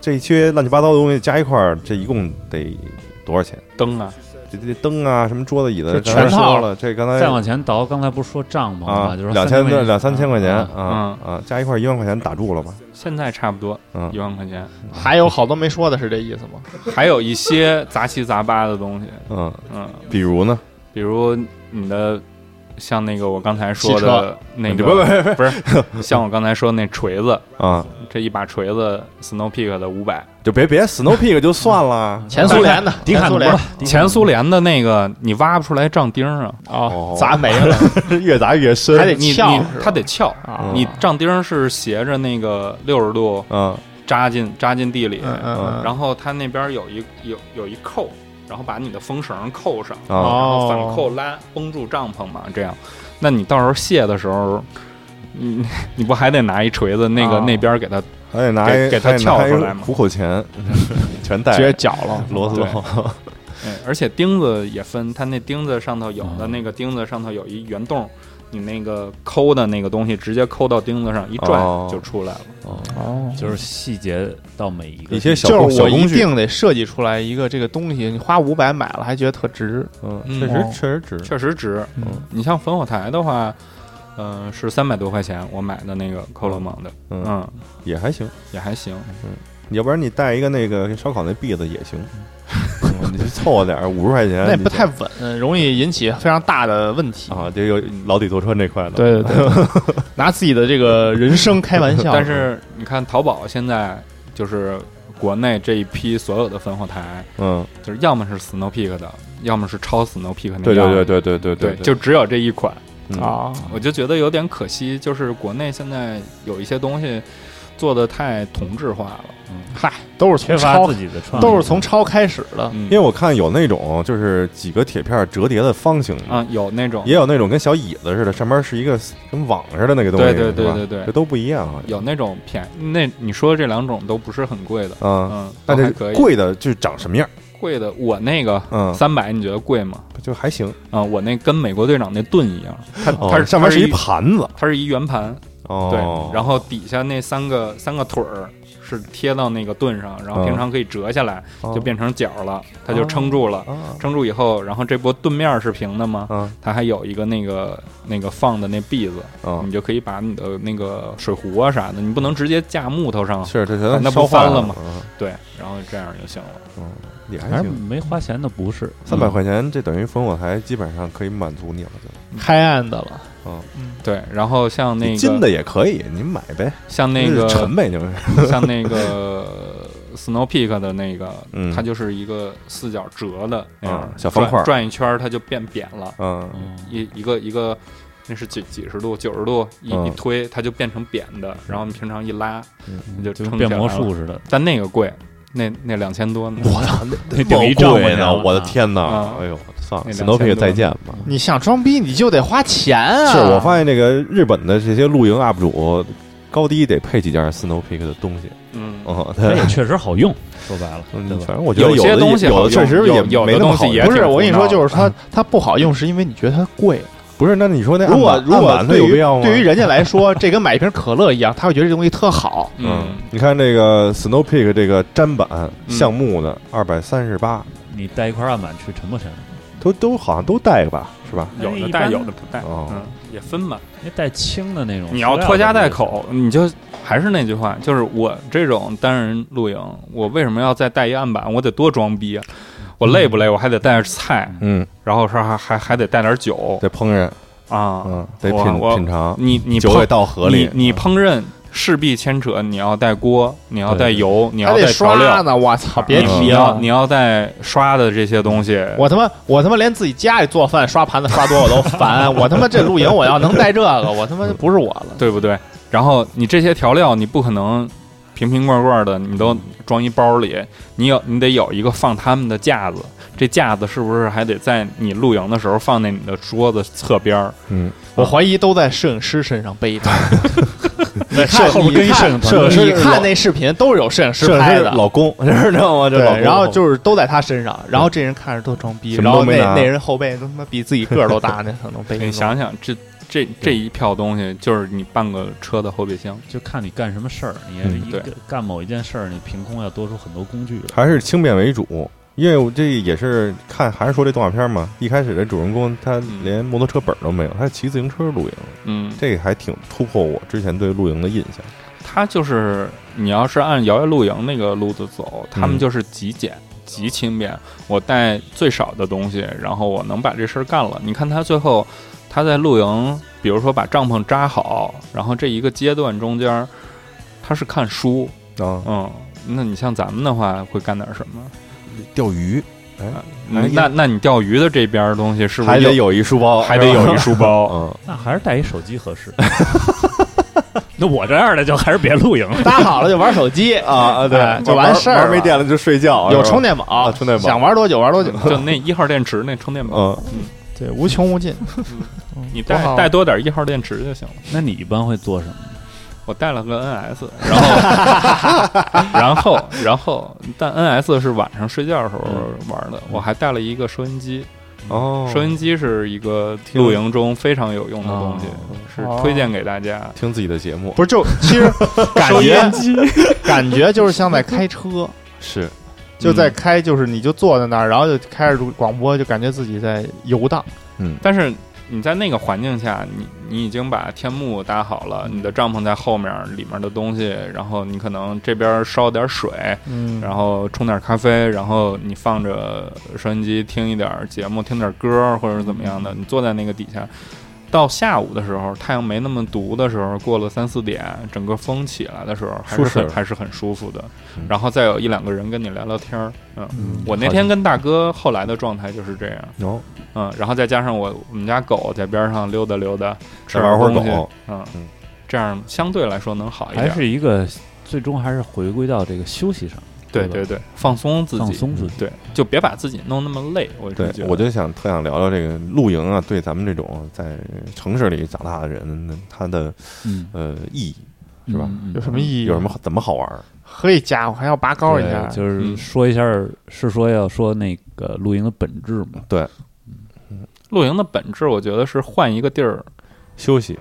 [SPEAKER 1] 这一些乱七八糟的东西加一块儿，这一共得多少钱？
[SPEAKER 3] 灯啊，
[SPEAKER 1] 这这灯啊，什么桌子椅子
[SPEAKER 4] 这，全
[SPEAKER 1] 刚才说
[SPEAKER 4] 套
[SPEAKER 1] 了。这刚才
[SPEAKER 2] 再往前倒，刚才不是说账吗？
[SPEAKER 1] 哎啊，
[SPEAKER 2] 就是
[SPEAKER 1] 两千
[SPEAKER 2] 多
[SPEAKER 1] 多两三千块钱
[SPEAKER 2] 啊
[SPEAKER 1] 啊啊，加一块儿一万块钱打住了吧？
[SPEAKER 3] 现在差不多
[SPEAKER 1] 嗯
[SPEAKER 3] 一万块钱，
[SPEAKER 4] 还有好多没说的，是这意思吗？
[SPEAKER 3] 还有一些杂七杂八的东西，
[SPEAKER 1] 嗯，
[SPEAKER 3] 嗯，
[SPEAKER 1] 比如呢？
[SPEAKER 3] 比如你的像那个我刚才说的那
[SPEAKER 1] 你
[SPEAKER 3] 个，
[SPEAKER 1] 不不
[SPEAKER 3] 不是像我刚才说的那锤子，
[SPEAKER 1] 啊，
[SPEAKER 3] 这一把锤子 Snow Peak 的五百，
[SPEAKER 1] 就别别 Snow Peak 就算了。
[SPEAKER 4] 前苏联的，前苏联
[SPEAKER 2] 了，
[SPEAKER 1] 嗯
[SPEAKER 3] 前苏联的那个你挖不出来账钉儿啊，
[SPEAKER 1] 哦
[SPEAKER 4] 哦，砸没 了，
[SPEAKER 1] 越砸越深
[SPEAKER 4] 还得
[SPEAKER 3] 你
[SPEAKER 4] 撬
[SPEAKER 3] 你
[SPEAKER 4] 是吧
[SPEAKER 3] 它得撬。
[SPEAKER 4] 啊
[SPEAKER 3] 你账钉儿是斜着那个六十度
[SPEAKER 1] 嗯
[SPEAKER 3] 扎进扎进地里，
[SPEAKER 4] 嗯嗯嗯，
[SPEAKER 3] 然后它那边有一有有一扣，然后把你的风绳扣上，
[SPEAKER 1] 啊，
[SPEAKER 4] 哦
[SPEAKER 3] 然后反扣拉绷住帐篷嘛，这样，那你到时候卸的时候，你 你不还得拿一锤子那个
[SPEAKER 4] 哦
[SPEAKER 3] 那边给它
[SPEAKER 1] 还得拿一
[SPEAKER 3] 给给它
[SPEAKER 1] 还得拿
[SPEAKER 3] 撬出
[SPEAKER 1] 一
[SPEAKER 3] 来嘛
[SPEAKER 1] 虎口钳， 全带
[SPEAKER 4] 直接绞了，
[SPEAKER 1] 螺丝
[SPEAKER 3] 对
[SPEAKER 1] 刀。
[SPEAKER 3] 嗯而且钉子也分，它那钉子上头有的
[SPEAKER 2] 哦
[SPEAKER 3] 那个钉子上头有一圆洞，你那个抠的那个东西直接抠到钉子上一拽
[SPEAKER 1] 哦
[SPEAKER 3] 就出来了。
[SPEAKER 4] 哦
[SPEAKER 2] 就是细节到每一个
[SPEAKER 1] 一些小
[SPEAKER 4] 就
[SPEAKER 1] 工
[SPEAKER 4] 是
[SPEAKER 1] 小
[SPEAKER 4] 我一
[SPEAKER 1] 工具，
[SPEAKER 4] 定得设计出来一个这个东西，你花五百买了还觉得特值，
[SPEAKER 1] 嗯，
[SPEAKER 3] 嗯
[SPEAKER 1] 确实
[SPEAKER 4] 哦
[SPEAKER 1] 确实值。
[SPEAKER 3] 确实值。
[SPEAKER 1] 嗯
[SPEAKER 3] 你像烽火台的话，嗯、是三百多块钱我买的那个科罗蒙的，
[SPEAKER 1] 嗯
[SPEAKER 3] 嗯，
[SPEAKER 1] 也还行，
[SPEAKER 3] 也还行。
[SPEAKER 1] 要不然你带一个那个烧烤那篦子也行，
[SPEAKER 3] 嗯
[SPEAKER 1] 你去凑合点儿，五十块钱
[SPEAKER 4] 那也
[SPEAKER 1] 你
[SPEAKER 4] 不太稳，呃容易引起非常大的问题。
[SPEAKER 1] 啊，这有牢底坐穿这块的，，
[SPEAKER 4] 对对对， 拿自己的这个人生开玩笑，
[SPEAKER 3] 但是你看淘宝现在就是国内这一批所有的烽火台，
[SPEAKER 1] 嗯，
[SPEAKER 3] 就是要么是 Snow Peak 的，要么是超 Snow Peak 那
[SPEAKER 1] 对
[SPEAKER 3] 样
[SPEAKER 1] 对对
[SPEAKER 3] 的
[SPEAKER 1] 对对
[SPEAKER 3] 对
[SPEAKER 1] 对，
[SPEAKER 3] 就只有这一款。
[SPEAKER 1] 嗯
[SPEAKER 4] 啊，
[SPEAKER 3] 我就觉得有点可惜，就是国内现在有一些东西做的太同质化了。
[SPEAKER 4] 嗨，都是
[SPEAKER 2] 缺
[SPEAKER 4] 从
[SPEAKER 2] 乏
[SPEAKER 4] 抄
[SPEAKER 2] 自，己的创意，
[SPEAKER 4] 都是从抄开始的。
[SPEAKER 3] 嗯，
[SPEAKER 1] 啊因为我看有那种就是几个铁片折叠的方形的，
[SPEAKER 3] 啊，有那种
[SPEAKER 1] 也有那种跟小椅子似的，上面是一个跟网似的那个东西，
[SPEAKER 3] 对对对
[SPEAKER 1] 是吧
[SPEAKER 3] 对对
[SPEAKER 1] 这都不一样啊。
[SPEAKER 3] 有那种便宜，那你说的这两种都不是很贵的，
[SPEAKER 1] 啊，
[SPEAKER 3] 嗯，
[SPEAKER 1] 那
[SPEAKER 3] 都还
[SPEAKER 1] 这
[SPEAKER 3] 可以。
[SPEAKER 1] 贵的就长什么样？
[SPEAKER 3] 贵的，我那个
[SPEAKER 1] 嗯，
[SPEAKER 3] 三百，你觉得贵吗？
[SPEAKER 1] 就还行。
[SPEAKER 3] 啊，我那跟美国队长那盾一样，它
[SPEAKER 1] 哦
[SPEAKER 3] 它是
[SPEAKER 1] 上面是
[SPEAKER 3] 它
[SPEAKER 1] 一盘子，
[SPEAKER 3] 它是一圆盘，对
[SPEAKER 1] 哦，，
[SPEAKER 3] 然后底下那三个三个腿儿是贴到那个盾上，然
[SPEAKER 1] 嗯
[SPEAKER 3] 后平常可以折下来，
[SPEAKER 1] 哦
[SPEAKER 3] 就变成角了，它就撑住了。
[SPEAKER 1] 啊
[SPEAKER 3] 撑住以后，然后这不盾面是平的吗？
[SPEAKER 1] 啊
[SPEAKER 3] 它还有一个那个那个放的那篦子，
[SPEAKER 1] 啊，
[SPEAKER 3] 你就可以把你的那个水壶啊啥的，你不能直接架木头上，
[SPEAKER 1] 是这全
[SPEAKER 3] 啊那不
[SPEAKER 1] 烧坏
[SPEAKER 3] 翻了吗？
[SPEAKER 1] 嗯
[SPEAKER 3] 对，然后这样就行了。
[SPEAKER 1] 也还
[SPEAKER 2] 还是
[SPEAKER 1] 行，
[SPEAKER 2] 没花钱的不是
[SPEAKER 1] 三百块钱这等于烽火台基本上可以满足你了，就
[SPEAKER 4] 开案的了，
[SPEAKER 3] 对，然后像那
[SPEAKER 1] 你金
[SPEAKER 3] 个
[SPEAKER 1] 的也可以，你买呗，
[SPEAKER 3] 像那
[SPEAKER 1] 就是
[SPEAKER 3] 个
[SPEAKER 1] 沉呗，就是
[SPEAKER 3] 像那 个 Snow Peak 的那个
[SPEAKER 1] 嗯，
[SPEAKER 3] 它就是一个四角折的那样、
[SPEAKER 1] 嗯小方块儿
[SPEAKER 3] 转转一圈儿它就变扁了，
[SPEAKER 1] 嗯
[SPEAKER 2] 嗯
[SPEAKER 3] 一一个一个那是几几十度九十度一、
[SPEAKER 1] 嗯
[SPEAKER 3] 一推它就变成扁的，然后你平常一拉，你就
[SPEAKER 2] 就
[SPEAKER 3] 撑
[SPEAKER 2] 跟变
[SPEAKER 3] 起来
[SPEAKER 2] 魔
[SPEAKER 3] 了
[SPEAKER 2] 术似的，
[SPEAKER 3] 但那个贵，那那两千多呢，
[SPEAKER 1] 这
[SPEAKER 2] 那
[SPEAKER 1] 么
[SPEAKER 2] 顶一丈
[SPEAKER 1] 贵呢，
[SPEAKER 2] 呢，
[SPEAKER 1] 我的天哪
[SPEAKER 3] 啊！
[SPEAKER 1] 哎呦，算了
[SPEAKER 3] 那
[SPEAKER 1] ，Snow Peak
[SPEAKER 3] 2000多嗯
[SPEAKER 1] 再见吧。
[SPEAKER 4] 你想装逼你就得花钱啊！
[SPEAKER 1] 是我发现这个日本的这些露营 UP 主，高低得配几件 Snow Peak 的东西。
[SPEAKER 3] 嗯。
[SPEAKER 1] 嗯，
[SPEAKER 2] 那
[SPEAKER 1] 对
[SPEAKER 2] 也确 实好用，说白了，
[SPEAKER 1] 嗯
[SPEAKER 2] 对
[SPEAKER 1] 反
[SPEAKER 2] 吧？
[SPEAKER 1] 正我觉得
[SPEAKER 3] 有
[SPEAKER 1] 有
[SPEAKER 3] 些
[SPEAKER 1] 的
[SPEAKER 3] 东西
[SPEAKER 1] 有
[SPEAKER 3] 好
[SPEAKER 1] 的确
[SPEAKER 3] 用
[SPEAKER 1] 实
[SPEAKER 3] 有
[SPEAKER 1] 也
[SPEAKER 3] 有的
[SPEAKER 1] 没那么
[SPEAKER 3] 东西
[SPEAKER 1] 好
[SPEAKER 3] 也
[SPEAKER 1] 用
[SPEAKER 4] 不是，我跟你说，
[SPEAKER 3] 挺苦恼
[SPEAKER 4] 就
[SPEAKER 3] 的
[SPEAKER 4] 是它它不好用，是因为你觉得它贵。
[SPEAKER 1] 不是？那你说那
[SPEAKER 4] 如果
[SPEAKER 1] 案板
[SPEAKER 4] 如
[SPEAKER 1] 案
[SPEAKER 4] 果
[SPEAKER 1] 板它
[SPEAKER 4] 对
[SPEAKER 1] 有
[SPEAKER 4] 于
[SPEAKER 1] 必要吗？
[SPEAKER 4] 对于人家来 说，这跟买一瓶可乐一样，他会觉得这东西特好。
[SPEAKER 1] 嗯，你看这个 Snow Peak 这个砧板橡木的二百三十八，
[SPEAKER 2] 你带一块案板去沉不沉？
[SPEAKER 1] 都都好像都带吧，是吧？
[SPEAKER 3] 有
[SPEAKER 2] 哎
[SPEAKER 3] 的
[SPEAKER 2] 一
[SPEAKER 3] 带，
[SPEAKER 2] 般
[SPEAKER 3] 有的不带，
[SPEAKER 1] 哦
[SPEAKER 3] 嗯，也分吧。
[SPEAKER 2] 那带轻的那种塑料的那种，
[SPEAKER 3] 你要拖家带口，你就还是那句话，就是我这种单人露营，我为什么要再带一案板？我得多装逼啊！我累不累？我还得带着菜，
[SPEAKER 1] 嗯，
[SPEAKER 3] 然后说还还还得带点酒
[SPEAKER 1] 得烹饪，
[SPEAKER 3] 啊。
[SPEAKER 1] 嗯，得
[SPEAKER 3] 我
[SPEAKER 1] 品
[SPEAKER 3] 我
[SPEAKER 1] 品尝，
[SPEAKER 3] 你你
[SPEAKER 1] 酒得
[SPEAKER 3] 烹
[SPEAKER 1] 倒河里嗯
[SPEAKER 3] 你，你烹饪势必牵扯，你要带锅，你要带油，你
[SPEAKER 4] 还
[SPEAKER 3] 要
[SPEAKER 4] 得
[SPEAKER 3] 带调
[SPEAKER 4] 刷
[SPEAKER 3] 料，嗯
[SPEAKER 4] 呢，我
[SPEAKER 1] 嗯
[SPEAKER 4] 操！别
[SPEAKER 3] 你
[SPEAKER 4] 提
[SPEAKER 3] 你
[SPEAKER 4] 了
[SPEAKER 3] 要你，要带刷的这些东西。
[SPEAKER 4] 我他妈我他妈连自己家里做饭刷盘子刷多我都烦。我他妈这露营我要能带这个，我他妈不是我
[SPEAKER 1] 嗯
[SPEAKER 4] 了。
[SPEAKER 3] 对不对？然后你这些调料，你不可能瓶瓶罐罐的，你都装一包里，你有你得有一个放他们的架子，这架子是不是还得在你露营的时候放在你的桌子侧边儿？
[SPEAKER 1] 嗯，
[SPEAKER 4] 我怀疑都在摄影师身上背着。
[SPEAKER 2] 看后面跟一摄影团
[SPEAKER 1] 摄影
[SPEAKER 2] 队
[SPEAKER 1] 师
[SPEAKER 4] 你看那视频都是有摄影师
[SPEAKER 1] 摄影
[SPEAKER 4] 拍
[SPEAKER 1] 师
[SPEAKER 4] 的，
[SPEAKER 1] 老公， 知道吗？这
[SPEAKER 4] 对
[SPEAKER 1] 老公，，
[SPEAKER 4] 然后就是都在他身上，然后这人看着都装逼，
[SPEAKER 1] 什么
[SPEAKER 4] 然
[SPEAKER 1] 都
[SPEAKER 4] 后
[SPEAKER 1] 没
[SPEAKER 4] 那
[SPEAKER 1] 拿
[SPEAKER 4] 那人后背都他妈比自己个儿都大，那可能 被
[SPEAKER 3] 你想想，这这这一票东西就是你半个车的后备箱。
[SPEAKER 2] 就看你干什么事儿，你
[SPEAKER 1] 嗯
[SPEAKER 2] 一
[SPEAKER 3] 对
[SPEAKER 2] 个干某一件事儿，你凭空要多出很多工具来。
[SPEAKER 1] 还是轻便为主。因为我这也是看，还是说这动画片嘛。一开始这主人公他
[SPEAKER 3] 嗯
[SPEAKER 1] 连摩托车本儿都没有，他是骑自行车露营，
[SPEAKER 3] 嗯，
[SPEAKER 1] 这个还挺突破我之前对露营的印象。
[SPEAKER 3] 它就是你要是按摇曳露营那个路子走，他
[SPEAKER 1] 嗯
[SPEAKER 3] 们就是极简、极轻便。我带最少的东西，然后我能把这事儿干了。你看他最后他在露营，比如说把帐篷扎好，然后这一个阶段中间儿，他是看书，
[SPEAKER 1] 啊，
[SPEAKER 3] 嗯。那你像咱们的话，会干点什么？
[SPEAKER 1] 钓鱼哎
[SPEAKER 3] 嗯那那你钓鱼的这边儿东西是不
[SPEAKER 1] 还
[SPEAKER 3] 是
[SPEAKER 1] 得有
[SPEAKER 3] 有
[SPEAKER 1] 一书 包，
[SPEAKER 3] 还得有一书包？
[SPEAKER 1] 包。嗯，
[SPEAKER 2] 那还是带一手机合适。 那我这样的就还是别露营了。
[SPEAKER 4] 搭好了就玩手机
[SPEAKER 1] 啊啊，对
[SPEAKER 4] 哎，就
[SPEAKER 1] 玩
[SPEAKER 4] 完事儿
[SPEAKER 1] 玩
[SPEAKER 4] 了
[SPEAKER 1] 没电了就睡觉，
[SPEAKER 4] 有
[SPEAKER 1] 是吧
[SPEAKER 4] 充电宝，
[SPEAKER 1] 充电宝
[SPEAKER 4] 想玩多久玩多久，
[SPEAKER 3] 就那一号电池那充电宝，
[SPEAKER 1] 嗯，
[SPEAKER 4] 对，无穷无尽。
[SPEAKER 3] 你
[SPEAKER 4] 多
[SPEAKER 3] 带
[SPEAKER 4] 好
[SPEAKER 3] 带多点一号电池就行了。
[SPEAKER 2] 那你一般会做什么？
[SPEAKER 3] 我带了个 NS，然后，然后，然后，但 NS 是晚上睡觉的时候玩的。我还带了一个收音机，
[SPEAKER 1] 哦，
[SPEAKER 3] 收音机是一个露营中非常有用的东西，
[SPEAKER 4] 哦
[SPEAKER 3] 是推荐给大家。
[SPEAKER 1] 听自己的节目
[SPEAKER 4] 不是，就其 实感觉 嗯感觉就是像在开车，
[SPEAKER 1] 是
[SPEAKER 4] 就在
[SPEAKER 3] 嗯
[SPEAKER 4] 开，就是你就坐在那儿，然后就开着广播，就感觉自己在游荡。
[SPEAKER 3] 但是你在那个环境下，你你已经把天幕搭好了，你的帐篷在后面，里面的东西，然后你可能这边烧点水，
[SPEAKER 4] 嗯
[SPEAKER 3] 然后冲点咖啡，然后你放着收音机听一点节目，听点歌或者是怎么样的，你坐在那个底下。到下午的时候，太阳没那么毒的时候，过了三四点，整个风起来的时候，还是
[SPEAKER 1] 舒适
[SPEAKER 3] 很还是很舒服的
[SPEAKER 1] 嗯。
[SPEAKER 3] 然后再有一两个人跟你聊聊天儿，嗯，
[SPEAKER 2] 嗯
[SPEAKER 3] 我那天跟大哥后来的状态就是这样，
[SPEAKER 1] 哦，
[SPEAKER 3] 嗯，然后再加上我我们家狗在边上溜达溜达，吃
[SPEAKER 1] 再玩会儿
[SPEAKER 3] 点东西
[SPEAKER 1] 狗，
[SPEAKER 3] 嗯
[SPEAKER 1] 嗯，
[SPEAKER 3] 这样相对来说能好一
[SPEAKER 2] 还
[SPEAKER 3] 点。
[SPEAKER 2] 是一个最终还是回归到这个休息上，
[SPEAKER 3] 对
[SPEAKER 2] 对
[SPEAKER 3] 对对，放松自己，
[SPEAKER 2] 放松自己。
[SPEAKER 3] 对，就别把自己弄那么累。我
[SPEAKER 1] 对
[SPEAKER 3] 是觉，得
[SPEAKER 1] 我就想特想聊聊这个露营啊，对咱们这种在城市里长大的人，它的
[SPEAKER 2] 嗯，
[SPEAKER 1] 呃意义是吧？
[SPEAKER 2] 嗯
[SPEAKER 4] 有什么意义？
[SPEAKER 1] 有什么？怎么好玩儿？
[SPEAKER 4] 嘿，家伙，还要拔高一下
[SPEAKER 2] 对，就是
[SPEAKER 3] 嗯
[SPEAKER 2] 说一下，是说要说那个露营的本质嘛？
[SPEAKER 3] 露营的本质，我觉得是换一个地儿，
[SPEAKER 1] 休息，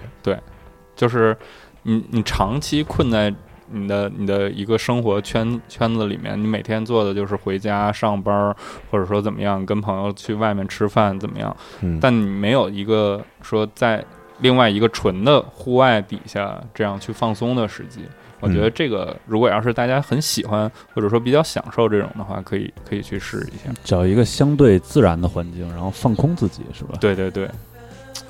[SPEAKER 3] 就是你你长期困在你的你的一个生活圈圈子里面，你每天做的就是回家上班儿，或者说怎么样，跟朋友去外面吃饭怎么样，
[SPEAKER 1] 嗯，
[SPEAKER 3] 但你没有一个说在另外一个纯的户外底下这样去放松的时机。我
[SPEAKER 1] 嗯
[SPEAKER 3] 觉得这个，如果要是大家很喜欢，或者说比较享受这种的话，可以可以去试一下。
[SPEAKER 2] 找一个相对自然的环境，然后放空自己，是吧？
[SPEAKER 3] 对对对，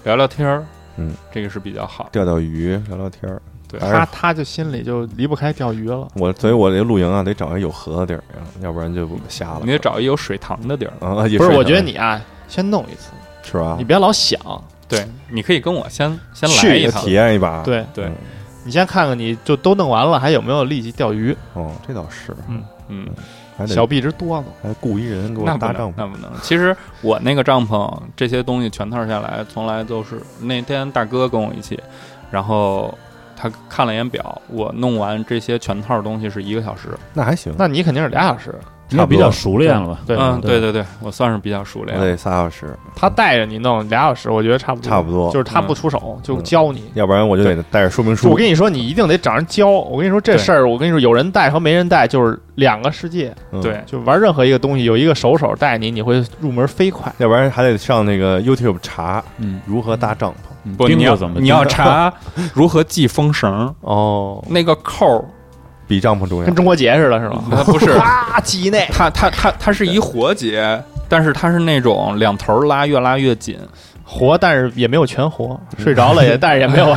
[SPEAKER 3] 聊聊天儿，
[SPEAKER 1] 嗯，
[SPEAKER 3] 这个是比较好。
[SPEAKER 1] 钓钓鱼，聊聊天儿。
[SPEAKER 3] 对
[SPEAKER 1] 还
[SPEAKER 4] 他
[SPEAKER 1] 是
[SPEAKER 4] 他就心里就离不开钓鱼了。
[SPEAKER 1] 我，所以我这露营啊，得找一个有河的地儿，啊要不然就瞎了。
[SPEAKER 3] 你得找一有水塘的地儿。
[SPEAKER 1] 啊，也
[SPEAKER 4] 不是，啊
[SPEAKER 1] 睡
[SPEAKER 4] 我
[SPEAKER 1] 着
[SPEAKER 4] 觉得你啊，先弄一次，
[SPEAKER 1] 是吧
[SPEAKER 4] 你？别老想，
[SPEAKER 3] 对，你可以跟我先先来
[SPEAKER 4] 去
[SPEAKER 3] 一
[SPEAKER 4] 也
[SPEAKER 3] 趟
[SPEAKER 1] 体。验一把，，
[SPEAKER 4] 对
[SPEAKER 3] 对，
[SPEAKER 4] 你先看看，你就都弄完了，还有没有力气钓鱼？
[SPEAKER 1] 哦，这倒是，
[SPEAKER 3] 嗯，
[SPEAKER 1] 还
[SPEAKER 4] 小
[SPEAKER 1] 得
[SPEAKER 4] 臂直哆嗦。
[SPEAKER 1] 还雇一人给
[SPEAKER 3] 那
[SPEAKER 1] 我
[SPEAKER 3] 不
[SPEAKER 1] 搭
[SPEAKER 3] 能
[SPEAKER 1] 帐，篷，
[SPEAKER 3] 那不能。其实我那个帐篷这些东西全套下来，从来都是那天大哥跟我一起，然后他看了一眼表，我弄完这些全套东西是一个小时。
[SPEAKER 1] 那还行，
[SPEAKER 4] 那你肯定是俩小时，
[SPEAKER 2] 你也比较熟练了吧？
[SPEAKER 4] 对
[SPEAKER 3] 嗯，
[SPEAKER 2] 对
[SPEAKER 3] 对对对，我算是比较熟
[SPEAKER 1] 我
[SPEAKER 3] 练。
[SPEAKER 1] 得仨小时，
[SPEAKER 4] 他带着你弄俩小时，我觉得差不多，
[SPEAKER 1] 差不多嗯
[SPEAKER 4] 就是他不出手，就教你。
[SPEAKER 1] 要不然我就得带着说明
[SPEAKER 4] 就
[SPEAKER 1] 书。
[SPEAKER 4] 我跟你说，你一定得找人教。我跟你说这
[SPEAKER 3] 对
[SPEAKER 4] 事儿，我跟你说，有人带和没人带就是两个世界。
[SPEAKER 1] 嗯
[SPEAKER 3] 对，
[SPEAKER 4] 就玩任何一个东西，有一个手手带你，你会入门飞快。
[SPEAKER 1] 要不然还得上那个 YouTube 查
[SPEAKER 2] 嗯，
[SPEAKER 1] 如何搭帐篷。
[SPEAKER 2] 嗯
[SPEAKER 3] 不，
[SPEAKER 2] 盯
[SPEAKER 3] 你
[SPEAKER 2] 着
[SPEAKER 3] 要
[SPEAKER 2] 怎么
[SPEAKER 3] 你要查如何系风绳，
[SPEAKER 1] 哦，
[SPEAKER 3] 那个扣儿
[SPEAKER 1] 比帐篷重要
[SPEAKER 4] 跟。中国结似的，是吗？
[SPEAKER 3] 它不是
[SPEAKER 4] 啪，鸡内，
[SPEAKER 3] 它它它它是一活结，但是它是那种两头拉越拉越紧，
[SPEAKER 4] 活，但是也没有全活，睡着了也，但是也没有。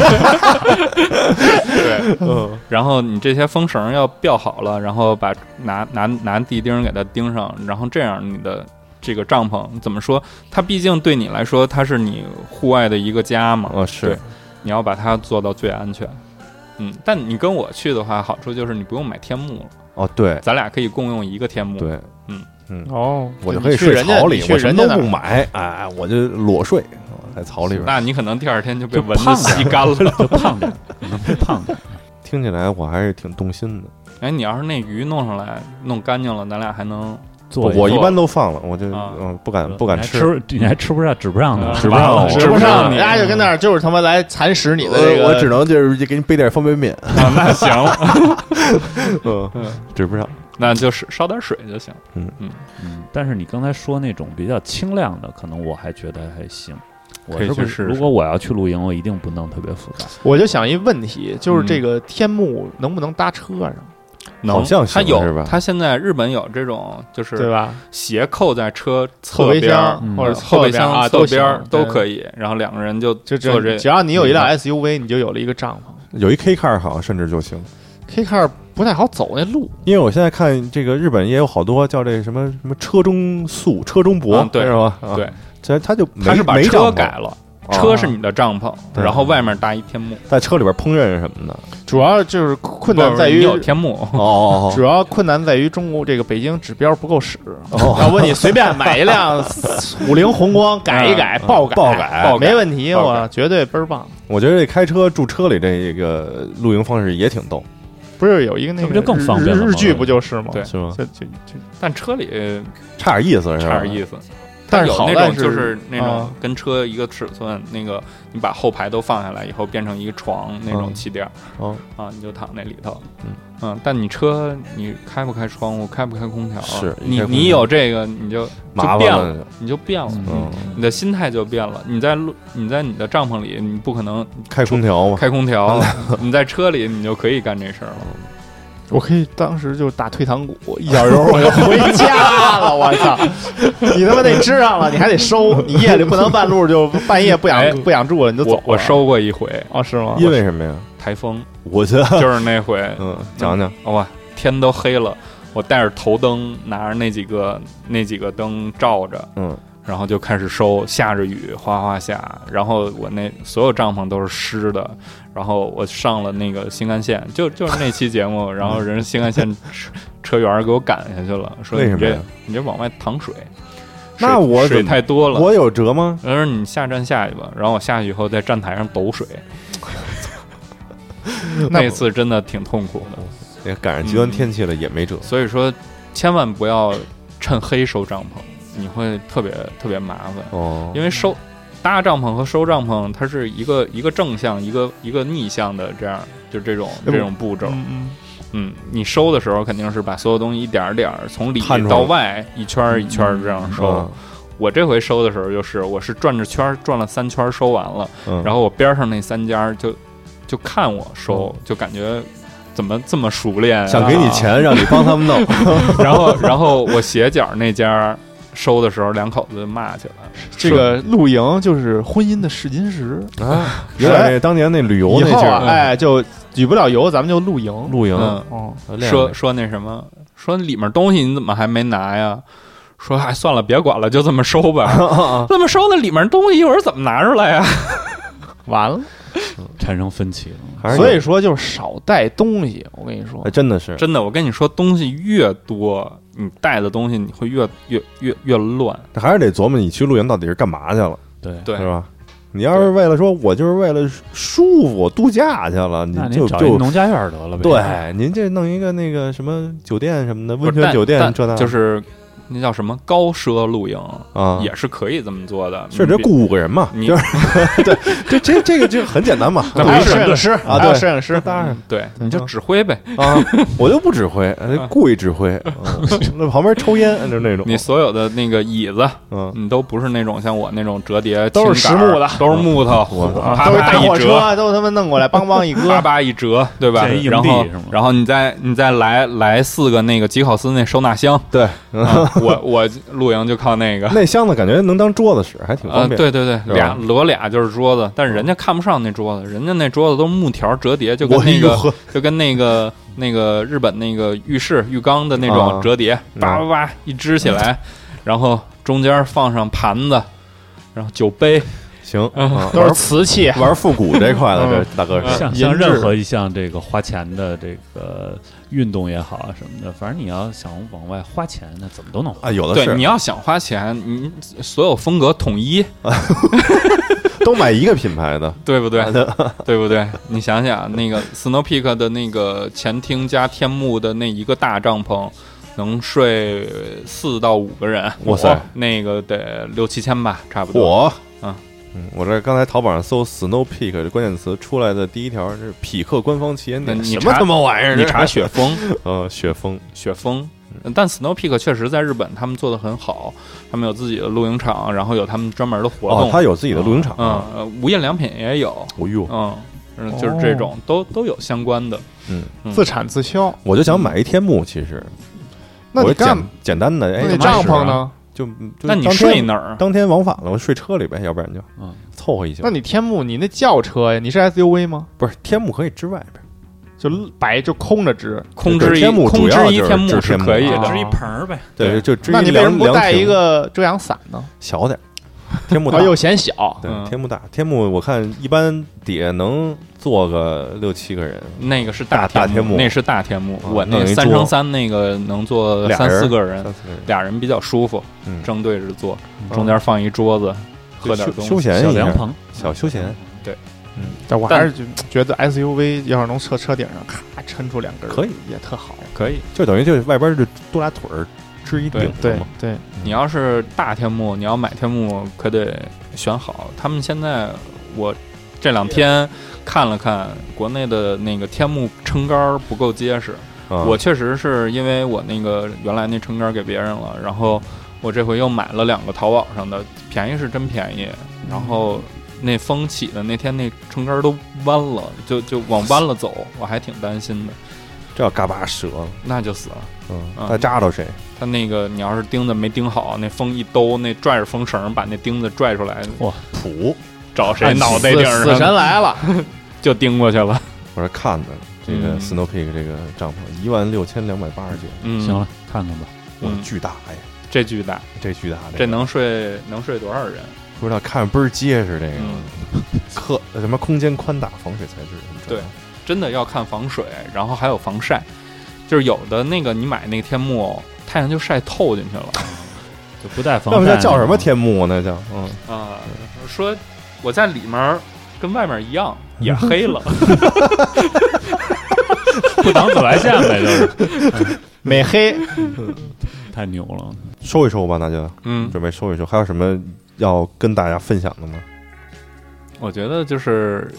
[SPEAKER 3] 对，嗯，然后你这些风绳要吊好了，然后把拿拿拿地钉给它钉上，然后这样你的这个帐篷怎么说？它毕竟对你来说，它是你户外的一个家嘛，
[SPEAKER 1] 哦，是
[SPEAKER 3] 对你要把它做到最安全。嗯，但你跟我去的话，好处就是你不用买天幕了，
[SPEAKER 1] 哦，对
[SPEAKER 3] 咱俩可以共用一个天幕。
[SPEAKER 1] 对，
[SPEAKER 3] 嗯
[SPEAKER 1] 嗯，
[SPEAKER 4] 哦
[SPEAKER 1] 我就可以睡
[SPEAKER 4] 人家
[SPEAKER 1] 巢里
[SPEAKER 4] 你，去
[SPEAKER 1] 我什
[SPEAKER 4] 人
[SPEAKER 1] 么
[SPEAKER 4] 家
[SPEAKER 1] 都
[SPEAKER 4] 那
[SPEAKER 1] 不
[SPEAKER 4] 儿
[SPEAKER 1] 买，哎，我就裸睡。在草里边。
[SPEAKER 3] 那你可能第二天就被
[SPEAKER 2] 就
[SPEAKER 3] 蚊子
[SPEAKER 2] 胖点
[SPEAKER 3] 吸干了。
[SPEAKER 2] 就胖点儿， 可能会胖点儿。
[SPEAKER 1] 听起来我还是挺动心的。
[SPEAKER 3] 哎，你要是那鱼弄上来，弄干净了，咱俩还能
[SPEAKER 2] 做
[SPEAKER 1] 我
[SPEAKER 3] 也
[SPEAKER 1] 一
[SPEAKER 3] 做
[SPEAKER 1] 般都放了，我就
[SPEAKER 3] 啊
[SPEAKER 1] 嗯不敢不敢
[SPEAKER 2] 你还吃，你还吃不上，指不上呢
[SPEAKER 3] 嗯，
[SPEAKER 1] 指不上
[SPEAKER 2] 完了
[SPEAKER 1] 我
[SPEAKER 2] 指
[SPEAKER 4] 指
[SPEAKER 2] 不
[SPEAKER 4] 不
[SPEAKER 2] 上
[SPEAKER 4] 上，人家就跟那儿就是他妈来蚕食你的这
[SPEAKER 1] 我
[SPEAKER 4] 个，
[SPEAKER 1] 我只能就是给你备点方便面，
[SPEAKER 3] 啊，那行，
[SPEAKER 1] 嗯，
[SPEAKER 3] 嗯
[SPEAKER 1] 指不上。
[SPEAKER 3] 那就是烧点水就行。
[SPEAKER 2] 嗯，但是你刚才说那种比较清亮的，可能我还觉得还行。我
[SPEAKER 3] 可以
[SPEAKER 2] 是不
[SPEAKER 3] 去试试
[SPEAKER 2] 如果我要去露营，我一定不弄特别复杂。
[SPEAKER 4] 我就想一问题，
[SPEAKER 1] 嗯
[SPEAKER 4] 就是这个天幕能不能搭车啊上，
[SPEAKER 3] 能
[SPEAKER 1] 好像
[SPEAKER 3] 它
[SPEAKER 1] 行是
[SPEAKER 3] 有
[SPEAKER 1] 吧，
[SPEAKER 3] 它现在日本有这种，就
[SPEAKER 4] 对
[SPEAKER 3] 是
[SPEAKER 4] 吧？
[SPEAKER 3] 斜扣在车
[SPEAKER 4] 后
[SPEAKER 3] 侧
[SPEAKER 4] 备
[SPEAKER 3] 边儿
[SPEAKER 4] 箱、
[SPEAKER 2] 嗯
[SPEAKER 4] 或者
[SPEAKER 3] 后备
[SPEAKER 4] 边
[SPEAKER 3] 箱、
[SPEAKER 4] 啊
[SPEAKER 3] 侧
[SPEAKER 4] 都
[SPEAKER 3] 边儿
[SPEAKER 4] 行
[SPEAKER 3] 都
[SPEAKER 4] 对
[SPEAKER 3] 可以，然后两个人就
[SPEAKER 4] 就
[SPEAKER 3] 坐这嗯
[SPEAKER 4] 只要你有一辆 SUV，你就有了一个帐篷。
[SPEAKER 1] 有一 K car 好像甚至就行，
[SPEAKER 4] K car 不太好走那路，
[SPEAKER 1] 因为我现在看这个日本也有好多叫这什么什么车中宿、车中泊
[SPEAKER 3] 嗯，对
[SPEAKER 1] 是吧？啊
[SPEAKER 3] 对，
[SPEAKER 1] 其实他就没
[SPEAKER 3] 他是把
[SPEAKER 1] 没帐
[SPEAKER 3] 车
[SPEAKER 1] 篷
[SPEAKER 3] 改了，
[SPEAKER 1] 啊
[SPEAKER 3] 车是你的帐篷，
[SPEAKER 1] 对
[SPEAKER 3] 然后外面搭一天幕，
[SPEAKER 1] 在车里边烹饪什么的。
[SPEAKER 4] 主要就是困
[SPEAKER 3] 不
[SPEAKER 4] 难
[SPEAKER 3] 是
[SPEAKER 4] 在
[SPEAKER 3] 你
[SPEAKER 4] 于，
[SPEAKER 3] 有天幕，
[SPEAKER 1] 哦 哦
[SPEAKER 4] 主要困难在于中国这个北京指标不够使。
[SPEAKER 1] 哦
[SPEAKER 4] 要不你随便买一 辆五菱宏光改一改，爆改
[SPEAKER 1] 爆改
[SPEAKER 3] 嗯爆改
[SPEAKER 4] 没问题，
[SPEAKER 3] 爆改
[SPEAKER 4] 我绝对倍儿棒。
[SPEAKER 1] 我觉得这开车住车里这个露营方式也挺逗，
[SPEAKER 4] 不是有一个那
[SPEAKER 2] 这
[SPEAKER 4] 个
[SPEAKER 2] 不就更
[SPEAKER 4] 日
[SPEAKER 2] 方便了吗
[SPEAKER 4] 日剧不就是吗？
[SPEAKER 3] 对
[SPEAKER 1] 是吗？
[SPEAKER 4] 这这这，
[SPEAKER 3] 但车里
[SPEAKER 1] 差点意思是吧？
[SPEAKER 3] 差点意思。
[SPEAKER 4] 但是
[SPEAKER 3] 有
[SPEAKER 4] 好
[SPEAKER 3] 那
[SPEAKER 4] 在
[SPEAKER 3] 种就是那种
[SPEAKER 4] 啊
[SPEAKER 3] 跟车一个尺寸，那个你把后排都放下来以后，变成一个床那种
[SPEAKER 1] 嗯
[SPEAKER 3] 气垫儿
[SPEAKER 1] 哦，
[SPEAKER 3] 啊，你就躺那里头
[SPEAKER 1] 嗯。
[SPEAKER 3] 嗯，但你车你开不开窗户，开不开空调啊？
[SPEAKER 1] 是一
[SPEAKER 3] 你
[SPEAKER 1] 开空
[SPEAKER 3] 你
[SPEAKER 1] 调
[SPEAKER 3] 有这个你就
[SPEAKER 1] 麻
[SPEAKER 3] 就
[SPEAKER 1] 烦
[SPEAKER 3] 变了，
[SPEAKER 1] 了。
[SPEAKER 3] 你就变了，
[SPEAKER 1] 嗯，
[SPEAKER 3] 你的心态就变了。你在路你在你的帐篷里，你不可能
[SPEAKER 1] 开空调嘛，
[SPEAKER 3] 开空调，你在车里你就可以干这事儿了。
[SPEAKER 4] 我可以当时就打退堂鼓，一脚油我就回家了。我操！你他妈得知上了，你还得收，你夜里不能半路就半夜不
[SPEAKER 3] 哎
[SPEAKER 4] 想不想住了，你就走
[SPEAKER 3] 我
[SPEAKER 4] 了。
[SPEAKER 3] 我收过一回
[SPEAKER 4] 哦，是吗？
[SPEAKER 1] 因为什么呀？
[SPEAKER 3] 台风，
[SPEAKER 1] 我觉
[SPEAKER 3] 就
[SPEAKER 1] 得，
[SPEAKER 3] 是那回，
[SPEAKER 1] 嗯，讲讲，
[SPEAKER 3] 哇，天都黑了，我带着头灯，拿着那几个那几个灯照着，
[SPEAKER 1] 嗯，
[SPEAKER 3] 然后就开始收，下着雨，哗哗下，然后我那所有帐篷都是湿的，然后我上了那个新干线，就就是那期节目，然后人家新 干线车车员儿给我赶下去了，说
[SPEAKER 1] 为
[SPEAKER 3] 你
[SPEAKER 1] 什么
[SPEAKER 3] 这
[SPEAKER 1] 呀
[SPEAKER 3] 你这往外淌水，
[SPEAKER 1] 那
[SPEAKER 3] 水
[SPEAKER 1] 我
[SPEAKER 3] 水
[SPEAKER 1] 怎么
[SPEAKER 3] 太多了，
[SPEAKER 1] 我有辙吗？
[SPEAKER 3] 他说你下站下去吧，然后我下去以后在站台上抖水，
[SPEAKER 4] 那
[SPEAKER 3] 那次真的挺痛苦的。
[SPEAKER 1] 也赶上极端天气了，也没辙。
[SPEAKER 3] 所以说，千万不要趁黑收帐篷，你会特别特别麻烦，
[SPEAKER 1] 哦，
[SPEAKER 3] 因为收搭帐篷和收帐篷它是一个一个正向，一个一个逆向的这样就这种
[SPEAKER 4] 嗯
[SPEAKER 3] 这种步骤。
[SPEAKER 4] 嗯嗯，
[SPEAKER 3] 嗯，你收的时候肯定是把所有东西一点儿点儿从里
[SPEAKER 1] 摊出来
[SPEAKER 3] 到外一圈儿一圈儿这样收。
[SPEAKER 1] 嗯
[SPEAKER 3] 我这回收的时候就是，我是转着圈儿转了三圈儿收完了。
[SPEAKER 1] 嗯，
[SPEAKER 3] 然后我边上那三家就就看我收，就感觉怎么这么熟练、啊，
[SPEAKER 1] 嗯想给你。钱让你帮他们弄，
[SPEAKER 3] 然后然后我斜角那家收的时候，两口子就骂起来了。
[SPEAKER 4] 这个露营就是婚姻的试金石。
[SPEAKER 1] 啊，有点那当年那旅游
[SPEAKER 4] 以
[SPEAKER 1] 那
[SPEAKER 4] 后
[SPEAKER 1] 劲
[SPEAKER 4] 啊，
[SPEAKER 1] 儿，
[SPEAKER 4] 哎，就旅不了游，咱们就露营。
[SPEAKER 1] 露营
[SPEAKER 3] 嗯，
[SPEAKER 4] 哦，
[SPEAKER 1] 练
[SPEAKER 3] 说
[SPEAKER 1] 练
[SPEAKER 3] 说那什么，说里面东西你怎么还没拿呀？说哎，算了，别管了，就这么收 吧。这么收，那里面东西一会儿怎么拿出来啊呀？
[SPEAKER 4] 完了。
[SPEAKER 2] 产生分歧了。
[SPEAKER 1] 还是有
[SPEAKER 4] 所以说就是少带东西，我跟你说
[SPEAKER 1] 哎，真的是
[SPEAKER 3] 真的，我跟你说，东西越多，你带的东西你会越越越越乱。
[SPEAKER 1] 还是得琢磨你去露营到底是干嘛去了，
[SPEAKER 2] 对，
[SPEAKER 3] 对
[SPEAKER 1] 是，吧？你要是为了说我就是为了舒服我度假去了，你
[SPEAKER 2] 那您
[SPEAKER 1] 就
[SPEAKER 2] 找一
[SPEAKER 1] 就
[SPEAKER 2] 农家院儿得了呗。
[SPEAKER 1] 对，您这弄一个那个什么酒店什么的，
[SPEAKER 3] 不
[SPEAKER 1] 温
[SPEAKER 3] 是
[SPEAKER 1] 泉
[SPEAKER 3] 但
[SPEAKER 1] 酒店
[SPEAKER 3] 但
[SPEAKER 1] 这那
[SPEAKER 3] 就是那叫什么高奢露营，
[SPEAKER 1] 啊，
[SPEAKER 3] 也是可以这么做的。
[SPEAKER 1] 是这
[SPEAKER 3] 你
[SPEAKER 1] 雇五个人嘛，
[SPEAKER 3] 你
[SPEAKER 1] 就是这这这个就很简单嘛，
[SPEAKER 3] 那
[SPEAKER 4] 还有
[SPEAKER 3] 不是
[SPEAKER 4] 摄影师
[SPEAKER 1] 啊
[SPEAKER 4] 还有
[SPEAKER 1] 对
[SPEAKER 4] 摄影师，
[SPEAKER 1] 当然
[SPEAKER 3] 对，你就指挥 呗，
[SPEAKER 1] 啊，我就不指挥，呃故意指挥，嗯 那旁边抽烟就是那种，
[SPEAKER 3] 啊你所有的那个椅子，
[SPEAKER 1] 嗯，
[SPEAKER 3] 你都不是那种像我那种折叠，
[SPEAKER 4] 都是
[SPEAKER 3] 轻杆儿
[SPEAKER 4] 实木的
[SPEAKER 3] 都是木头，
[SPEAKER 2] 嗯
[SPEAKER 1] 我
[SPEAKER 4] 啊
[SPEAKER 3] 啪
[SPEAKER 4] 都是大
[SPEAKER 3] 啪
[SPEAKER 4] 货
[SPEAKER 3] 一折，
[SPEAKER 4] 车，都他妈弄过来，梆 梆一
[SPEAKER 3] 啪
[SPEAKER 4] 搁。
[SPEAKER 3] 啪一折，对吧
[SPEAKER 2] 这营？地
[SPEAKER 3] 然后
[SPEAKER 2] 是吗
[SPEAKER 3] 然后你再你再来来四个那个吉考斯那收纳箱，
[SPEAKER 1] 对，嗯
[SPEAKER 3] 啊我我露营就靠那个。
[SPEAKER 1] 那箱子感觉能当桌子使，还挺
[SPEAKER 3] 啊，
[SPEAKER 1] 方便。
[SPEAKER 3] 对对对，
[SPEAKER 1] 吧
[SPEAKER 3] 俩摞俩就是桌子，但是人家看不上那桌子，人家那桌子都是木条折叠，就跟
[SPEAKER 1] 我
[SPEAKER 3] 那
[SPEAKER 1] 哎
[SPEAKER 3] 个
[SPEAKER 1] 呦 呵
[SPEAKER 3] 就跟那个那个日本那个浴室浴缸的那
[SPEAKER 1] 啊
[SPEAKER 3] 种折叠，
[SPEAKER 1] 嗯
[SPEAKER 3] 叭叭叭一支起来，然后中间放上盘子，然后酒杯，
[SPEAKER 1] 行，
[SPEAKER 3] 嗯
[SPEAKER 1] 啊
[SPEAKER 4] 都是瓷器，
[SPEAKER 1] 玩玩复古这块的，这大哥是
[SPEAKER 2] 像
[SPEAKER 4] 银
[SPEAKER 2] 像任
[SPEAKER 4] 质
[SPEAKER 2] 何一项这个花钱的这个运动也好啊什么的，反正你要想往外花钱，那怎么都能花。
[SPEAKER 1] 啊，有的
[SPEAKER 3] 对，
[SPEAKER 1] 是
[SPEAKER 3] 你要想花钱，你所有风格统一，
[SPEAKER 1] 都买一个品牌的，
[SPEAKER 3] 对不对？对不对？你想 想，那个 Snow Peak 的那个前厅加天幕的那一个大帐篷，能睡四到五个人。
[SPEAKER 1] 哇塞
[SPEAKER 3] 我那个得六七千吧，差不多。
[SPEAKER 1] 我
[SPEAKER 3] 啊
[SPEAKER 1] 嗯，我这刚才淘宝上搜 Snow Peak 这关键词出来的第一条是匹克官方旗舰
[SPEAKER 3] 那
[SPEAKER 1] 店，
[SPEAKER 3] 你
[SPEAKER 1] 什么
[SPEAKER 3] 查
[SPEAKER 1] 他妈玩意儿？
[SPEAKER 3] 你查雪峰，
[SPEAKER 1] 呃雪峰，
[SPEAKER 3] 雪峰。但 Snow Peak 确实在日本，他们做的很好，他们有自己的露营场，然后有他们专门的活
[SPEAKER 1] 哦
[SPEAKER 3] 动，。
[SPEAKER 1] 他有自己的露营场，
[SPEAKER 3] 嗯，呃无印良品也有，
[SPEAKER 1] 哦呦，
[SPEAKER 3] 嗯，嗯就是这
[SPEAKER 1] 哦
[SPEAKER 3] 种、都都有相关的。
[SPEAKER 4] 自产自销。
[SPEAKER 1] 我就想买一天幕，其实
[SPEAKER 4] 那
[SPEAKER 1] 我
[SPEAKER 4] 你
[SPEAKER 1] 就
[SPEAKER 4] 干
[SPEAKER 1] 简，简单的，哎，
[SPEAKER 4] 那你
[SPEAKER 1] 干嘛
[SPEAKER 4] 帐
[SPEAKER 1] 使
[SPEAKER 4] 篷
[SPEAKER 1] 啊？
[SPEAKER 4] 呢？
[SPEAKER 1] 就就
[SPEAKER 3] 那你
[SPEAKER 1] 当天
[SPEAKER 3] 睡哪儿？啊
[SPEAKER 1] 当天往返了，我睡车里呗，要不然就
[SPEAKER 2] 嗯
[SPEAKER 1] 凑合一宿
[SPEAKER 4] 那。你天幕，你那轿车呀？你是 SUV 吗？
[SPEAKER 1] 不是天幕可以支外边，
[SPEAKER 4] 就白就空着支，
[SPEAKER 3] 空之一
[SPEAKER 1] 天幕
[SPEAKER 3] 空
[SPEAKER 1] 主要
[SPEAKER 3] 之一
[SPEAKER 1] 就是
[SPEAKER 3] 天幕
[SPEAKER 1] 指
[SPEAKER 3] 是
[SPEAKER 1] 天幕
[SPEAKER 3] 可以
[SPEAKER 4] 啊
[SPEAKER 3] 的，
[SPEAKER 2] 支一棚儿呗，
[SPEAKER 1] 对，就支
[SPEAKER 4] 那你为什
[SPEAKER 1] 凉
[SPEAKER 4] 么不
[SPEAKER 1] 凉
[SPEAKER 4] 带
[SPEAKER 1] 亭
[SPEAKER 4] 一个遮阳伞呢？
[SPEAKER 1] 小点儿， 天幕大
[SPEAKER 4] 啊，又显小。
[SPEAKER 1] 对，
[SPEAKER 3] 嗯
[SPEAKER 1] 天幕大，天幕我看一般底下能坐个六七个人，
[SPEAKER 3] 那个是
[SPEAKER 1] 大
[SPEAKER 3] 天
[SPEAKER 1] 大天幕
[SPEAKER 3] 那是大天幕。
[SPEAKER 1] 啊
[SPEAKER 3] 我
[SPEAKER 1] 弄
[SPEAKER 3] 那
[SPEAKER 1] 一
[SPEAKER 3] 三
[SPEAKER 1] 桌
[SPEAKER 3] 乘三那个能坐
[SPEAKER 1] 俩
[SPEAKER 3] 三
[SPEAKER 1] 人
[SPEAKER 3] 四个人，
[SPEAKER 1] 三四个人，
[SPEAKER 3] 俩人比较舒服，
[SPEAKER 1] 嗯，
[SPEAKER 3] 正对着坐，
[SPEAKER 2] 嗯
[SPEAKER 3] 中间放一桌子，喝点
[SPEAKER 1] 休
[SPEAKER 3] 东西。
[SPEAKER 1] 休闲
[SPEAKER 2] 小
[SPEAKER 1] 一下
[SPEAKER 2] 凉，棚，
[SPEAKER 1] 小休闲，
[SPEAKER 4] 嗯但我
[SPEAKER 3] 但
[SPEAKER 4] 还是觉觉得 SUV 要是能车车顶上咔抻出两根儿，
[SPEAKER 1] 可以
[SPEAKER 4] 也特好。
[SPEAKER 3] 可以，
[SPEAKER 1] 就等于就外边就多俩腿儿支一顶
[SPEAKER 4] 对
[SPEAKER 1] 嘛，
[SPEAKER 4] 对，
[SPEAKER 3] 你要是大天幕，你要买天幕可得选好。他们现在我这两天看了看国内的那个天幕撑杆儿不够结实，
[SPEAKER 1] 啊
[SPEAKER 3] 我确实是因为我那个原来那撑杆给别人了，然后我这回又买了两个淘宝上的，便宜是真便宜，然
[SPEAKER 4] 嗯
[SPEAKER 3] 后那风起的那天那撑杆都弯了，就就往弯了走，我还挺担心的，
[SPEAKER 1] 这要嘎巴折了，
[SPEAKER 3] 那就死了。
[SPEAKER 1] 嗯，
[SPEAKER 3] 啊
[SPEAKER 1] 再扎着谁？
[SPEAKER 3] 它那个你要是钉子没钉好，那风一兜，那拽着风绳把那钉子拽出来，
[SPEAKER 1] 谱，
[SPEAKER 3] 找谁脑袋顶
[SPEAKER 4] 啊死死
[SPEAKER 3] 上
[SPEAKER 4] 神来了，
[SPEAKER 3] 就钉过去 了。
[SPEAKER 1] 我这看的这个
[SPEAKER 3] 嗯
[SPEAKER 1] Snow Peak 这个帐篷一万六千两百八十九，
[SPEAKER 3] 嗯，
[SPEAKER 2] 行了，，看看吧。
[SPEAKER 1] 我
[SPEAKER 3] 嗯
[SPEAKER 1] 巨大哎，
[SPEAKER 3] 这巨大，
[SPEAKER 1] 这巨大个
[SPEAKER 3] 这能睡能睡多少人？
[SPEAKER 1] 不知道看着倍儿结实，这个
[SPEAKER 3] 嗯。
[SPEAKER 1] 科什么空间宽大、防水材质什么之类的，
[SPEAKER 3] 真的要看防水，然后还有防晒。就是有的那个你买那个天幕，太阳就晒透进去了
[SPEAKER 2] 就不带防
[SPEAKER 1] 要不
[SPEAKER 2] 晒
[SPEAKER 1] 叫
[SPEAKER 2] 那
[SPEAKER 1] 叫什么
[SPEAKER 2] 种
[SPEAKER 1] 天幕呢？叫嗯，
[SPEAKER 3] 啊、说我在里面儿跟外面儿一 样，也黑了。
[SPEAKER 2] 不挡紫外线呗，就是
[SPEAKER 4] 美黑
[SPEAKER 2] 太牛了。
[SPEAKER 1] 收一收吧，那就
[SPEAKER 3] 嗯，
[SPEAKER 1] 准备收一收。还有什么要跟大家分享的吗？
[SPEAKER 3] 我觉得就是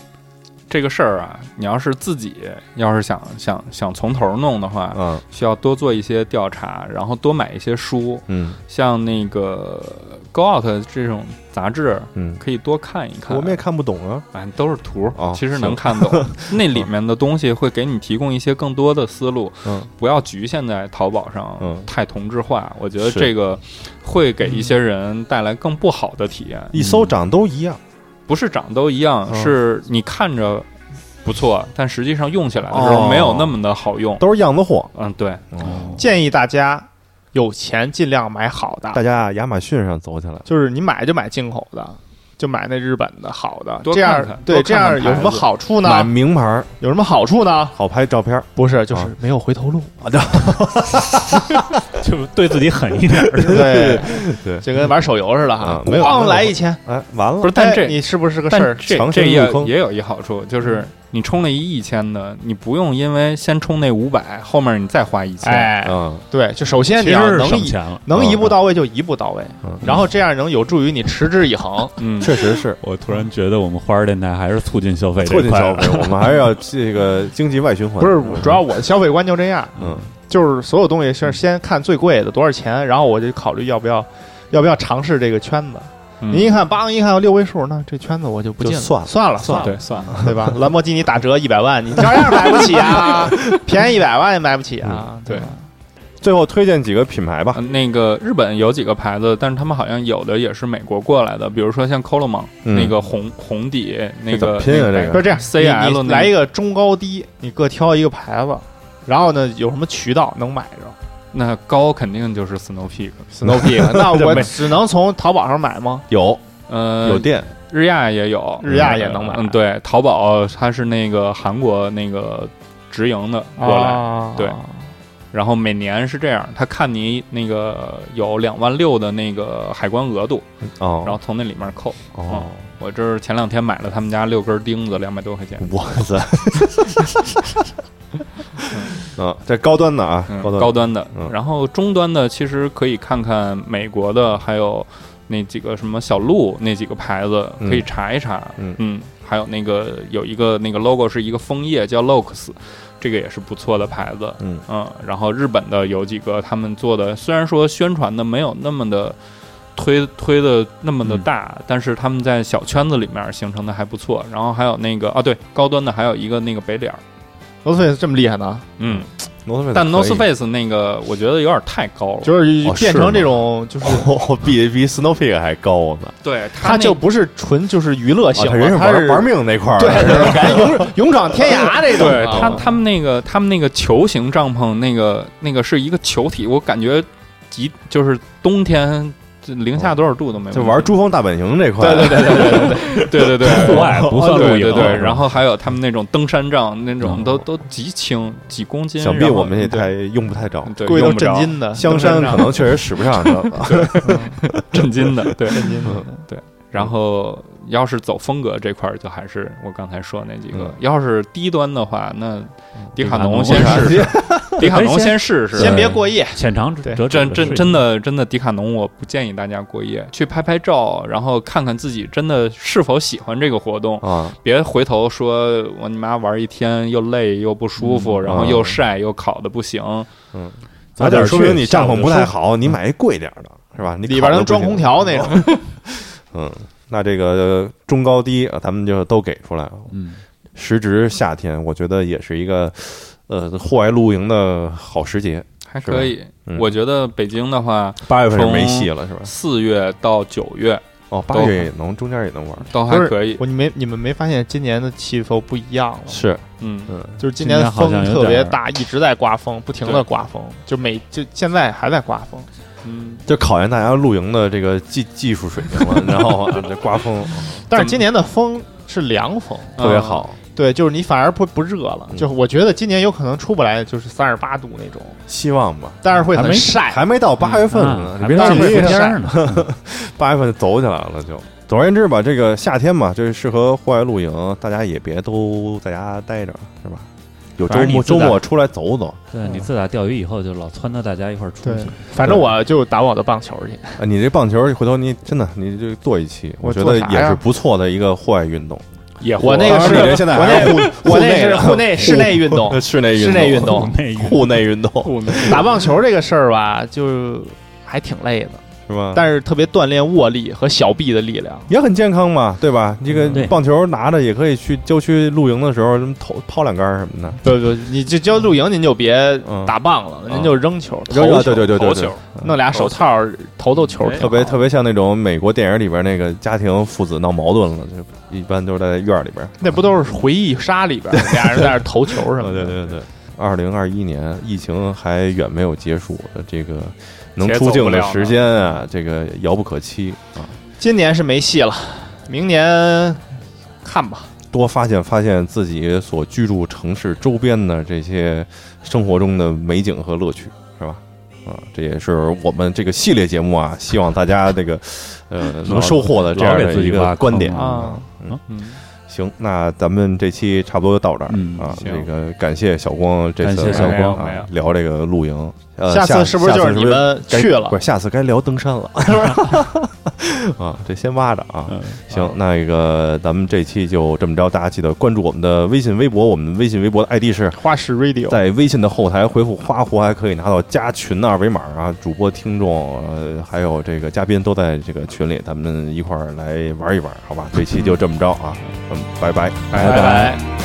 [SPEAKER 3] 这个事儿啊，你要是自己要是想想想从头弄的话，
[SPEAKER 1] 啊，
[SPEAKER 3] 需要多做一些调查，然后多买一些书，
[SPEAKER 1] 嗯
[SPEAKER 3] 像那个《Go Out》这种杂志。
[SPEAKER 1] 嗯，
[SPEAKER 3] 可以多看一看，
[SPEAKER 1] 我们也看不懂啊。
[SPEAKER 3] 反正都是图，
[SPEAKER 1] 哦
[SPEAKER 3] 其实能看 懂。那里面的东西会给你提供一些更多的思路，
[SPEAKER 1] 嗯，
[SPEAKER 3] 不要局限在淘宝上，
[SPEAKER 1] 嗯
[SPEAKER 3] 太同质化。我觉得
[SPEAKER 1] 是
[SPEAKER 3] 这个会给一些
[SPEAKER 4] 嗯
[SPEAKER 3] 人带来更不好的体验，
[SPEAKER 1] 一搜长都一样，
[SPEAKER 3] 不是长都一样，
[SPEAKER 1] 嗯
[SPEAKER 3] 是你看着不错，但实际上用起来的时候
[SPEAKER 1] 哦
[SPEAKER 3] 没有那么的好用。
[SPEAKER 1] 都是样子货。
[SPEAKER 3] 嗯，对，
[SPEAKER 1] 嗯，
[SPEAKER 4] 建议大家有钱尽量买好的，
[SPEAKER 1] 大家啊亚马逊上走起来，
[SPEAKER 4] 就是你买就买进口的，就买那日本的好的，
[SPEAKER 3] 多
[SPEAKER 4] 这样
[SPEAKER 3] 看看
[SPEAKER 4] 对
[SPEAKER 3] 多
[SPEAKER 4] 这
[SPEAKER 3] 看看
[SPEAKER 4] 样有什么
[SPEAKER 3] 牌子
[SPEAKER 4] 好处
[SPEAKER 1] 买
[SPEAKER 4] 呢？
[SPEAKER 1] 名牌儿
[SPEAKER 4] 有什么好处呢？
[SPEAKER 1] 好拍照片儿。
[SPEAKER 4] 不是，就是
[SPEAKER 1] 啊
[SPEAKER 4] 没有回头路。
[SPEAKER 2] 就对自己狠一 点儿，
[SPEAKER 4] 对
[SPEAKER 1] 对
[SPEAKER 4] 就跟玩手游似的哈
[SPEAKER 1] 啊，没有
[SPEAKER 4] 咣来一千，
[SPEAKER 1] 哎，完了
[SPEAKER 3] 不，是，但
[SPEAKER 4] 哎
[SPEAKER 3] 这。
[SPEAKER 4] 你是不是个事
[SPEAKER 3] 但
[SPEAKER 4] 儿？
[SPEAKER 3] 这
[SPEAKER 1] 强
[SPEAKER 3] 这
[SPEAKER 1] 行
[SPEAKER 3] 也
[SPEAKER 1] 入坑嗯
[SPEAKER 3] 也有一好处，就是你充了一一千的，你不用因为先充那五百，后面你再花一千，
[SPEAKER 4] 哎，
[SPEAKER 1] 嗯，
[SPEAKER 4] 对，就首先
[SPEAKER 2] 其
[SPEAKER 4] 你要
[SPEAKER 2] 实
[SPEAKER 4] 能
[SPEAKER 2] 省
[SPEAKER 4] 一
[SPEAKER 2] 钱了。
[SPEAKER 4] 能一步到位就一步到位
[SPEAKER 1] 嗯，
[SPEAKER 4] 然后这样能有助于你持之以恒。
[SPEAKER 3] 嗯，
[SPEAKER 1] 确实是
[SPEAKER 2] 我突然觉得我们花儿电台还是促进消费这
[SPEAKER 1] 促
[SPEAKER 2] 一
[SPEAKER 1] 进
[SPEAKER 2] 块
[SPEAKER 1] 消
[SPEAKER 2] 儿，
[SPEAKER 1] 费，我们还是要这个经济外循环。
[SPEAKER 4] 不是，主要我的消费观就这样，
[SPEAKER 1] 嗯，
[SPEAKER 4] 就是所有东西是先看最贵的多少钱，然后我就考虑要不要要不要尝试这个圈子。
[SPEAKER 3] 嗯
[SPEAKER 4] 您一看，梆一看六位数，那这圈子我就不进
[SPEAKER 1] 就算了
[SPEAKER 4] 算了，
[SPEAKER 1] 算
[SPEAKER 4] 了，
[SPEAKER 3] 对，算了，
[SPEAKER 4] 对 吧？兰博基尼打折一百万，你照样买不起 啊，便宜一百万也买不起啊，对吧？
[SPEAKER 1] 最后推荐几个品牌吧。
[SPEAKER 3] 嗯那个日本有几个牌子，但是他们好像有的也是美国过来的，比如说像 Colomon、
[SPEAKER 1] 嗯
[SPEAKER 3] 那个红红底那
[SPEAKER 1] 这怎么
[SPEAKER 3] 个
[SPEAKER 1] 拼啊
[SPEAKER 3] 那
[SPEAKER 1] 这个
[SPEAKER 4] 不是这样
[SPEAKER 3] CL
[SPEAKER 4] 你
[SPEAKER 3] 那
[SPEAKER 4] 你
[SPEAKER 3] 个
[SPEAKER 4] 来一个中高低，你各挑一个牌子，然后呢，有什么渠道能买着
[SPEAKER 3] 那高肯定就是 Snow Peak，
[SPEAKER 4] ？Snow Peak，那
[SPEAKER 1] 这
[SPEAKER 4] 我
[SPEAKER 1] 没
[SPEAKER 4] 只能从淘宝上买吗？
[SPEAKER 1] 有
[SPEAKER 3] 呃，
[SPEAKER 1] 有店，
[SPEAKER 3] 日亚也有，
[SPEAKER 4] 日亚也
[SPEAKER 1] 啊
[SPEAKER 4] 能买
[SPEAKER 3] 嗯，对，淘宝它是那个韩国那个直营的
[SPEAKER 1] 哦
[SPEAKER 3] 过来，
[SPEAKER 4] 啊
[SPEAKER 3] 对然后每年是这样，他看你那个有两万六的那个海关额度，然
[SPEAKER 1] 哦
[SPEAKER 3] 后从那里面扣。
[SPEAKER 1] 哦，
[SPEAKER 3] 我这是前两天买了他们家六根钉子，两百多块钱。
[SPEAKER 1] 哇塞！啊，这高端的啊，
[SPEAKER 3] 嗯
[SPEAKER 1] 高端
[SPEAKER 3] 高端的
[SPEAKER 1] 嗯，
[SPEAKER 3] 然后中端的其实可以看看美国的，还有那几个什么小鹿那几个牌子，
[SPEAKER 1] 嗯
[SPEAKER 3] 可以查一查。
[SPEAKER 1] 嗯
[SPEAKER 3] 还有那个有一个那个 logo 是一个枫叶，叫 Locks，这个也是不错的牌子。
[SPEAKER 1] 嗯
[SPEAKER 3] 然后日本的有几个他们做的，虽然说宣传的没有那么的。推推的那么的
[SPEAKER 2] 嗯
[SPEAKER 3] 大，但是他们在小圈子里面形成的还不错。然后还有那个啊，对，高端的还有一个那个北脸儿，
[SPEAKER 4] 罗斯费这么厉害呢？
[SPEAKER 3] 嗯，
[SPEAKER 1] ，North Face
[SPEAKER 3] 但
[SPEAKER 1] 可以
[SPEAKER 3] North Face 那个，我觉得有点太高了。
[SPEAKER 4] 就是
[SPEAKER 1] 哦
[SPEAKER 4] 变
[SPEAKER 1] 是吗
[SPEAKER 4] 成这种，就是
[SPEAKER 1] 哦，比比 Snow Peak 还高呢，
[SPEAKER 3] 对，
[SPEAKER 4] 他
[SPEAKER 3] 那
[SPEAKER 4] 就不是纯就是娱乐
[SPEAKER 1] 啊
[SPEAKER 4] 性
[SPEAKER 1] 他
[SPEAKER 4] 了，
[SPEAKER 1] 人是
[SPEAKER 4] 他
[SPEAKER 1] 玩玩命那块儿，
[SPEAKER 4] 对，对感觉勇勇闯天涯这种
[SPEAKER 3] 对
[SPEAKER 4] 啊，
[SPEAKER 3] 他他们那个他们那个球形帐篷，那个那个是一个球体，我感觉极就是冬天这零下多少度都没有，
[SPEAKER 1] 就玩珠峰大本营这块儿，
[SPEAKER 4] 对对对对对对，
[SPEAKER 3] 对对对
[SPEAKER 2] 户外不算露
[SPEAKER 3] 对
[SPEAKER 2] 营，
[SPEAKER 3] 对对，然
[SPEAKER 2] 后
[SPEAKER 3] 后还有他们那种登山杖，那种
[SPEAKER 2] 嗯
[SPEAKER 3] 都都极轻几公斤，
[SPEAKER 1] 想必
[SPEAKER 3] 然后
[SPEAKER 1] 我们也太用不太着。
[SPEAKER 3] 对
[SPEAKER 4] 贵到
[SPEAKER 3] 用不着
[SPEAKER 4] 震惊 的，
[SPEAKER 1] 香山可能确实使不上，知道吧
[SPEAKER 3] 震惊的，对。
[SPEAKER 4] 震惊的。
[SPEAKER 3] 然后要是走风格这块儿，就还是我刚才说那几个
[SPEAKER 1] 嗯。
[SPEAKER 3] 要是低端的话，那迪卡侬
[SPEAKER 2] 侬
[SPEAKER 3] 先试试， 迪卡侬先试试，
[SPEAKER 4] 先别过夜，
[SPEAKER 2] 浅尝
[SPEAKER 4] 对
[SPEAKER 2] 辄止，
[SPEAKER 3] 真真真
[SPEAKER 2] 的
[SPEAKER 3] 的真的迪卡侬，我不建议大家过夜，去拍拍照，然后看看自己真的是否喜欢这个活动，
[SPEAKER 1] 啊，
[SPEAKER 3] 别回头说我你妈玩一天又累又不舒服，
[SPEAKER 1] 嗯
[SPEAKER 3] 然后又晒又烤的不行。
[SPEAKER 1] 那
[SPEAKER 2] 点
[SPEAKER 1] 就说明你帐篷不太好，你买一贵点儿的是吧？你
[SPEAKER 4] 里边能装空调那
[SPEAKER 1] 种。
[SPEAKER 4] 种，
[SPEAKER 1] 嗯，那这个中高低啊，咱们就都给出来了。
[SPEAKER 2] 嗯，
[SPEAKER 1] 时值夏天，我觉得也是一个呃户外露营的好时节。
[SPEAKER 3] 还可以，
[SPEAKER 1] 嗯
[SPEAKER 3] 我觉得北京的话，
[SPEAKER 1] 八月份是
[SPEAKER 3] 从
[SPEAKER 1] 没戏了是吧？
[SPEAKER 3] 四月到九月
[SPEAKER 1] 哦，八月也能，中间也能玩。
[SPEAKER 3] 都还
[SPEAKER 4] 不是
[SPEAKER 3] 可以。
[SPEAKER 4] 我你没你们没发现今年的气候不一样了？
[SPEAKER 1] 是，
[SPEAKER 3] 嗯，
[SPEAKER 1] 嗯，
[SPEAKER 4] 就是今
[SPEAKER 2] 今
[SPEAKER 4] 年
[SPEAKER 2] 年好
[SPEAKER 4] 风
[SPEAKER 2] 像有
[SPEAKER 4] 特别
[SPEAKER 2] 点儿
[SPEAKER 4] 大，一直在刮风，不停的
[SPEAKER 3] 对
[SPEAKER 4] 刮风，就每就现在还在刮风。
[SPEAKER 3] 嗯，
[SPEAKER 1] 就考验大家露营的这个技技术水平了。然后啊， 这刮风
[SPEAKER 4] 但
[SPEAKER 3] 怎么
[SPEAKER 4] 是今年的风是凉风，
[SPEAKER 2] 嗯
[SPEAKER 1] 特别好，
[SPEAKER 4] 对，就是你反而不不热了。
[SPEAKER 1] 嗯
[SPEAKER 4] 就是我觉得今年有可能出不来，就是三十八度那种，
[SPEAKER 1] 希望吧。
[SPEAKER 4] 但是会
[SPEAKER 2] 还
[SPEAKER 4] 很
[SPEAKER 2] 没
[SPEAKER 4] 晒。
[SPEAKER 1] 还没到八月份
[SPEAKER 2] 啊
[SPEAKER 1] 呢，你别
[SPEAKER 4] 到
[SPEAKER 1] 到
[SPEAKER 4] 八月
[SPEAKER 2] 天
[SPEAKER 4] 份天
[SPEAKER 2] 儿
[SPEAKER 4] 儿
[SPEAKER 2] 呢，
[SPEAKER 1] 八月份走起来了就。总而言之吧，这个夏天嘛，就是适合户外露营，大家也别都在家待着，是吧？有周
[SPEAKER 2] 反正
[SPEAKER 1] 末
[SPEAKER 2] 你
[SPEAKER 1] 周
[SPEAKER 2] 自带
[SPEAKER 1] 末出来走走，
[SPEAKER 2] 对你自打钓鱼以后，就老撺掇大家一块儿出
[SPEAKER 4] 对
[SPEAKER 2] 去，，
[SPEAKER 4] 反正我就打我的棒球去。
[SPEAKER 1] 啊，你这棒球回头你真的你就做一期，
[SPEAKER 4] 我
[SPEAKER 1] 我觉
[SPEAKER 4] 做
[SPEAKER 1] 得
[SPEAKER 4] 啥
[SPEAKER 1] 也
[SPEAKER 4] 呀
[SPEAKER 1] 是不错的一个户外运动。
[SPEAKER 3] 野
[SPEAKER 4] 我那个
[SPEAKER 1] 当然
[SPEAKER 4] 是
[SPEAKER 1] 你这现在
[SPEAKER 4] 我
[SPEAKER 1] 还是
[SPEAKER 4] 那
[SPEAKER 1] 户
[SPEAKER 4] 我那是
[SPEAKER 1] 户，
[SPEAKER 4] 户内室内运 动
[SPEAKER 1] 室内
[SPEAKER 4] 室内运 动
[SPEAKER 2] 户内运
[SPEAKER 1] 户内运动
[SPEAKER 4] 打棒球这个事儿吧，就还挺累的，
[SPEAKER 1] 是
[SPEAKER 2] 嗯
[SPEAKER 1] 吧？
[SPEAKER 4] 但是特别锻炼握力和小臂的力量。
[SPEAKER 1] 也很健康嘛，对吧？这个
[SPEAKER 2] 嗯对
[SPEAKER 1] 棒球拿着也可以去郊区露营的时候，什么投抛两杆儿什么的。
[SPEAKER 4] 不不，你就教露营，您就别
[SPEAKER 1] 嗯
[SPEAKER 4] 打棒了，
[SPEAKER 1] 嗯
[SPEAKER 4] 您就扔球，
[SPEAKER 1] 扔
[SPEAKER 4] 投
[SPEAKER 1] 啊
[SPEAKER 4] 球
[SPEAKER 1] 对对对对
[SPEAKER 3] 投
[SPEAKER 1] 对
[SPEAKER 3] 球，，
[SPEAKER 4] 弄俩手套投投球，
[SPEAKER 3] 哎
[SPEAKER 1] 特别特
[SPEAKER 4] 别。
[SPEAKER 1] 别像那种美国电影里边那个家庭父子闹矛盾了，就一般都是在院儿里边。
[SPEAKER 4] 那不都是回忆杀里边俩人在那儿投球什么的？
[SPEAKER 1] 对对。二零二一年疫情还远没有结束，这个能
[SPEAKER 3] 且
[SPEAKER 1] 出
[SPEAKER 3] 走不
[SPEAKER 1] 境的
[SPEAKER 3] 了
[SPEAKER 1] 时
[SPEAKER 3] 了
[SPEAKER 1] 间啊，这个遥不可期啊。
[SPEAKER 4] 今年是没戏了，明年看吧。
[SPEAKER 1] 多发现发现自己所居住城市周边的这些生活中的美景和乐趣，是吧？啊，这也是我们这个系列节目啊，希望大家这个呃能收获的这样的一个观点
[SPEAKER 4] 啊。
[SPEAKER 1] 嗯，
[SPEAKER 3] 嗯，
[SPEAKER 1] 行，那咱们这期差不多就到这儿、
[SPEAKER 2] 嗯
[SPEAKER 1] 啊。
[SPEAKER 3] 行
[SPEAKER 1] 这个感谢小光这次
[SPEAKER 2] 感谢小
[SPEAKER 3] 光
[SPEAKER 1] 啊聊这个露营，呃、
[SPEAKER 4] 下
[SPEAKER 1] 下
[SPEAKER 4] 次是不是就
[SPEAKER 1] 下
[SPEAKER 4] 是
[SPEAKER 1] 次
[SPEAKER 4] 你们
[SPEAKER 1] 该
[SPEAKER 4] 去了
[SPEAKER 1] 不？是，下次该聊登山了 啊！这先挖着啊。
[SPEAKER 2] 嗯
[SPEAKER 1] 行，那个咱们这期就这么着，大家记得关注我们的微信、微博，我们微信、微博的 ID 是。
[SPEAKER 4] 花式 radio
[SPEAKER 1] 在微信的后台回复“花活”，还可以拿到加群的二维码啊！主播、听众，呃，还有这个嘉宾都在这个群里，咱们一块儿来玩一玩，好吧？这期就这么着啊，嗯，拜拜。
[SPEAKER 3] 拜
[SPEAKER 4] 拜。